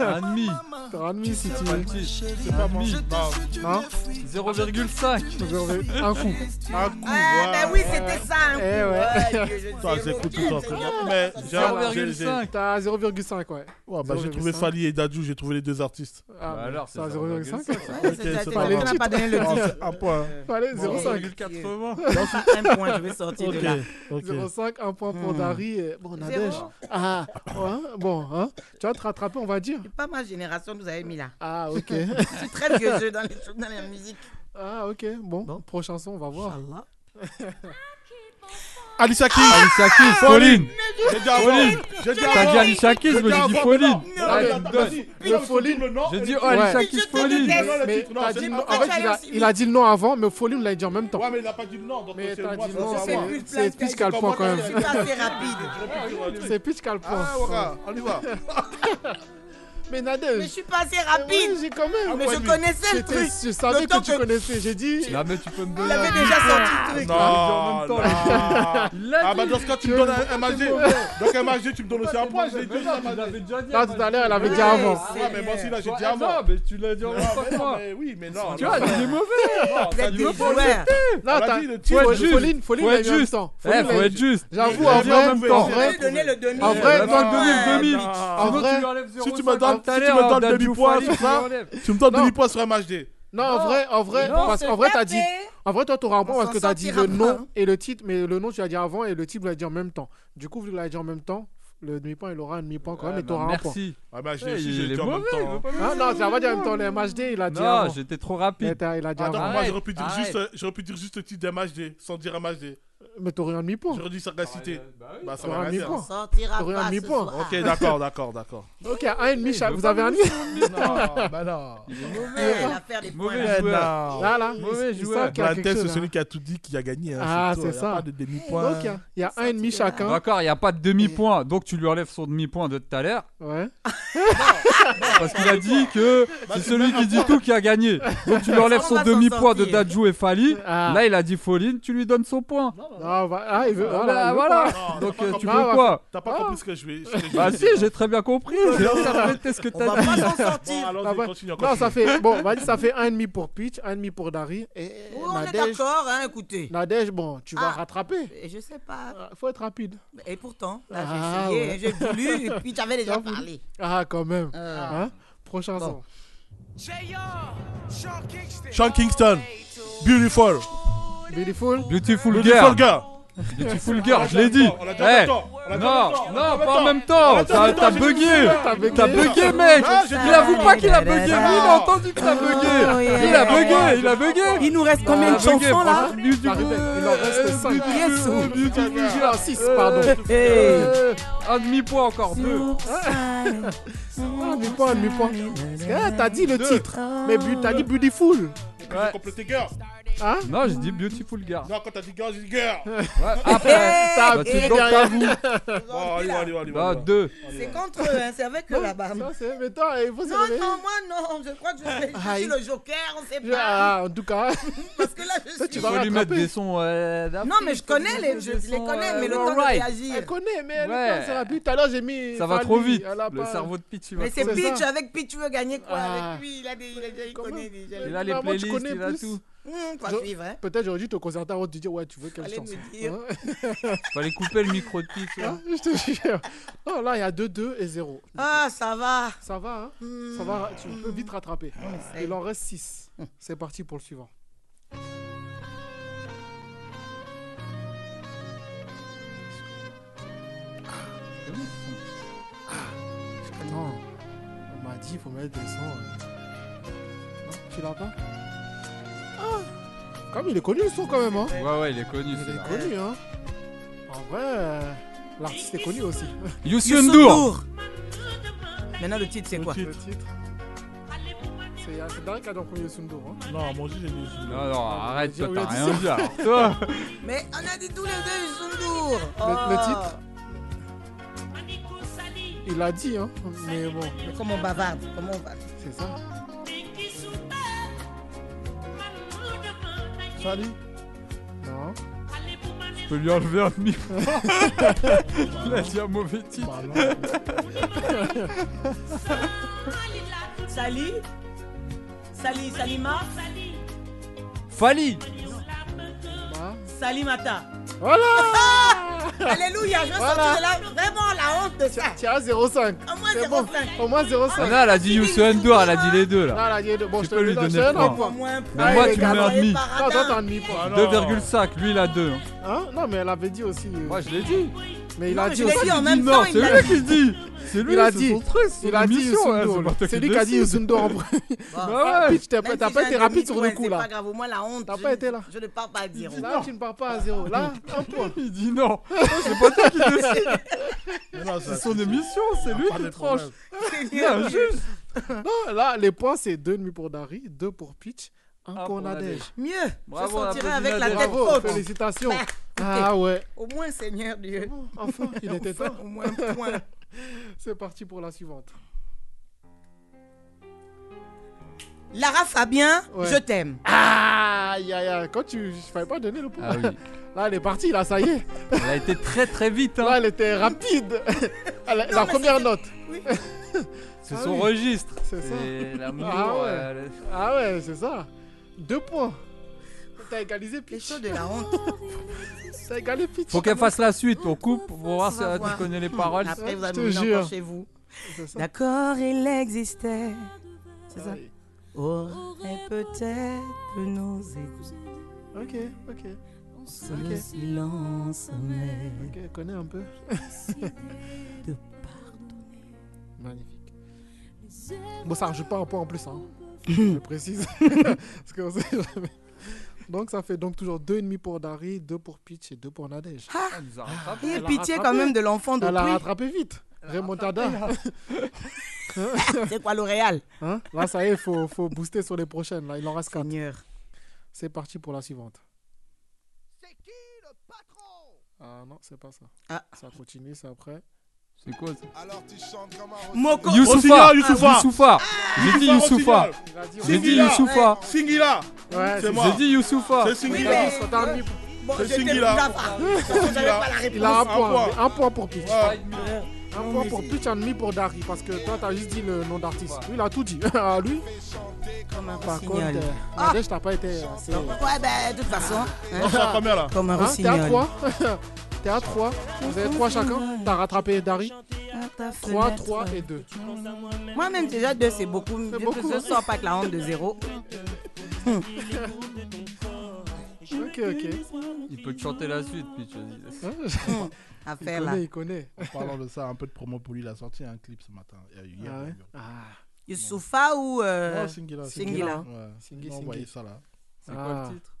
Un demi,
T'auras demi si tu
pas
veux.
le titre.
Pas bon. Non,
Hein
0,5.
Je vais- Un coup.
un coup,
Ah,
voilà.
ben oui, c'était ça. un
Eh
coup.
ouais.
Ouais, je- je-
Putain, j'écoute tout le temps. c'est bien. Mais j'ai un- j'ai- j'ai-
0,5.
T'as 0,5 ouais.
Ouais, bah, j'ai trouvé
0,5.
Fali et Dadju, j'ai trouvé les deux artistes.
Ah,
Bah
mais
alors, c'est
t'as 0,5
Ouais, c'est-
Ok,
c'est-
c'est
c'est-
pas
on
grave.
n'a pas donné le
Ah,
titre.
c'est un point.
Fallait
Bon.
0,5.
0,80.
Donc, c'est un point, je vais sortir
Ok,
de là.
ok.
0,5, un point pour
Hmm.
Dari. et- Bon, Nadège.
Zéro.
Ah, ouais, bon, hein. Tu vas te rattraper, on va dire.
C'est pas ma génération que vous avez mis là.
Ah, ok.
Je suis très vieux jeu dans, les, choses- dans la musique.
Ah, ok. Bon,
Bon.
prochaine chanson, on va voir.
Inch'Allah.
Alicia Keys
Alicia Keys, Pauline.
J'ai dit avant
Pauline.
J'ai dit
Ah T'as dit
avant
Alicia Keys, mais j'ai dit Pauline.
Allez,
Non,
donne.
Le Pauline.
J'ai dit oh,
Ouais.
Alicia
Mais je
Keys,
te
Pauline.
déteste.
Non, le
Mais
titre, non,
t'as
j'ai
dit
pas-
non-
Ah
en
ouais,
fait,
j'allais
il a,
aussi
il a dit le nom avant, mais Folly, on l'a dit en même temps.
Ouais, mais il a pas dit le nom, donc
Mais
c'est
t'as
moi,
dit
ça,
non,
ça,
c'est
Oh, c'est
plus-
moi.
c'est plus qu'à le point, quand
Je suis pas assez rapide.
C'est pitch qu'à le point.
Ah, voilà, on y va.
Mais
Mais je
Nadège,
suis pas assez
Ah oui,
rapide.
j'ai quand même.
Mais je
oui.
connaissais le
J'étais-
truc.
Je savais
D'autant
que tu
que-
connaissais, j'ai dit.
Non, mais tu peux me
Il
donner.
avait déjà sorti le truc.
Non,
en même temps,
non.
Il l'a
Ah
dit.
bah dans ce cas tu me donnes un MAG Donc MAG tu me donnes aussi un point, je l'ai dit aussi un
Tu
MAG
l'avais déjà bah, dit.
Là, tout à l'heure, elle avait dit
Ouais,
avant.
c'est-
Ouais mais moi aussi là j'ai
Toi,
dit un
Emma,
mot
mais tu l'as dit en même temps que moi.
mais oui mais non
Tu vois,
non,
il est mauvais.
non,
Vous
t'as
êtes
dit
des
le mot,
joueurs.
Là,
on
t'as.
a dit le
Faut
titre
être
Folly,
juste.
Folly, Folly,
Faut
il a
être
eu en même
juste.
temps. Folly,
Eh,
il a
faut
eu-
être juste.
J'avoue,
Faut
en vrai,
être juste.
en
Je
Ouais.
vrai,
vais donner le demi.
En vrai,
Eh,
toi,
donne
ouais,
2000, 2000.
non.
Sinon,
En vrai,
tu lui enlèves 0,5.
si tu me donnes-
Tout à
si tu
l'heure,
me donnes
t'as dit
2000 points,
Fally,
c'est
tu
ça
l'enlèves.
Tu me donnes
Non.
2000 points sur MHD
non, en vrai, en vrai,
Non,
parce
c'est
qu'en vrai, t'as
tapé.
dit, en vrai, toi, t'auras un point
On
parce que
s'en
t'as dit le
sortira pas,
nom
hein.
et le titre, mais le nom, tu l'as dit avant et le titre, tu l'as dit en même temps. Du coup, vu qu'il l'a dit en même temps, le demi-point, il aura un demi-point quand même
Ouais,
et t'auras
bah,
un point.
Merci.
Ah bah je
Eh,
l'ai aussi, je
Il
l'ai
est
dit en même
mauvais. il veut
temps
pas me
Ah non, tu l'as pas dit en même temps, le MHD, il a dit avant.
hein. Non, j'étais trop
Mais
rapide.
t'as- il a dit
Ah, Attends,
avant.
moi
Arrête,
j'aurais pu dire
arrête.
juste euh, j'aurais pu dire juste le titre d'MHD sans dire MHD
Mais t'aurais un demi-point.
J'aurais dit sagacité Bah ça
t'auras
va
un
rien dire
mi-point.
On sortira
T'aurais un
pas ce
mi-point.
soir.
Ok d'accord d'accord d'accord
Ok, un et demi,
Il
chaque-
veut
vous
pas
avez un
me
demi
Non bah non
Il est
Ouais,
mauvais.
l'affaire des points,
Mauvais
là.
joueur.
Là, là,
Mauvais
il sent
joueur.
qu'il y a
La
quelque
tête Bah, c'est
chose,
celui
hein.
qui a tout dit qui a gagné hein,
Ah,
surtout,
c'est
y a
ça.
Pas de demi-point
Ok, il y a un et demi
Sortira.
chacun.
D'accord, il n'y a pas de demi-point, donc tu lui enlèves son demi-point de tout à l'heure,
Ouais.
parce qu'il a dit que c'est celui qui dit tout qui a gagné. Donc tu lui enlèves
On
son
va s'en
demi-point de
sortir.
Dadju et Fali.
Ah.
Là, il a dit Foline, tu lui donnes son point.
Ah, bah, ah, il veut. voilà,
Voilà,
il veut
voilà.
pas.
Non, t'as
Donc
pas
euh,
compris-
tu
Non,
veux quoi
T'as pas
Ah.
compris ce que je vais. ce que je vais
Bah
dire.
si, j'ai très bien compris. J'ai interprété ce que
On va
t'as dit.
pas s'en
Bon,
sortir.
Ah
allons-y,
bah-
continue, on
Non,
continue.
ça fait. Bon, vas-y, ça fait un et demi pour Pitch, un et demi pour Dari. Et
Oui, Oh, on est
Nadège,
d'accord, hein, écoutez.
Nadège, bon, tu vas
Ah.
rattraper.
Et Je sais pas.
Ah, Faut être rapide.
Et pourtant, là,
Ah,
j'ai essayé, hein,
ouais.
j'ai voulu, et puis j'avais déjà
T'as voulu.
parlé.
Ah, quand même.
Euh,
Hein Prochain
Bon.
son.
Sean Kingston, Beautiful,
Beautiful.
Beautiful
Beautiful
girl,
Girl.
beautiful girl, je l'ai dit.
On a dit en même
Eh,
temps, on a dit en
non,
même temps, on a dit On a
non, pas en même temps.
dit en
T'as
même temps,
t'as
j'ai dit
bugué.
Beautiful
T'as bugué.
T'as bugué, mec.
Ah, j'ai dit-
Il avoue pas qu'il a bugué. Lui, il a entendu qu'il a
Oh,
bugué.
yeah.
Il a bugué, il a bugué.
Il nous reste combien de
Ah, bugué,
chansons là
franchement, du- du-
Il en
euh,
reste 5.
du- du-
Yes,
euh, du- du-
Beautiful Girl.
Ah, 6, pardon.
Hey.
Euh, Un demi-point encore, deux.
Ah, demi-point, un demi-point. Ah, t'as dit le titre. Mais bu- t'as dit Beautiful.
J'ai complété Girl.
Hein
Non, j'ai dit Beautiful Girl.
Non, quand t'as dit Girl, j'ai dit Girl.
Ouais, après,
T'as
bah, tu
appuyé
donc
derrière.
t'avoues.
Bon, Oh, allez, allez, allez.
Non, Bah, deux.
Oh, C'est contre eux, hein, c'est avec eux là-bas. Non,
Ça, c'est- Mais toi, il faut se réveiller.
non, moi non, je crois que je, je suis
Ah, Aïe.
le joker, on sait
Je-
pas.
ah, en tout cas,
Parce que là, je
tu
suis.
vas
Faut lui
rattraper.
mettre des sons. euh, d'Afrique,
Non, mais je
faut lui
connais
mettre
les, je
des
les
sons,
connais,
euh,
mais le temps de
alright.
réagir.
elle connaît, mais elle
Ouais.
est rapide. Tout à l'heure, j'ai mis.
Ça va
Fanny,
trop vite.
elle a
Le
pas-
cerveau de Pitch, il va
Mais c'est
C'est
Peach,
ça.
avec Peach, tu veux gagner quoi
Ah.
Avec lui, il, a des, il, a des- il
Comment
connaît déjà.
Il a les
Maman, tu
playlists,
connais
il a
plus.
tout.
Hum, pas
Je-
suivre, hein.
Peut-être j'aurais dû te concerter avant de te dire, ouais, tu veux quelle
Fallait
chanson
me dire.
Hein
Fallait couper le micro de Pitch.
Hein Je te jure. Oh, là, il y a 2, 2 et 0.
Ah, ça va.
Ça va, hein
Hum.
Ça va, tu peux vite rattraper.
essaye.
Il en reste 6. C'est parti pour le suivant. Attends, on m'a dit, faut mettre des sons. euh. Non, tu l'as pas Ah Comme il est connu le son quand même, hein
Ouais, ouais, il est connu.
Il est
celui-là.
connu, hein En vrai, euh, l'artiste est connu aussi.
Youssou
Youssou
N'Dour.
N'Dour. Maintenant, le titre, c'est quoi
Le titre. C'est euh, c'est dingue qu'il y a dans le premier Sundo, hein
Non, moi aussi, j'ai dit. j'ai dit.
Non, non, arrête, toi,
Oui,
t'as
oui,
rien dit. alors. Toi,
Oh. Ah. Mais on a dit tous les deux Youssou N'Dour.
le titre Il a dit, hein. Mais bon,
Mais comment on bavarde Comment on va
c'est ça.
Charlie
Non.
Je peux lui enlever un micro. Il a dit un mauvais titre.
Bah, non.
Sali Sali, Salima
Fali
Bah,
Salimata.
Voilà
Alléluia, je vais
Voilà.
sortir de là. Vraiment la honte de ça.
Tu as 0,5.
Au moins
C'est bon.
0,5.
Au moins 0,5.
Anna, elle a dit Youssou N'Dour, elle a dit les deux là.
Là, là, il y a deux. Bon,
Ah, Tu
je te
peux lui
donne- je te
donner
donne un
trois.
Au
point.
moins un point.
Mais Ben, moi, tu me mets un
Allez,
demi.
Non, toi, t'as un
paradin.
demi-point.
Alors,
2,5, lui il a 2.
Hein Non, mais elle avait dit aussi. euh,
Moi je l'ai dit.
Mais il
Non,
a
mais
dit
je l'ai
aussi.
dit en même
Non,
temps,
Ah,
il
c'est
l'a
lui
dit.
qui dit. C'est lui
Il a
c'est
dit-
son truc, c'est
Il a
une
dit
émission, hein,
Yusundo.
pas toi
C'est
qui
lui qui a dit
décide.
Yusundo en premier.
Bon.
Ah ouais.
Pitch, T'as
Même
pas t'as
si
pas
j'ai
été
un
rapide sur le
demi-point,
coup
c'est
là.
pas grave, au moins la honte.
T'as
je-
pas été là.
Je ne pars pas à zéro.
Là, tu ne pars pas à zéro. Là, un point.
Il dit non.
Mais non, ça-
C'est son émission, c'est lui
Ah, pas de
qui tranche.
problème.
Il y a un juge.
Non, là, les points, c'est 2,5 pour Dari, 2 pour Pitch, 1
Un
pour
pour Nadège.
Nadège.
Mieux.
Bravo,
je sortirai
Apolline
avec la
Nadège.
tête
Bravo,
haute.
félicitations.
Bah,
Ah ouais.
Au moins, Seigneur Dieu.
Enfin, il était
Enfin,
temps.
Au moins un point.
C'est parti pour la suivante.
Lara Fabien,
Ouais.
je t'aime.
Aïe, aïe, aïe. Quand tu. Je fallait pas donner le point.
Ah oui,
Là, elle est partie, là, ça y est.
elle a été très très vite.
Là,
Hein.
elle était rapide. Elle a-
Non,
la
mais
première
c'était-
note.
C'est
Ah
son
oui.
registre.
C'est ça.
C'est l'amour.
Ah ouais.
euh,
Ah ouais, c'est ça. Deux points. T'as égalisé
Les
Pitch.
choses de la honte.
T'as égalisé Pitch. Ah
Faut qu'elle fasse la suite, on coupe pour voir
On
si
va
tu
voir. Ah,
connais les paroles.
Après, vous
Je te
allez
jure.
encore chez vous.
C'est ça. Ah
D'accord, il existait. C'est ça.
Aïe.
Aurait peut-être pu nous écouter.
Ok, ok.
Le silence, mais
Ok, connais un peu.
de pardonner.
Magnifique. Bon, ça rajoute pas un point en plus, hein. je précise. Parce qu'on sait jamais. Donc, ça fait donc toujours 2,5 pour Dari, 2 pour Pitch et 2 pour Nadège.
Ah,
Elle nous a rattrapés.
Ayez
Elle a
pitié quand
rattrapé.
même de l'enfant
Elle a
d'autrui.
rattrapé vite. Remontada.
C'est quoi L'Oréal
Hein là, ça y est, il faut, faut booster sur les prochaines. Là. Il en reste 4.
Seigneur.
C'est parti pour la suivante. Ah non, c'est pas ça.
Ah.
Ça continue, c'est après.
C'est quoi ça
Moko.
Youssoufa Ah,
Rossignol, Youssoufa.
Ah.
Youssoufa J'ai dit Youssoufa
Il a dit
J'ai dit
Rossignol.
Youssoufa
Singila
Ouais,
C'est
c'est
moi.
J'ai dit Youssoufa
C'est
Oui,
Il
Singila
a
mais-
dit soit t'as un demi-
Bon,
C'est
j'étais
Singila.
plus bavard. J'avais pas la
il a un
réponse.
point.
point.
mais Un point pour Pitch.
Ouais.
Un point pour Pitch, un demi pour Dari. Parce que toi, t'as juste dit le nom d'artiste. Lui, il a tout dit. Ah, lui,
Comme un
par contre,
rossignol.
euh,
Ah.
Nadège, t'as pas été assez.
Ouais, ben, de toute façon.
Non, c'est la première là.
Comme un
Hein, T'es à
rossignol.
3. T'es à 3. Vous avez 3 chacun. T'as rattrapé Dari.
À ta
3,
fenêtre.
3 et 2.
Moi-même, déjà, deux, c'est beaucoup. Je
beaucoup.
ne sors pas avec la honte de zéro.
Ok, ok.
Il peut te chanter la suite, puis tu
Hein,
Hum,
Il
Affaire là.
connaît, il connaît.
En parlant de ça, un peu de promo pour lui, il a sorti un clip ce matin. euh, hier,
Ah ouais.
d'ailleurs.
Ah,
Youssoufa ou. euh,
Oh, Singila.
Singila.
Ouais.
Singi,
Ils m'ont envoyé
Singi.
ça là.
C'est quoi
Ah.
le titre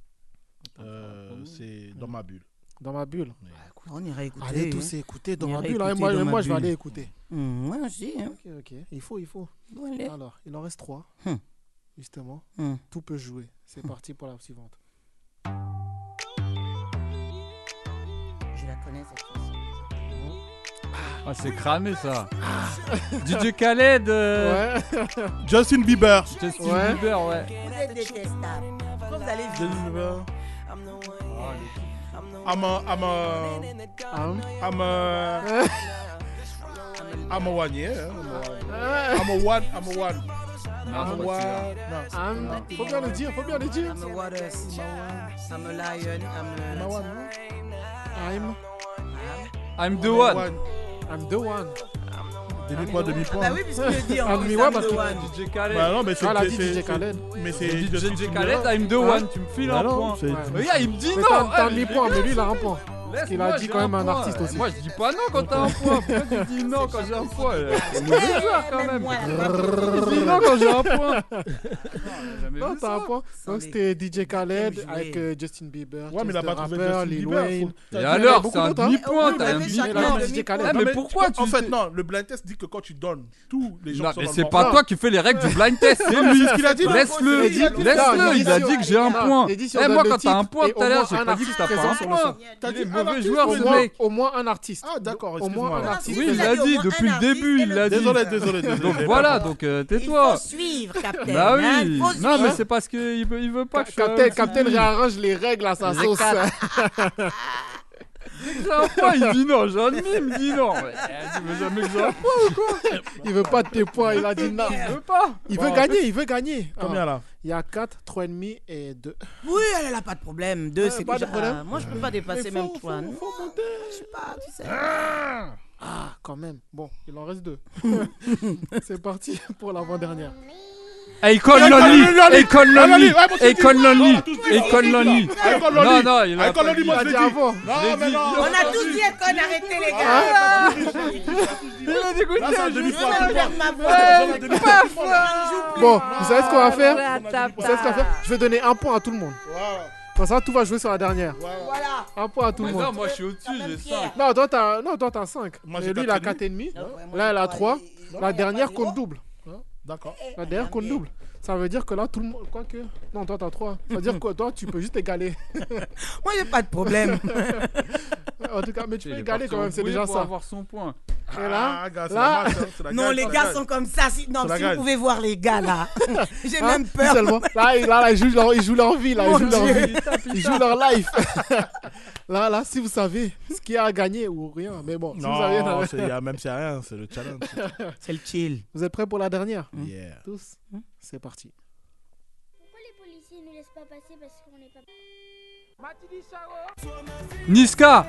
Euh, c'est dans ma bulle.
dans ma bulle.
Mais-
On ira écouter.
Allez
hein.
tous écouter dans
On
ma
ira
bulle. hein,
écouter
moi,
dans ma
moi, je vais
bulle.
aller écouter.
Hum, Moi aussi. hein.
Ok, ok. Il faut, il faut.
Bon, allez.
Alors, il en reste 3.
Hmm.
Justement,
Hmm.
Hum.
tout peut jouer. C'est parti pour la suivante.
Je la connais cette chanson.
Ah, c'est cramé ça DJ Khaled euh,
Ouais.
Justin Bieber.
Justin
Ouais.
Bieber, ouais.
Vous êtes détestables. Pourquoi vous allez vite
Justin Bieber.
Ah, le-
I'm a, I'm a,
Hein
I'm a, I'm a one, hein. yeah.
Ah,
I'm a one, I'm a one.
Ah,
I'm a
ouais,
one.
hein, Faut bien le dire, faut bien le dire.
I'm a Waters. I'm a Lion.
I'm
I'm
a
a.
one. hein.
I'm,
I'm the
I'm a
one
I'm the one.
Demi-point,
Ah bah
demi-point.
oui, puisque je dis
Ah,
en plus,
mais ouais,
I'm
parce
the
que-
one.
DJ Khaled
Bah non, mais c'est.
Ah, la dit
c'est-
DJ Khaled.
Mais
J'ai
c'est
dit
Justin
DJ
Bieber.
Khaled, I'm the
Hein
one, tu me files
Bah
un
non,
point
c'est-
Ouais.
Regarde, il me dit
Mais
non
t'as t'as
eh,
mis point, mais lui, il a un point.
laisse-moi,
qu'il a dit
j'ai
quand même un
point.
artiste
Eh,
aussi.
Moi, je dis pas non quand t'as un point Pourquoi tu dis non quand j'ai un point eh C'est mauvais joueur, quand même
Moi,
Tu dis non quand j'ai un point J'ai jamais
Non,
vu
t'as un
ça.
point.
Sans
Donc,
les-
c'était DJ Khaled
jouer.
avec euh, Justin Bieber.
Ouais, mais il a pas trouvé
rapper,
Justin
Lil
Bieber.
Wayne.
faut-
Et
t'as-
alors,
beaucoup
c'est un
d'autres, hein.
demi-point,
Oui, on
t'as un
avait
demi-point
chacun un
Il a dit DJ
demi-point.
Khaled.
Ah,
Non,
mais pourquoi
tu- En
tu-
fait, non, le blind test dit que quand tu donnes, tous les gens
Non,
sont
mais
dans
c'est
le
pas
bon.
toi qui fais les règles du blind test, c'est lui.
C'est ce qu'il a dit, non
Laisse-le,
Il a dit-
laisse-le.
Non,
Il a
dit-
dit que j'ai un
Non,
point.
il dit si
Eh,
on
moi,
donne
quand
le
t'as un
titre
point
et
tout à
au
l'heure,
moins
j'ai
un
pas dit que
artiste
t'as pas
présent
un
sur le
point.
son.
T'as
Il est
dit un
mauvais joueur,
Au
ce
moins,
mec.
au moins un artiste.
Ah, d'accord,
Au moins
excuse-moi,
un
alors.
artiste.
Oui,
Il
il
a
l'a
dit au
dit
moins
depuis
un
le début,
artiste et
il
le
l'a dit.
Désolé, désolé,
Eh
désolé.
Donc
ben,
pardon.
voilà, donc euh,
Il faut
tais-toi.
suivre, Captain.
Bah
hein,
oui.
il faut
Non, mais
suivre.
c'est parce qu'il veut, il veut pas que je
Captain, Captain réarrange les règles à sa sauce.
un point, il dit non. J'ai un demi, il me dit non. Mais, euh, Tu veux jamais que j'ai un point,
Il veut pas de tes points, il a dit non.
je veux pas.
Il
Bon,
veut
en
gagner, il veut gagner.
Combien
Ah,
là
Il y a 4, 3,5 et 2.
Oui, elle, elle a pas de problème. Deux,
Euh,
c'est
pas de
déjà.
problème.
Moi, je peux pas dépasser même trois. Non, je sais pas, tu sais.
Ah, quand même. Bon, il en reste 2. C'est parti pour l'avant-dernière. Ah.
Akon
Akon
Lonely
Lonely,
Akon
Lonely,
Lonely
ouais, moi, je te
Akon
dis,
Lonely
voilà, tous dit,
Akon
Alcool
Lonely Non,
Lonely.
non, il a
Alcool
pas
Lonely,
dit.
moi
a
je l'ai
dit
dit.
avant.
Je l'ai
Non, mais
dit.
non.
On
On
a tous dit qu'on arrêtait, les gars.
Ah,
Il a dégoûté
Là, c'est un
Je
demi-point.
me
demi-point.
lève ma voix.
Ouais, demi-point.
Bon, vous savez ce
Ah,
qu'on va faire Vous savez ce qu'on va
Paf
faire Je vais donner un point à tout le monde.
Wow,
Comme ça, tout va jouer sur la dernière.
wow.
Voilà.
Un point à tout le
Non,
monde.
moi je suis au-dessus, j'ai 5.
Non, toi, t'as, non, toi, t'as 5.
Moi,
Mais
j'ai
lui, il a
quatre
4,5.
Donc, ouais, moi,
Là,
j'ai
elle
pas
a trois.
les-
La dernière
Oh,
compte double.
Hein D'accord.
La dernière compte double. Ça veut dire que là, tout le monde. Quoique. Non, toi, t'as 3. Ça veut dire que toi, tu peux juste égaler.
Moi, j'ai pas de problème.
En tout cas, mais tu
Il
peux
est
égaler
parti
quand
en
même, c'est
couille
déjà
pour
ça.
avoir son point.
Et là,
Ah, gars, c'est
là-
la masse, hein, c'est la
Non,
gagne,
les
c'est la
gars
gagne.
sont comme ça. Si, non,
Sur la
si vous
gagne.
pouvez voir les gars là, j'ai
Hein,
même peur.
seulement. Là, ils- là, là, ils jouent leur, ils jouent leur vie, là, ils
Oh,
Mon
jouent leur
Dieu.
vie. Ils jouent leur life. là, là, si vous savez ce qu'il y a à gagner ou rien, mais bon, si vous savez,
Non,
là,
c'est- y a- même s'il y a rien, c'est le challenge.
C'est le chill.
vous êtes prêts pour la dernière
Yeah.
Tous C'est parti.
Pourquoi les policiers ne laissent pas passer parce qu'on n'est pas.
Niska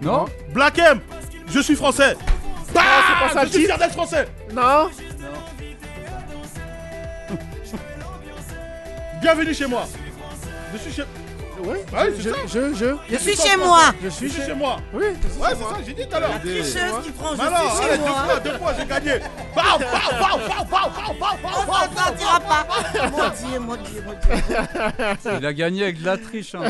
Non
Black M, je suis français.
Ah, c'est pas ça
Bah,
le
je suis
titre.
fier d'être français.
Non
Bienvenue chez moi. Je suis chez,
Ouais
Ouais, c'est
je,
ça.
je, je,
Je suis
suis
chez
chez
moi.
je
je
suis
suis
chez
chez moi.
Oui, je suis
Ouais,
chez
c'est
moi.
ça, j'ai dit tout à l'heure.
Tricheuse qui prend, je
Bah non,
suis
allez,
chez
deux
moi.
fois, deux fois, j'ai gagné. Pow, pow, pow, pow, pow, pow, pow, pow,
On
pow,
ne
pow.
sortira pas. Mon Dieu, mon Dieu, mon Dieu.
Il a gagné avec de la triche. hein.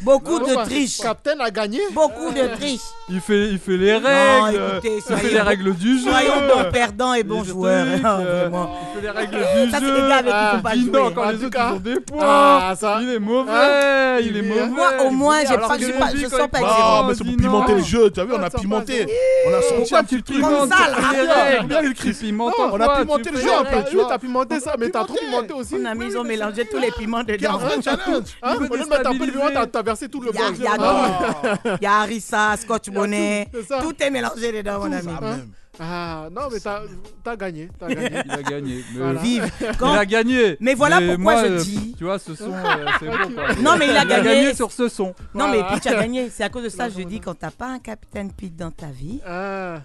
Beaucoup
Non,
de
pas-
triche.
Captain a gagné
Beaucoup de triche.
Il fait, il fait les
Non,
règles.
écoutez,
il fait
soyons
les règles du jeu.
Soyons bons perdants et bons
Les
joueurs.
trucs,
hein,
euh,
vraiment.
Il fait les règles du
Ça, c'est
jeu.
les gars avec qui faut
Il
pas
dit
jouer.
non quand
En
les
tout
autres
cas.
ils ont des points.
Ah, ça.
Il est mauvais,
Hein
il est
Il est-
mauvais.
Moi, au moins, j'ai
Alors
pas-
que
j'ai
le
pas-
mec,
je
quand
sens
il
pas
prend,
Non,
Oh,
Ah, mais c'est
dis
pour
non.
pimenter le jeu, tu as vu,
Ah,
on a
ça
pimenté.
passe.
On a sorti un
Pourquoi tu
petit
le
truc.
Comme
pimentes
ça, là. Ah,
les règles
bien le
Tu pimentes
Non,
en
on a
quoi,
pimenté
tu
le
fais
jeu
les
un
T'as-
peu,
règles.
tu
oui,
vois.
t'as pimenté ça, mais t'as trop pimenté aussi.
On a mis, ils ont mélangé tous les piments
Il y a un
dedans.
vrai challenge.
Hein Au lieu de mettre un peu de piment, t'as- t'as versé tout le
Il y a,
bol.
il y a
Ah.
tout. Il y a harissa, scotch bonnet.
c'est ça.
Tout est mélangé dedans, mon ami.
Ah, même.
Ah, non, mais t'as t'as gagné. T'as gagné.
Il a gagné. mais-
Voilà.
Vive.
Il
Quand-
a gagné.
Mais voilà pourquoi
moi,
je
euh,
dis-
Tu vois, ce son, euh, c'est bon. quoi.
Non, mais il a gagné.
sur ce son.
Non, mais
Voilà.
puis tu as gagné. C'est à cause de ça, je
Voilà.
dis, quand t'as pas un capitaine Pete dans ta vie,
Ah,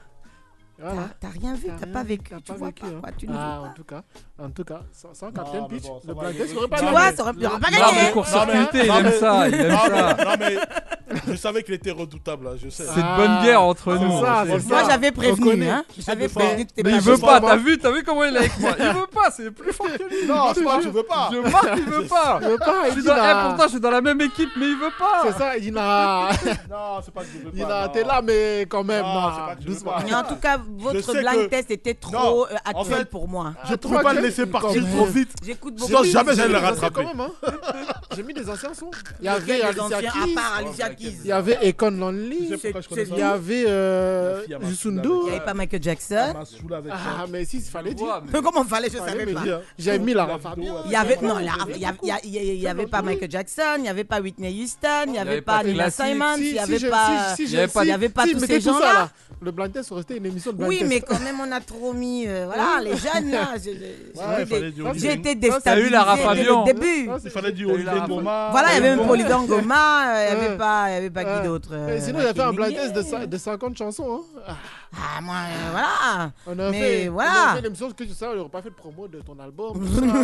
t'as
voilà.
t'as rien vu,
T'as
t'as
rien
pas
vu,
vécu.
t'as
Tu
pas
vois
vécu,
pas
hein.
quoi, tu ne vois
Ah, en
pas.
tout cas, en tout cas, sans, sans
Non,
Captain
mais
Peach,
bon, ça
le
va,
Black
il
Death
est-
n'aurait pas
Tu
Non,
vois,
gagné.
ça aurait pu on aurait pas
Non, mais
gagné.
court-circuité, il
Non,
aime
mais-
ça. Il aime
Non,
ça.
mais- non, mais je savais qu'il était redoutable, là, je sais.
C'est de bonne guerre entre
C'est
nous.
ça,
c'est-
c'est ça.
Moi, j'avais
On
prévenu,
connaît.
hein. J'avais
des fois-
prévenu que t'es
Mais
pas
il veut
juste.
pas, t'as vu, t'as vu comment il est avec moi. Il veut pas, c'est plus fort que lui.
Non, je ne veux pas.
Je marque, il veut pas.
Il veut pas,
Je
il
suis
dit
dans, eh,
là.
pourtant, je suis dans la même équipe, mais il veut pas.
C'est ça, il n'a.
Non, c'est pas que je veux pas.
Il a.
non.
T'es là, mais quand même,
Non, c'est
non,
pas que je veux
doucement.
pas.
Mais en tout cas, votre
sais
blind
que-
test était trop
Non,
euh,
en
actuel
fait-
pour moi.
Je
Ah,
ne peux pas le
tranquille.
laisser partir
Quand
trop
même.
vite.
J'écoute
Je
beaucoup.
pense jamais
J'ai
j'allais le
mis des anciens
rattraper.
quand même, hein. J'ai mis des anciens sons. Il y
Il y
avait
a des anciens,
Alicia
à
Keys,
part Alicia Keys.
il y avait Econ Lonely,
Je sais pourquoi je connais
c'est-
ça.
il y avait
La
euh,
fille à ma
Il
Yusundu.
n'y avait pas Michael Jackson.
m'a saoulé avec ça.
Ah, mais si, il fallait dire.
Mais comment fallait,
Ah,
je savais
mais
pas.
dis- J'ai mis la Fabien.
Il y avait non, là, il y avait, il y a- il y a- il y avait pas Michael Jackson, il y avait pas Whitney Houston, il y avait pas Nina
classique.
Simons,
Si,
il y
si,
avait
je-
pas.
si, si,
il y avait
je-
pas-
si,
il y avait pas
si,
tous
mettez
ces
tout ça,
gens-là.
là. Le blind test aurait été une émission de blind
Oui,
test.
mais quand même, on a trop mis. euh, voilà, les jeunes, là. j'ai- j'ai- j'ai
Ouais,
eu
il fallait
des-
du
Olivier.
J'ai été
T'as eu
déstabilisé
Lara
dès
Fabian.
le début.
Ça,
Il
c'est-
fallait du
Il y a eu
Holiday
la-
Goma.
Voilà, il y avait même
Bon.
Polydor Goma, euh, il n'y avait
Ouais.
pas, il y avait pas
Ouais.
qui d'autre. euh,
Et sinon, il a fait un blind test de,
Rakim
cin- de 50 chansons. Hein. Ah,
Ah, moi, euh, voilà.
On a
Mais
fait,
voilà.
on a fait l'émission que tu sais, on n'aurait pas fait de promo de ton album.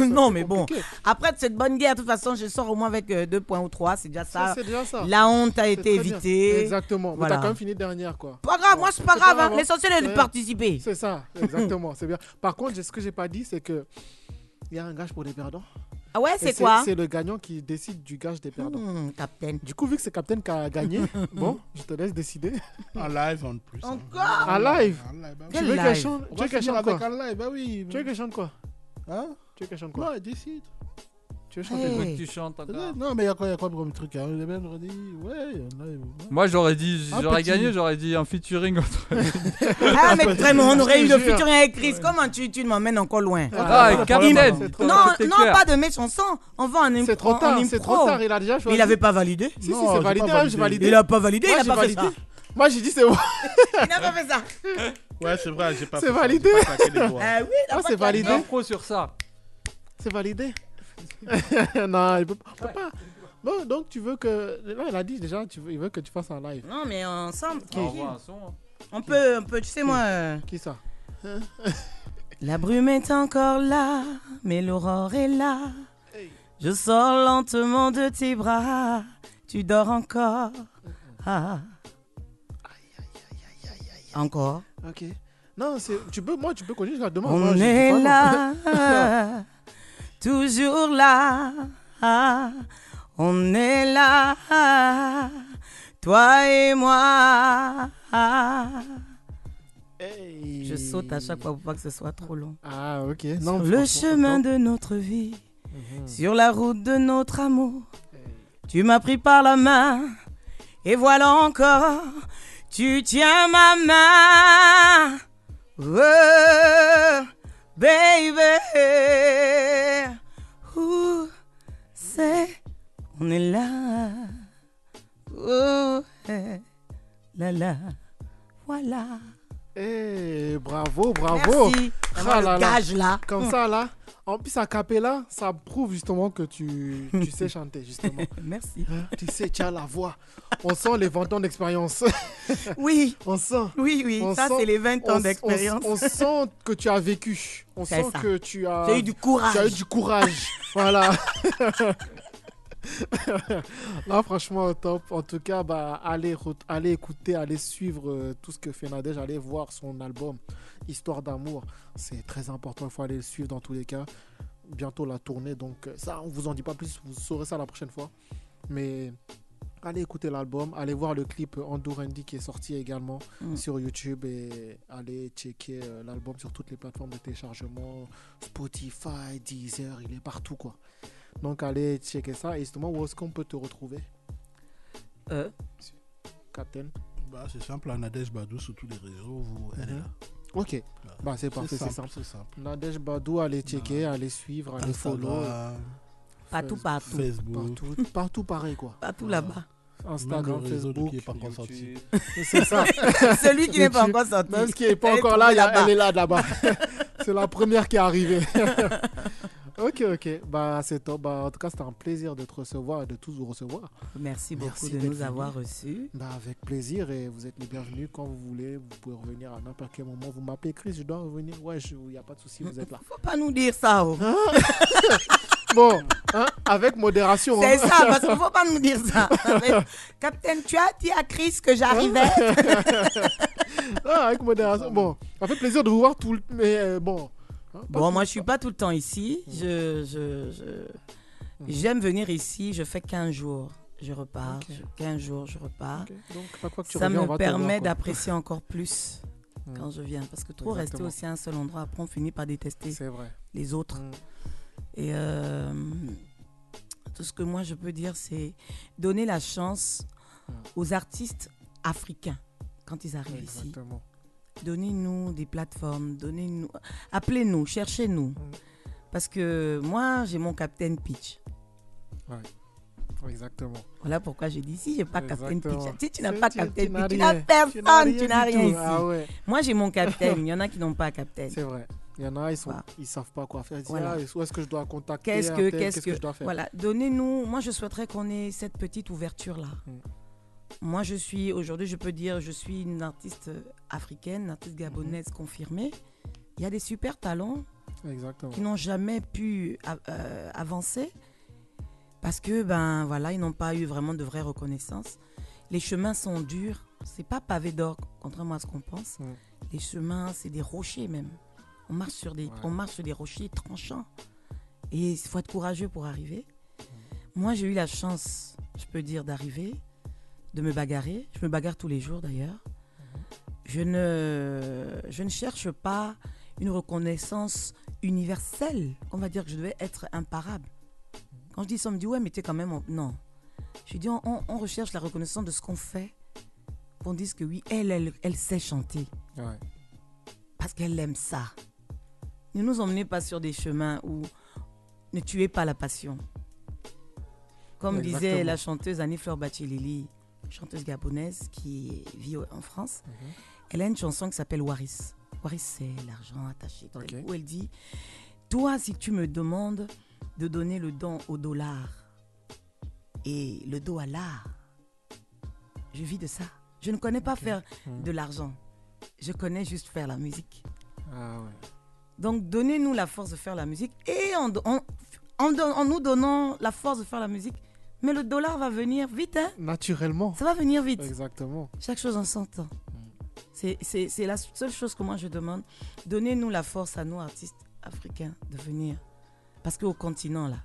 Non, mais bon. Après de cette bonne guerre, de toute façon, je sors au moins avec euh, deux points ou trois, c'est déjà
Ça,
ça.
c'est déjà ça.
La honte a
C'est
été
très bien.
évitée.
Exactement. Mais
Voilà.
t'as quand même fini dernière, quoi.
Pas grave, moi, c'est pas
C'est
grave.
pas
hein.
grave.
L'essentiel est de
C'est-
participer.
C'est ça, exactement. c'est bien. Par contre, ce que j'ai pas dit, c'est que. Il y a un gage pour les perdants.
Ah ouais,
Et
c'est quoi
C'est le gagnant qui décide du gage des perdants.
Hmm, Captain.
Du coup, vu que c'est Captain qui a gagné, bon, je te laisse décider.
Un live en plus. hein.
Encore
Un live
Un live, bah oui.
Tu
Ah, Quel
veux qu'elle
live hein.
chante
On
Tu
va
veux qu'elle
finir
chante
avec
quoi
un live, bah oui.
Tu veux qu'elle chante quoi
Hein
Tu veux qu'elle chante quoi
Non, décide.
Tu veux chanter
Hey.
Faut que tu chantes encore.
Non, mais il y a quoi, il y a quoi comme truc hein Les Ben, j'aurais dit, ouais, il y en a, ouais.
Moi j'aurais dit,
Un
j'aurais
petit-
gagné, j'aurais dit un featuring entre.
Ah, mais vraiment, on aurait eu le
Je te jure.
featuring avec Chris. Comment tu, tu m'emmènes encore loin
Ah,
non, problème,
et Captain
c'est trop
Non, non, pas de mes chansons. On va en impro.
C'est trop
en
tard, c'est
impro.
trop tard. Il a déjà
Mais
choisi.
il avait pas validé.
Si, si,
Non,
c'est
j'ai
validé,
pas
hein, j'ai
validé.
validé.
Il a pas validé,
Moi,
il a
j'ai
pas
validé.
fait ça.
Moi, j'ai dit c'est bon.
Il n'a pas fait ça.
Ouais, c'est vrai, j'ai pas
C'est
fait ça,
validé.
j'ai pas claqué les doigts.
Ah oui, il a
Ah,
pas
c'est
claqué.
validé.
L'impro sur ça.
C'est validé. non, il peut, on peut pas. Bon, donc tu veux que. Là, il a dit déjà, tu veux, il veut que tu fasses un live.
Non, mais ensemble,
On
tranquille.
envoie un son. hein.
On peut, on peut, tu sais, moi. euh,
Qui ça
La brume est encore là, mais l'aurore est là. Je sors lentement de tes bras, tu dors encore. Ah. Encore.
Ok. Non, c'est. Tu peux, moi, tu peux continuer jusqu'à demain. Moi,
On
je dis
est
pas Oh non.
là, toujours là, Ah. on est là, toi et moi. Ah.
Hey.
Je saute à chaque fois pour pas que ce soit trop long.
Ah, ok. Non,
Sur le
franchement,
chemin
attends.
de notre vie,
Mhm.
sur la route de notre amour, tu m'as pris par la main, et voilà encore, tu tiens ma main. Oh, baby, Ouh, c'est, on est là. Oh, eh, là là, voilà.
Hey, bravo, bravo.
Merci
Ah
d'avoir
là là.
le gage là.
Comme ça, là. En plus, à Capella, ça prouve justement que tu, tu sais chanter, justement.
Merci.
Hein, tu sais, tu as la voix. On sent les 20 ans d'expérience.
Oui,
On sent.
oui, oui.
On
ça,
sent-
c'est les 20
on-
ans
on-
d'expérience.
On, sent que tu as vécu. On
C'est
sent
ça.
que tu as,
J'ai eu du
tu as eu
courage.
du courage. voilà. Là, franchement, au top. En tout cas, bah, allez, re- allez écouter, allez suivre euh, tout ce que fait Nadège. Allez voir son album Histoire d'amour. C'est très important. Il faut aller le suivre dans tous les cas. Bientôt la tournée. Donc, euh, ça, on vous en dit pas plus. Vous saurez ça la prochaine fois. Mais allez écouter l'album. Allez voir le clip Andorendi qui est sorti également
Mm.
sur YouTube. Et allez checker euh, l'album sur toutes les plateformes de téléchargement Spotify, Deezer. Il est partout, quoi. Donc allez checker ça. Et justement, où est-ce qu'on peut te retrouver
Euh.
Captain.
Bah, c'est simple, hein, Nadège Badou sur tous les réseaux, vous, elle est là.
Ok.
Voilà.
Bah c'est parfait, c'est simple.
Ah. C'est simple. Ah.
Nadège Badou, allez checker, allez suivre, allez follow.
Instagram,
Partout, partout.
Facebook,
Partout, partout pareil quoi.
Partout
Voilà.
là-bas.
Instagram,
le réseau de
Facebook.
qui est pas consenti.
Tu-
C'est ça.
Celui qui n'est pas
YouTube.
encore sorti.
Même ce qui n'est pas
Elle est
encore là,
trouvée
il y a-
là-bas.
elle est là là-bas. c'est la première qui est arrivée. ok, ok. Bah c'est top. Bah, en tout cas, c'était un plaisir de te recevoir et de tous vous recevoir.
Merci beaucoup
Merci
de
d'être
nous
venu.
avoir reçus.
Bah, avec plaisir et vous êtes les bienvenus quand vous voulez. Vous pouvez revenir à n'importe quel moment. Vous m'appelez Chris, je dois revenir. Ouais, il n'y a pas de souci, vous êtes là.
Faut pas nous dire ça. oh.
Ah, Bon, hein, avec modération. hein.
C'est ça, parce qu'il faut pas nous dire ça. Mais, Captain, tu as dit à Chris que j'arrivais.
Ah, avec modération. Bon, ça fait plaisir de vous voir tout le. Mais euh, bon. hein, pas
Bon,
tout-
moi, je suis pas tout le temps ici. Je, je, je- J'aime venir ici. Je fais 15 jours. Je repars.
Ok.
Je- 15 jours, je repars.
Ok, Donc, chaque fois que tu
ça
reviens, on va
me
te voir,
permet
quoi.
d'apprécier encore plus
Mm.
quand je viens. Parce que trop rester
Exactement.
aussi à un seul endroit, après, on finit par détester
C'est vrai.
les autres.
Mm.
Et euh, tout ce que moi je peux dire, c'est donner la chance
Ouais.
aux artistes africains quand ils arrivent ici.
Exactement.
Donnez-nous des plateformes, donnez-nous, appelez-nous, cherchez-nous.
Mm.
Parce que moi, j'ai mon Captain Pitch.
Exactement.
Voilà pourquoi j'ai dit si j'ai pas Captain
Exactement.
Pitch. Si tu n'as
Si
pas
tu-
Captain
tu n'as
Pitch, tu n'as
rien.
personne, tu n'as
du
rien
tout.
ici.
Ah ouais,
Moi, j'ai mon Captain. Il y en a qui n'ont pas Captain.
c'est vrai. Il y en a, ils, sont,
Voilà.
ils savent pas quoi faire. Ils disent,
Voilà.
ah, où est-ce que je dois contacter
Qu'est-ce
un
que,
tel,
qu'est-ce que,
je dois faire
voilà, donnez-nous. Moi, je souhaiterais qu'on ait cette petite ouverture là.
Mm.
Moi, je suis aujourd'hui, je peux dire, je suis une artiste euh, africaine, une artiste gabonaise
Mm-hmm.
confirmée. Il y a des super talents
Exactement.
qui n'ont jamais pu a- euh, avancer parce que ben voilà, ils n'ont pas eu vraiment de vraie reconnaissance. Les chemins sont durs. C'est pas pavé d'or, contrairement à ce qu'on pense.
Mm.
Les chemins, c'est des rochers même. On marche sur des,
Ouais.
on marche sur des rochers tranchants. Et il faut être courageux pour arriver. Moi, j'ai eu la chance, je peux dire, d'arriver, de me bagarrer. Je me bagarre tous les jours d'ailleurs. Je ne, je ne cherche pas une reconnaissance universelle. On va dire que je devais être imparable. Quand je dis ça, on me dit ouais, mais t'es quand même. en- Non. Je dis on, on- on recherche la reconnaissance de ce qu'on fait. Qu'on dise que oui, elle, elle, elle sait chanter.
Ouais.
Parce qu'elle aime ça. Ne nous emmenez pas sur des chemins où ne tuez pas la passion. Comme disait
Exactement.
la chanteuse Annie-Fleur Bachelili, chanteuse gabonaise qui vit au- en France,
Mhm.
elle a une chanson qui s'appelle Waris. Waris, c'est l'argent attaché.
Ok.
Où elle dit Toi, si tu me demandes de donner le don au dollar et le dos à l'art, je vis de ça. Je ne connais pas faire
Mhm.
de l'argent. Je connais juste faire la musique.
Ah ouais.
Donc donnez-nous la force de faire la musique et en, en- en don- en nous donnant la force de faire la musique, mais le dollar va venir vite, hein
Naturellement.
Ça va venir vite.
Exactement.
Chaque chose en son temps. C'est- C'est c'est la seule chose que moi je demande. Donnez-nous la force à nous, artistes africains, de venir. Parce qu'au continent, là,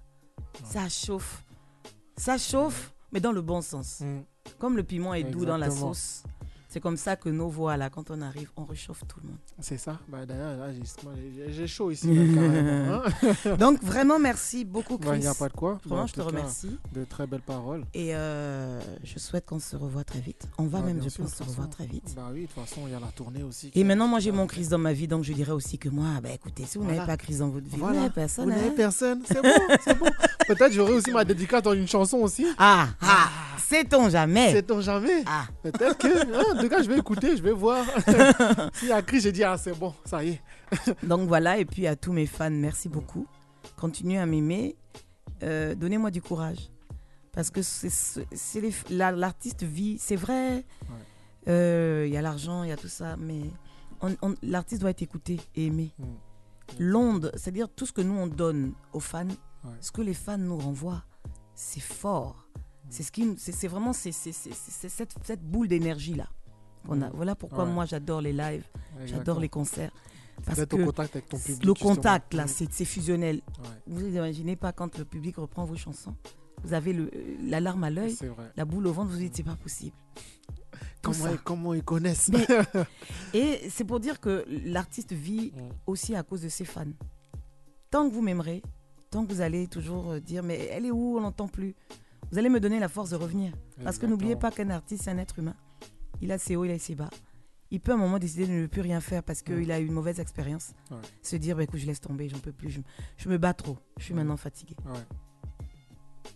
ça chauffe. Ça chauffe, mais dans le bon sens.
Mm.
Comme le piment est doux dans la
Exactement.
sauce. C'est comme ça que nos voix, là, quand on arrive, on réchauffe tout le monde.
C'est ça. Bah, D'ailleurs, là, j'ai- j'ai j'ai chaud ici. là, carrément, hein.
Donc vraiment, merci beaucoup,
Bah, Il
Chris.
n'y a pas de quoi. Bah,
Vraiment,
en
je te
tout cas,
remercie.
De très belles paroles.
Et euh, je souhaite qu'on se revoie très vite. On va
Bah,
même,
bien
je
sûr,
pense,
de
se
toute
revoir
façon.
très vite.
Bah oui, de toute façon, il y a la tournée aussi. qui-
Et maintenant, moi, j'ai mon crise dans ma vie, donc je dirais aussi que moi, bah écoutez, si vous
Voilà.
n'avez pas crise dans votre vie,
Voilà.
vous n'avez personne.
Vous n'avez
hein.
personne. C'est bon, c'est bon. Peut-être j'aurai aussi ma dédicace dans une chanson aussi.
Ah, ah, sait-on jamais
Sait-on jamais
Ah,
Peut-être que. hein, en tout cas, je vais écouter, je vais voir. S'il y a cri, j'ai dit, ah, c'est bon, ça y est.
donc voilà, et puis à tous mes fans, merci beaucoup. Continuez à m'aimer. Euh, Donnez-moi du courage. Parce que c'est- c'est c'est les- la- l'artiste vit, c'est vrai. Euh, Il y a l'argent, il y a tout ça, mais on- on- l'artiste doit être écouté et aimé.
Mm.
L'onde, c'est-à-dire tout ce que nous on donne aux fans,
Ouais. Mm.
ce que les fans nous renvoient, c'est fort. C'est ce qui, nous- c'est c'est vraiment c'est c'est- c'est- c'est cette, cette boule d'énergie là. qu'on a. Voilà pourquoi
Mm. Ouais.
moi j'adore les lives, j'adore les concerts, parce
D'être
que
au contact avec ton public.
le
justement.
contact là,
Mm.
c'est c'est fusionnel.
Ouais,
Vous n'imaginez pas quand le public reprend vos chansons, vous avez le- la larme à l'œil,
C'est vrai.
la boule au ventre, vous vous dites c'est pas possible. Tout
Comment,
ça.
ils- comment ils connaissent
Mais- Et c'est pour dire que l'artiste vit
Mm.
aussi à cause de ses fans. Tant que vous m'aimerez, tant que vous allez toujours euh, dire mais elle est où, on l'entend plus, vous allez me donner la force de revenir. Parce que n'oubliez pas qu'un artiste, c'est un être humain. Il a ses hauts, il a ses bas. Il peut à un moment décider de ne plus rien faire parce
Mm.
qu'il a eu une mauvaise expérience.
Ouais.
Se dire, bah, écoute, je laisse tomber, j'en peux plus, je, je me bats trop, je suis
Mm.
maintenant fatigué.
Ouais,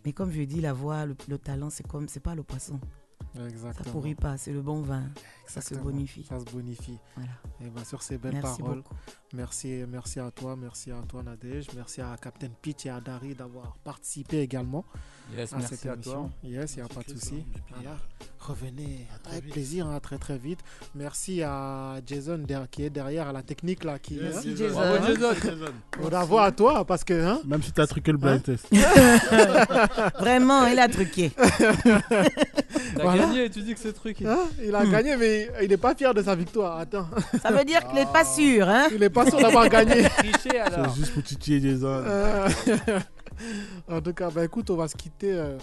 Mais comme je dis, la voix, le, le talent, c'est comme, c'est pas le poisson.
exactement.
Ça pourrit pas, c'est le bon vin, ça se
Exactement.
bonifie.
Ça se bonifie.
Voilà.
Et bien Eh ben, sur ces belles
Merci
paroles,
beaucoup.
merci, merci à toi, merci à toi Nadège, merci à Captain Pitch et à Dari d'avoir participé également
Yes,
à cette
merci Ah, à toi.
émission. Yes, il n'y a pas de souci. Voilà. Revenez avec plaisir, hein, très très vite. Merci à Jason der- qui est derrière à la technique là, qui hein.
Jason.
Bravo,
Bravo à toi parce que hein,
Même si t'as truqué le blind test.
Vraiment, il a truqué.
T'as
Voilà.
gagné et tu dis que ce truc. il-
hein, il a gagné mais il n'est pas fier de sa victoire. Attends,
Ça veut dire qu'il n'est
Ah.
pas sûr, hein
il n'est pas sûr d'avoir gagné.
Triché alors.
C'est juste pour titiller des ânes.
Euh, en tout cas, bah écoute, on va se quitter euh,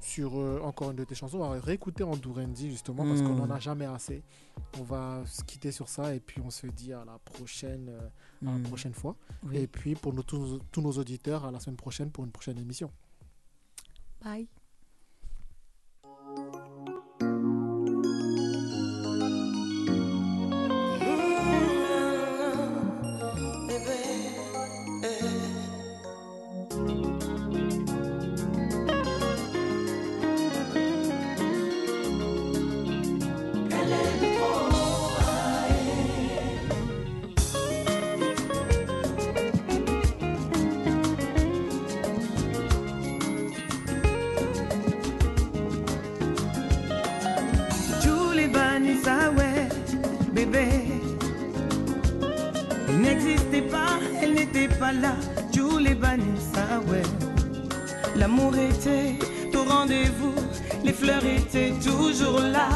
sur euh, encore une de tes chansons. On va réécouter Durendi justement parce qu'on
Mm.
n'en a jamais assez. On va se quitter sur ça et puis on se dit à la prochaine, euh, à
Mm.
la prochaine fois.
Oui.
Et puis pour nous, tous, tous nos auditeurs, à la semaine prochaine pour une prochaine émission.
Bye.
Julie Banisawe, ah bébé. Elle n'existait pas, elle n'était pas là. Julie Banisawe. ah L'amour était au rendez-vous, les fleurs étaient toujours là.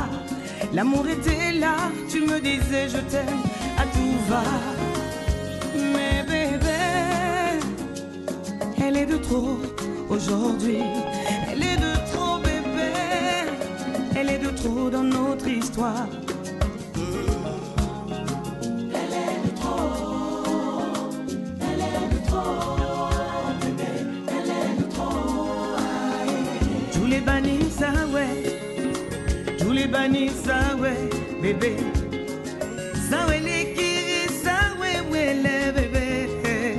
L'amour était là, tu me disais je t'aime à tout va. Mais bébé, elle est de trop aujourd'hui. Elle est de trop bébé. Elle est de trop dans notre histoire. Elle est de trop.
les banissa,
ah
ouais. Tous les banissa, ouais, bébé. Ça,
Ah
ouais, les kiri, ça, ouais, ouais, les bébés.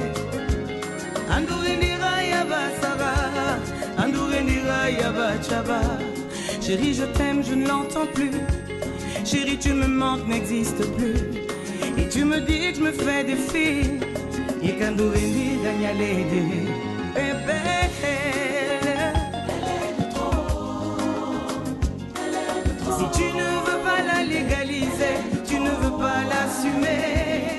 Andourindira, yaba, saba. Andourindira, yaba, chaba. Chérie, je t'aime, je ne l'entends plus. Chérie, tu me manques, n'existe plus. Et tu me dis que je me fais des filles. Et qu'Andourindi, gagne les deux. Eh Bébé. Si tu ne veux pas la légaliser, tu ne veux pas l'assumer.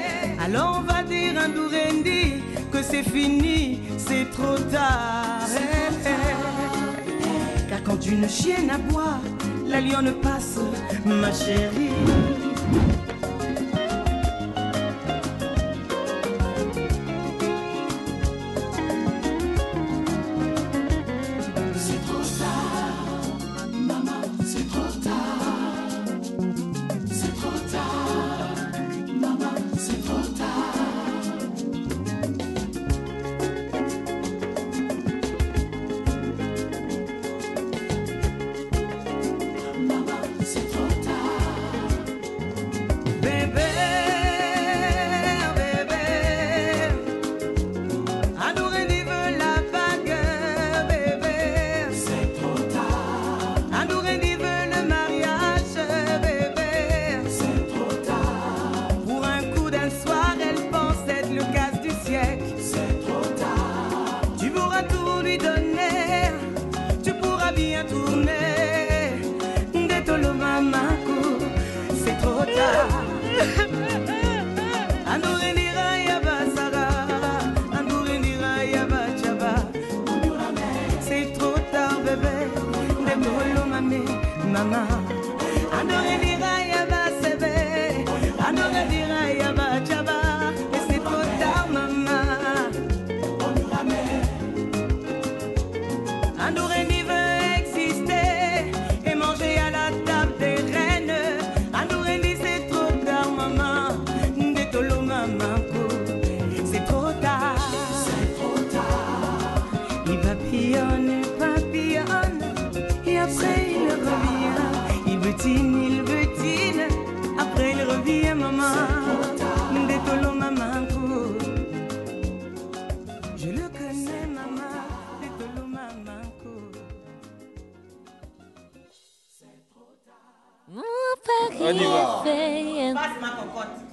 Alors on va dire à Ndourendi que c'est fini, c'est trop tard. Car quand une chienne aboie, la lionne passe, ma chérie. Bébé, bébé, adorer veut la bague, bébé. C'est trop tard. Adorer veut le mariage, bébé. C'est trop tard. Pour un coup d'un soir, elle pense être le casse du siècle. C'est trop tard. Tu pourras tout lui donner, tu pourras bien tourner. Détolo mamakou, c'est trop tard. Andorendira yabasara, andorendira yabachaba. C'est trop tard, bébé. Ndemolo mami, maman. Andorendira yabasebe, andorendira yabachaba. Et c'est trop tard, maman. Andoureni veut exister et manger à la table des reines. Andoureni, c'est trop tard, maman. Ndetolo, maman, c'est trop tard. C'est trop tard. Il papillonne, il papillonne, et après il revient. Il butine, il butine, après il revient, maman. Ndetolo, maman, je le connais, maman. Ndetolo, maman,
Mon Paris est fait.
Passe ma cocotte.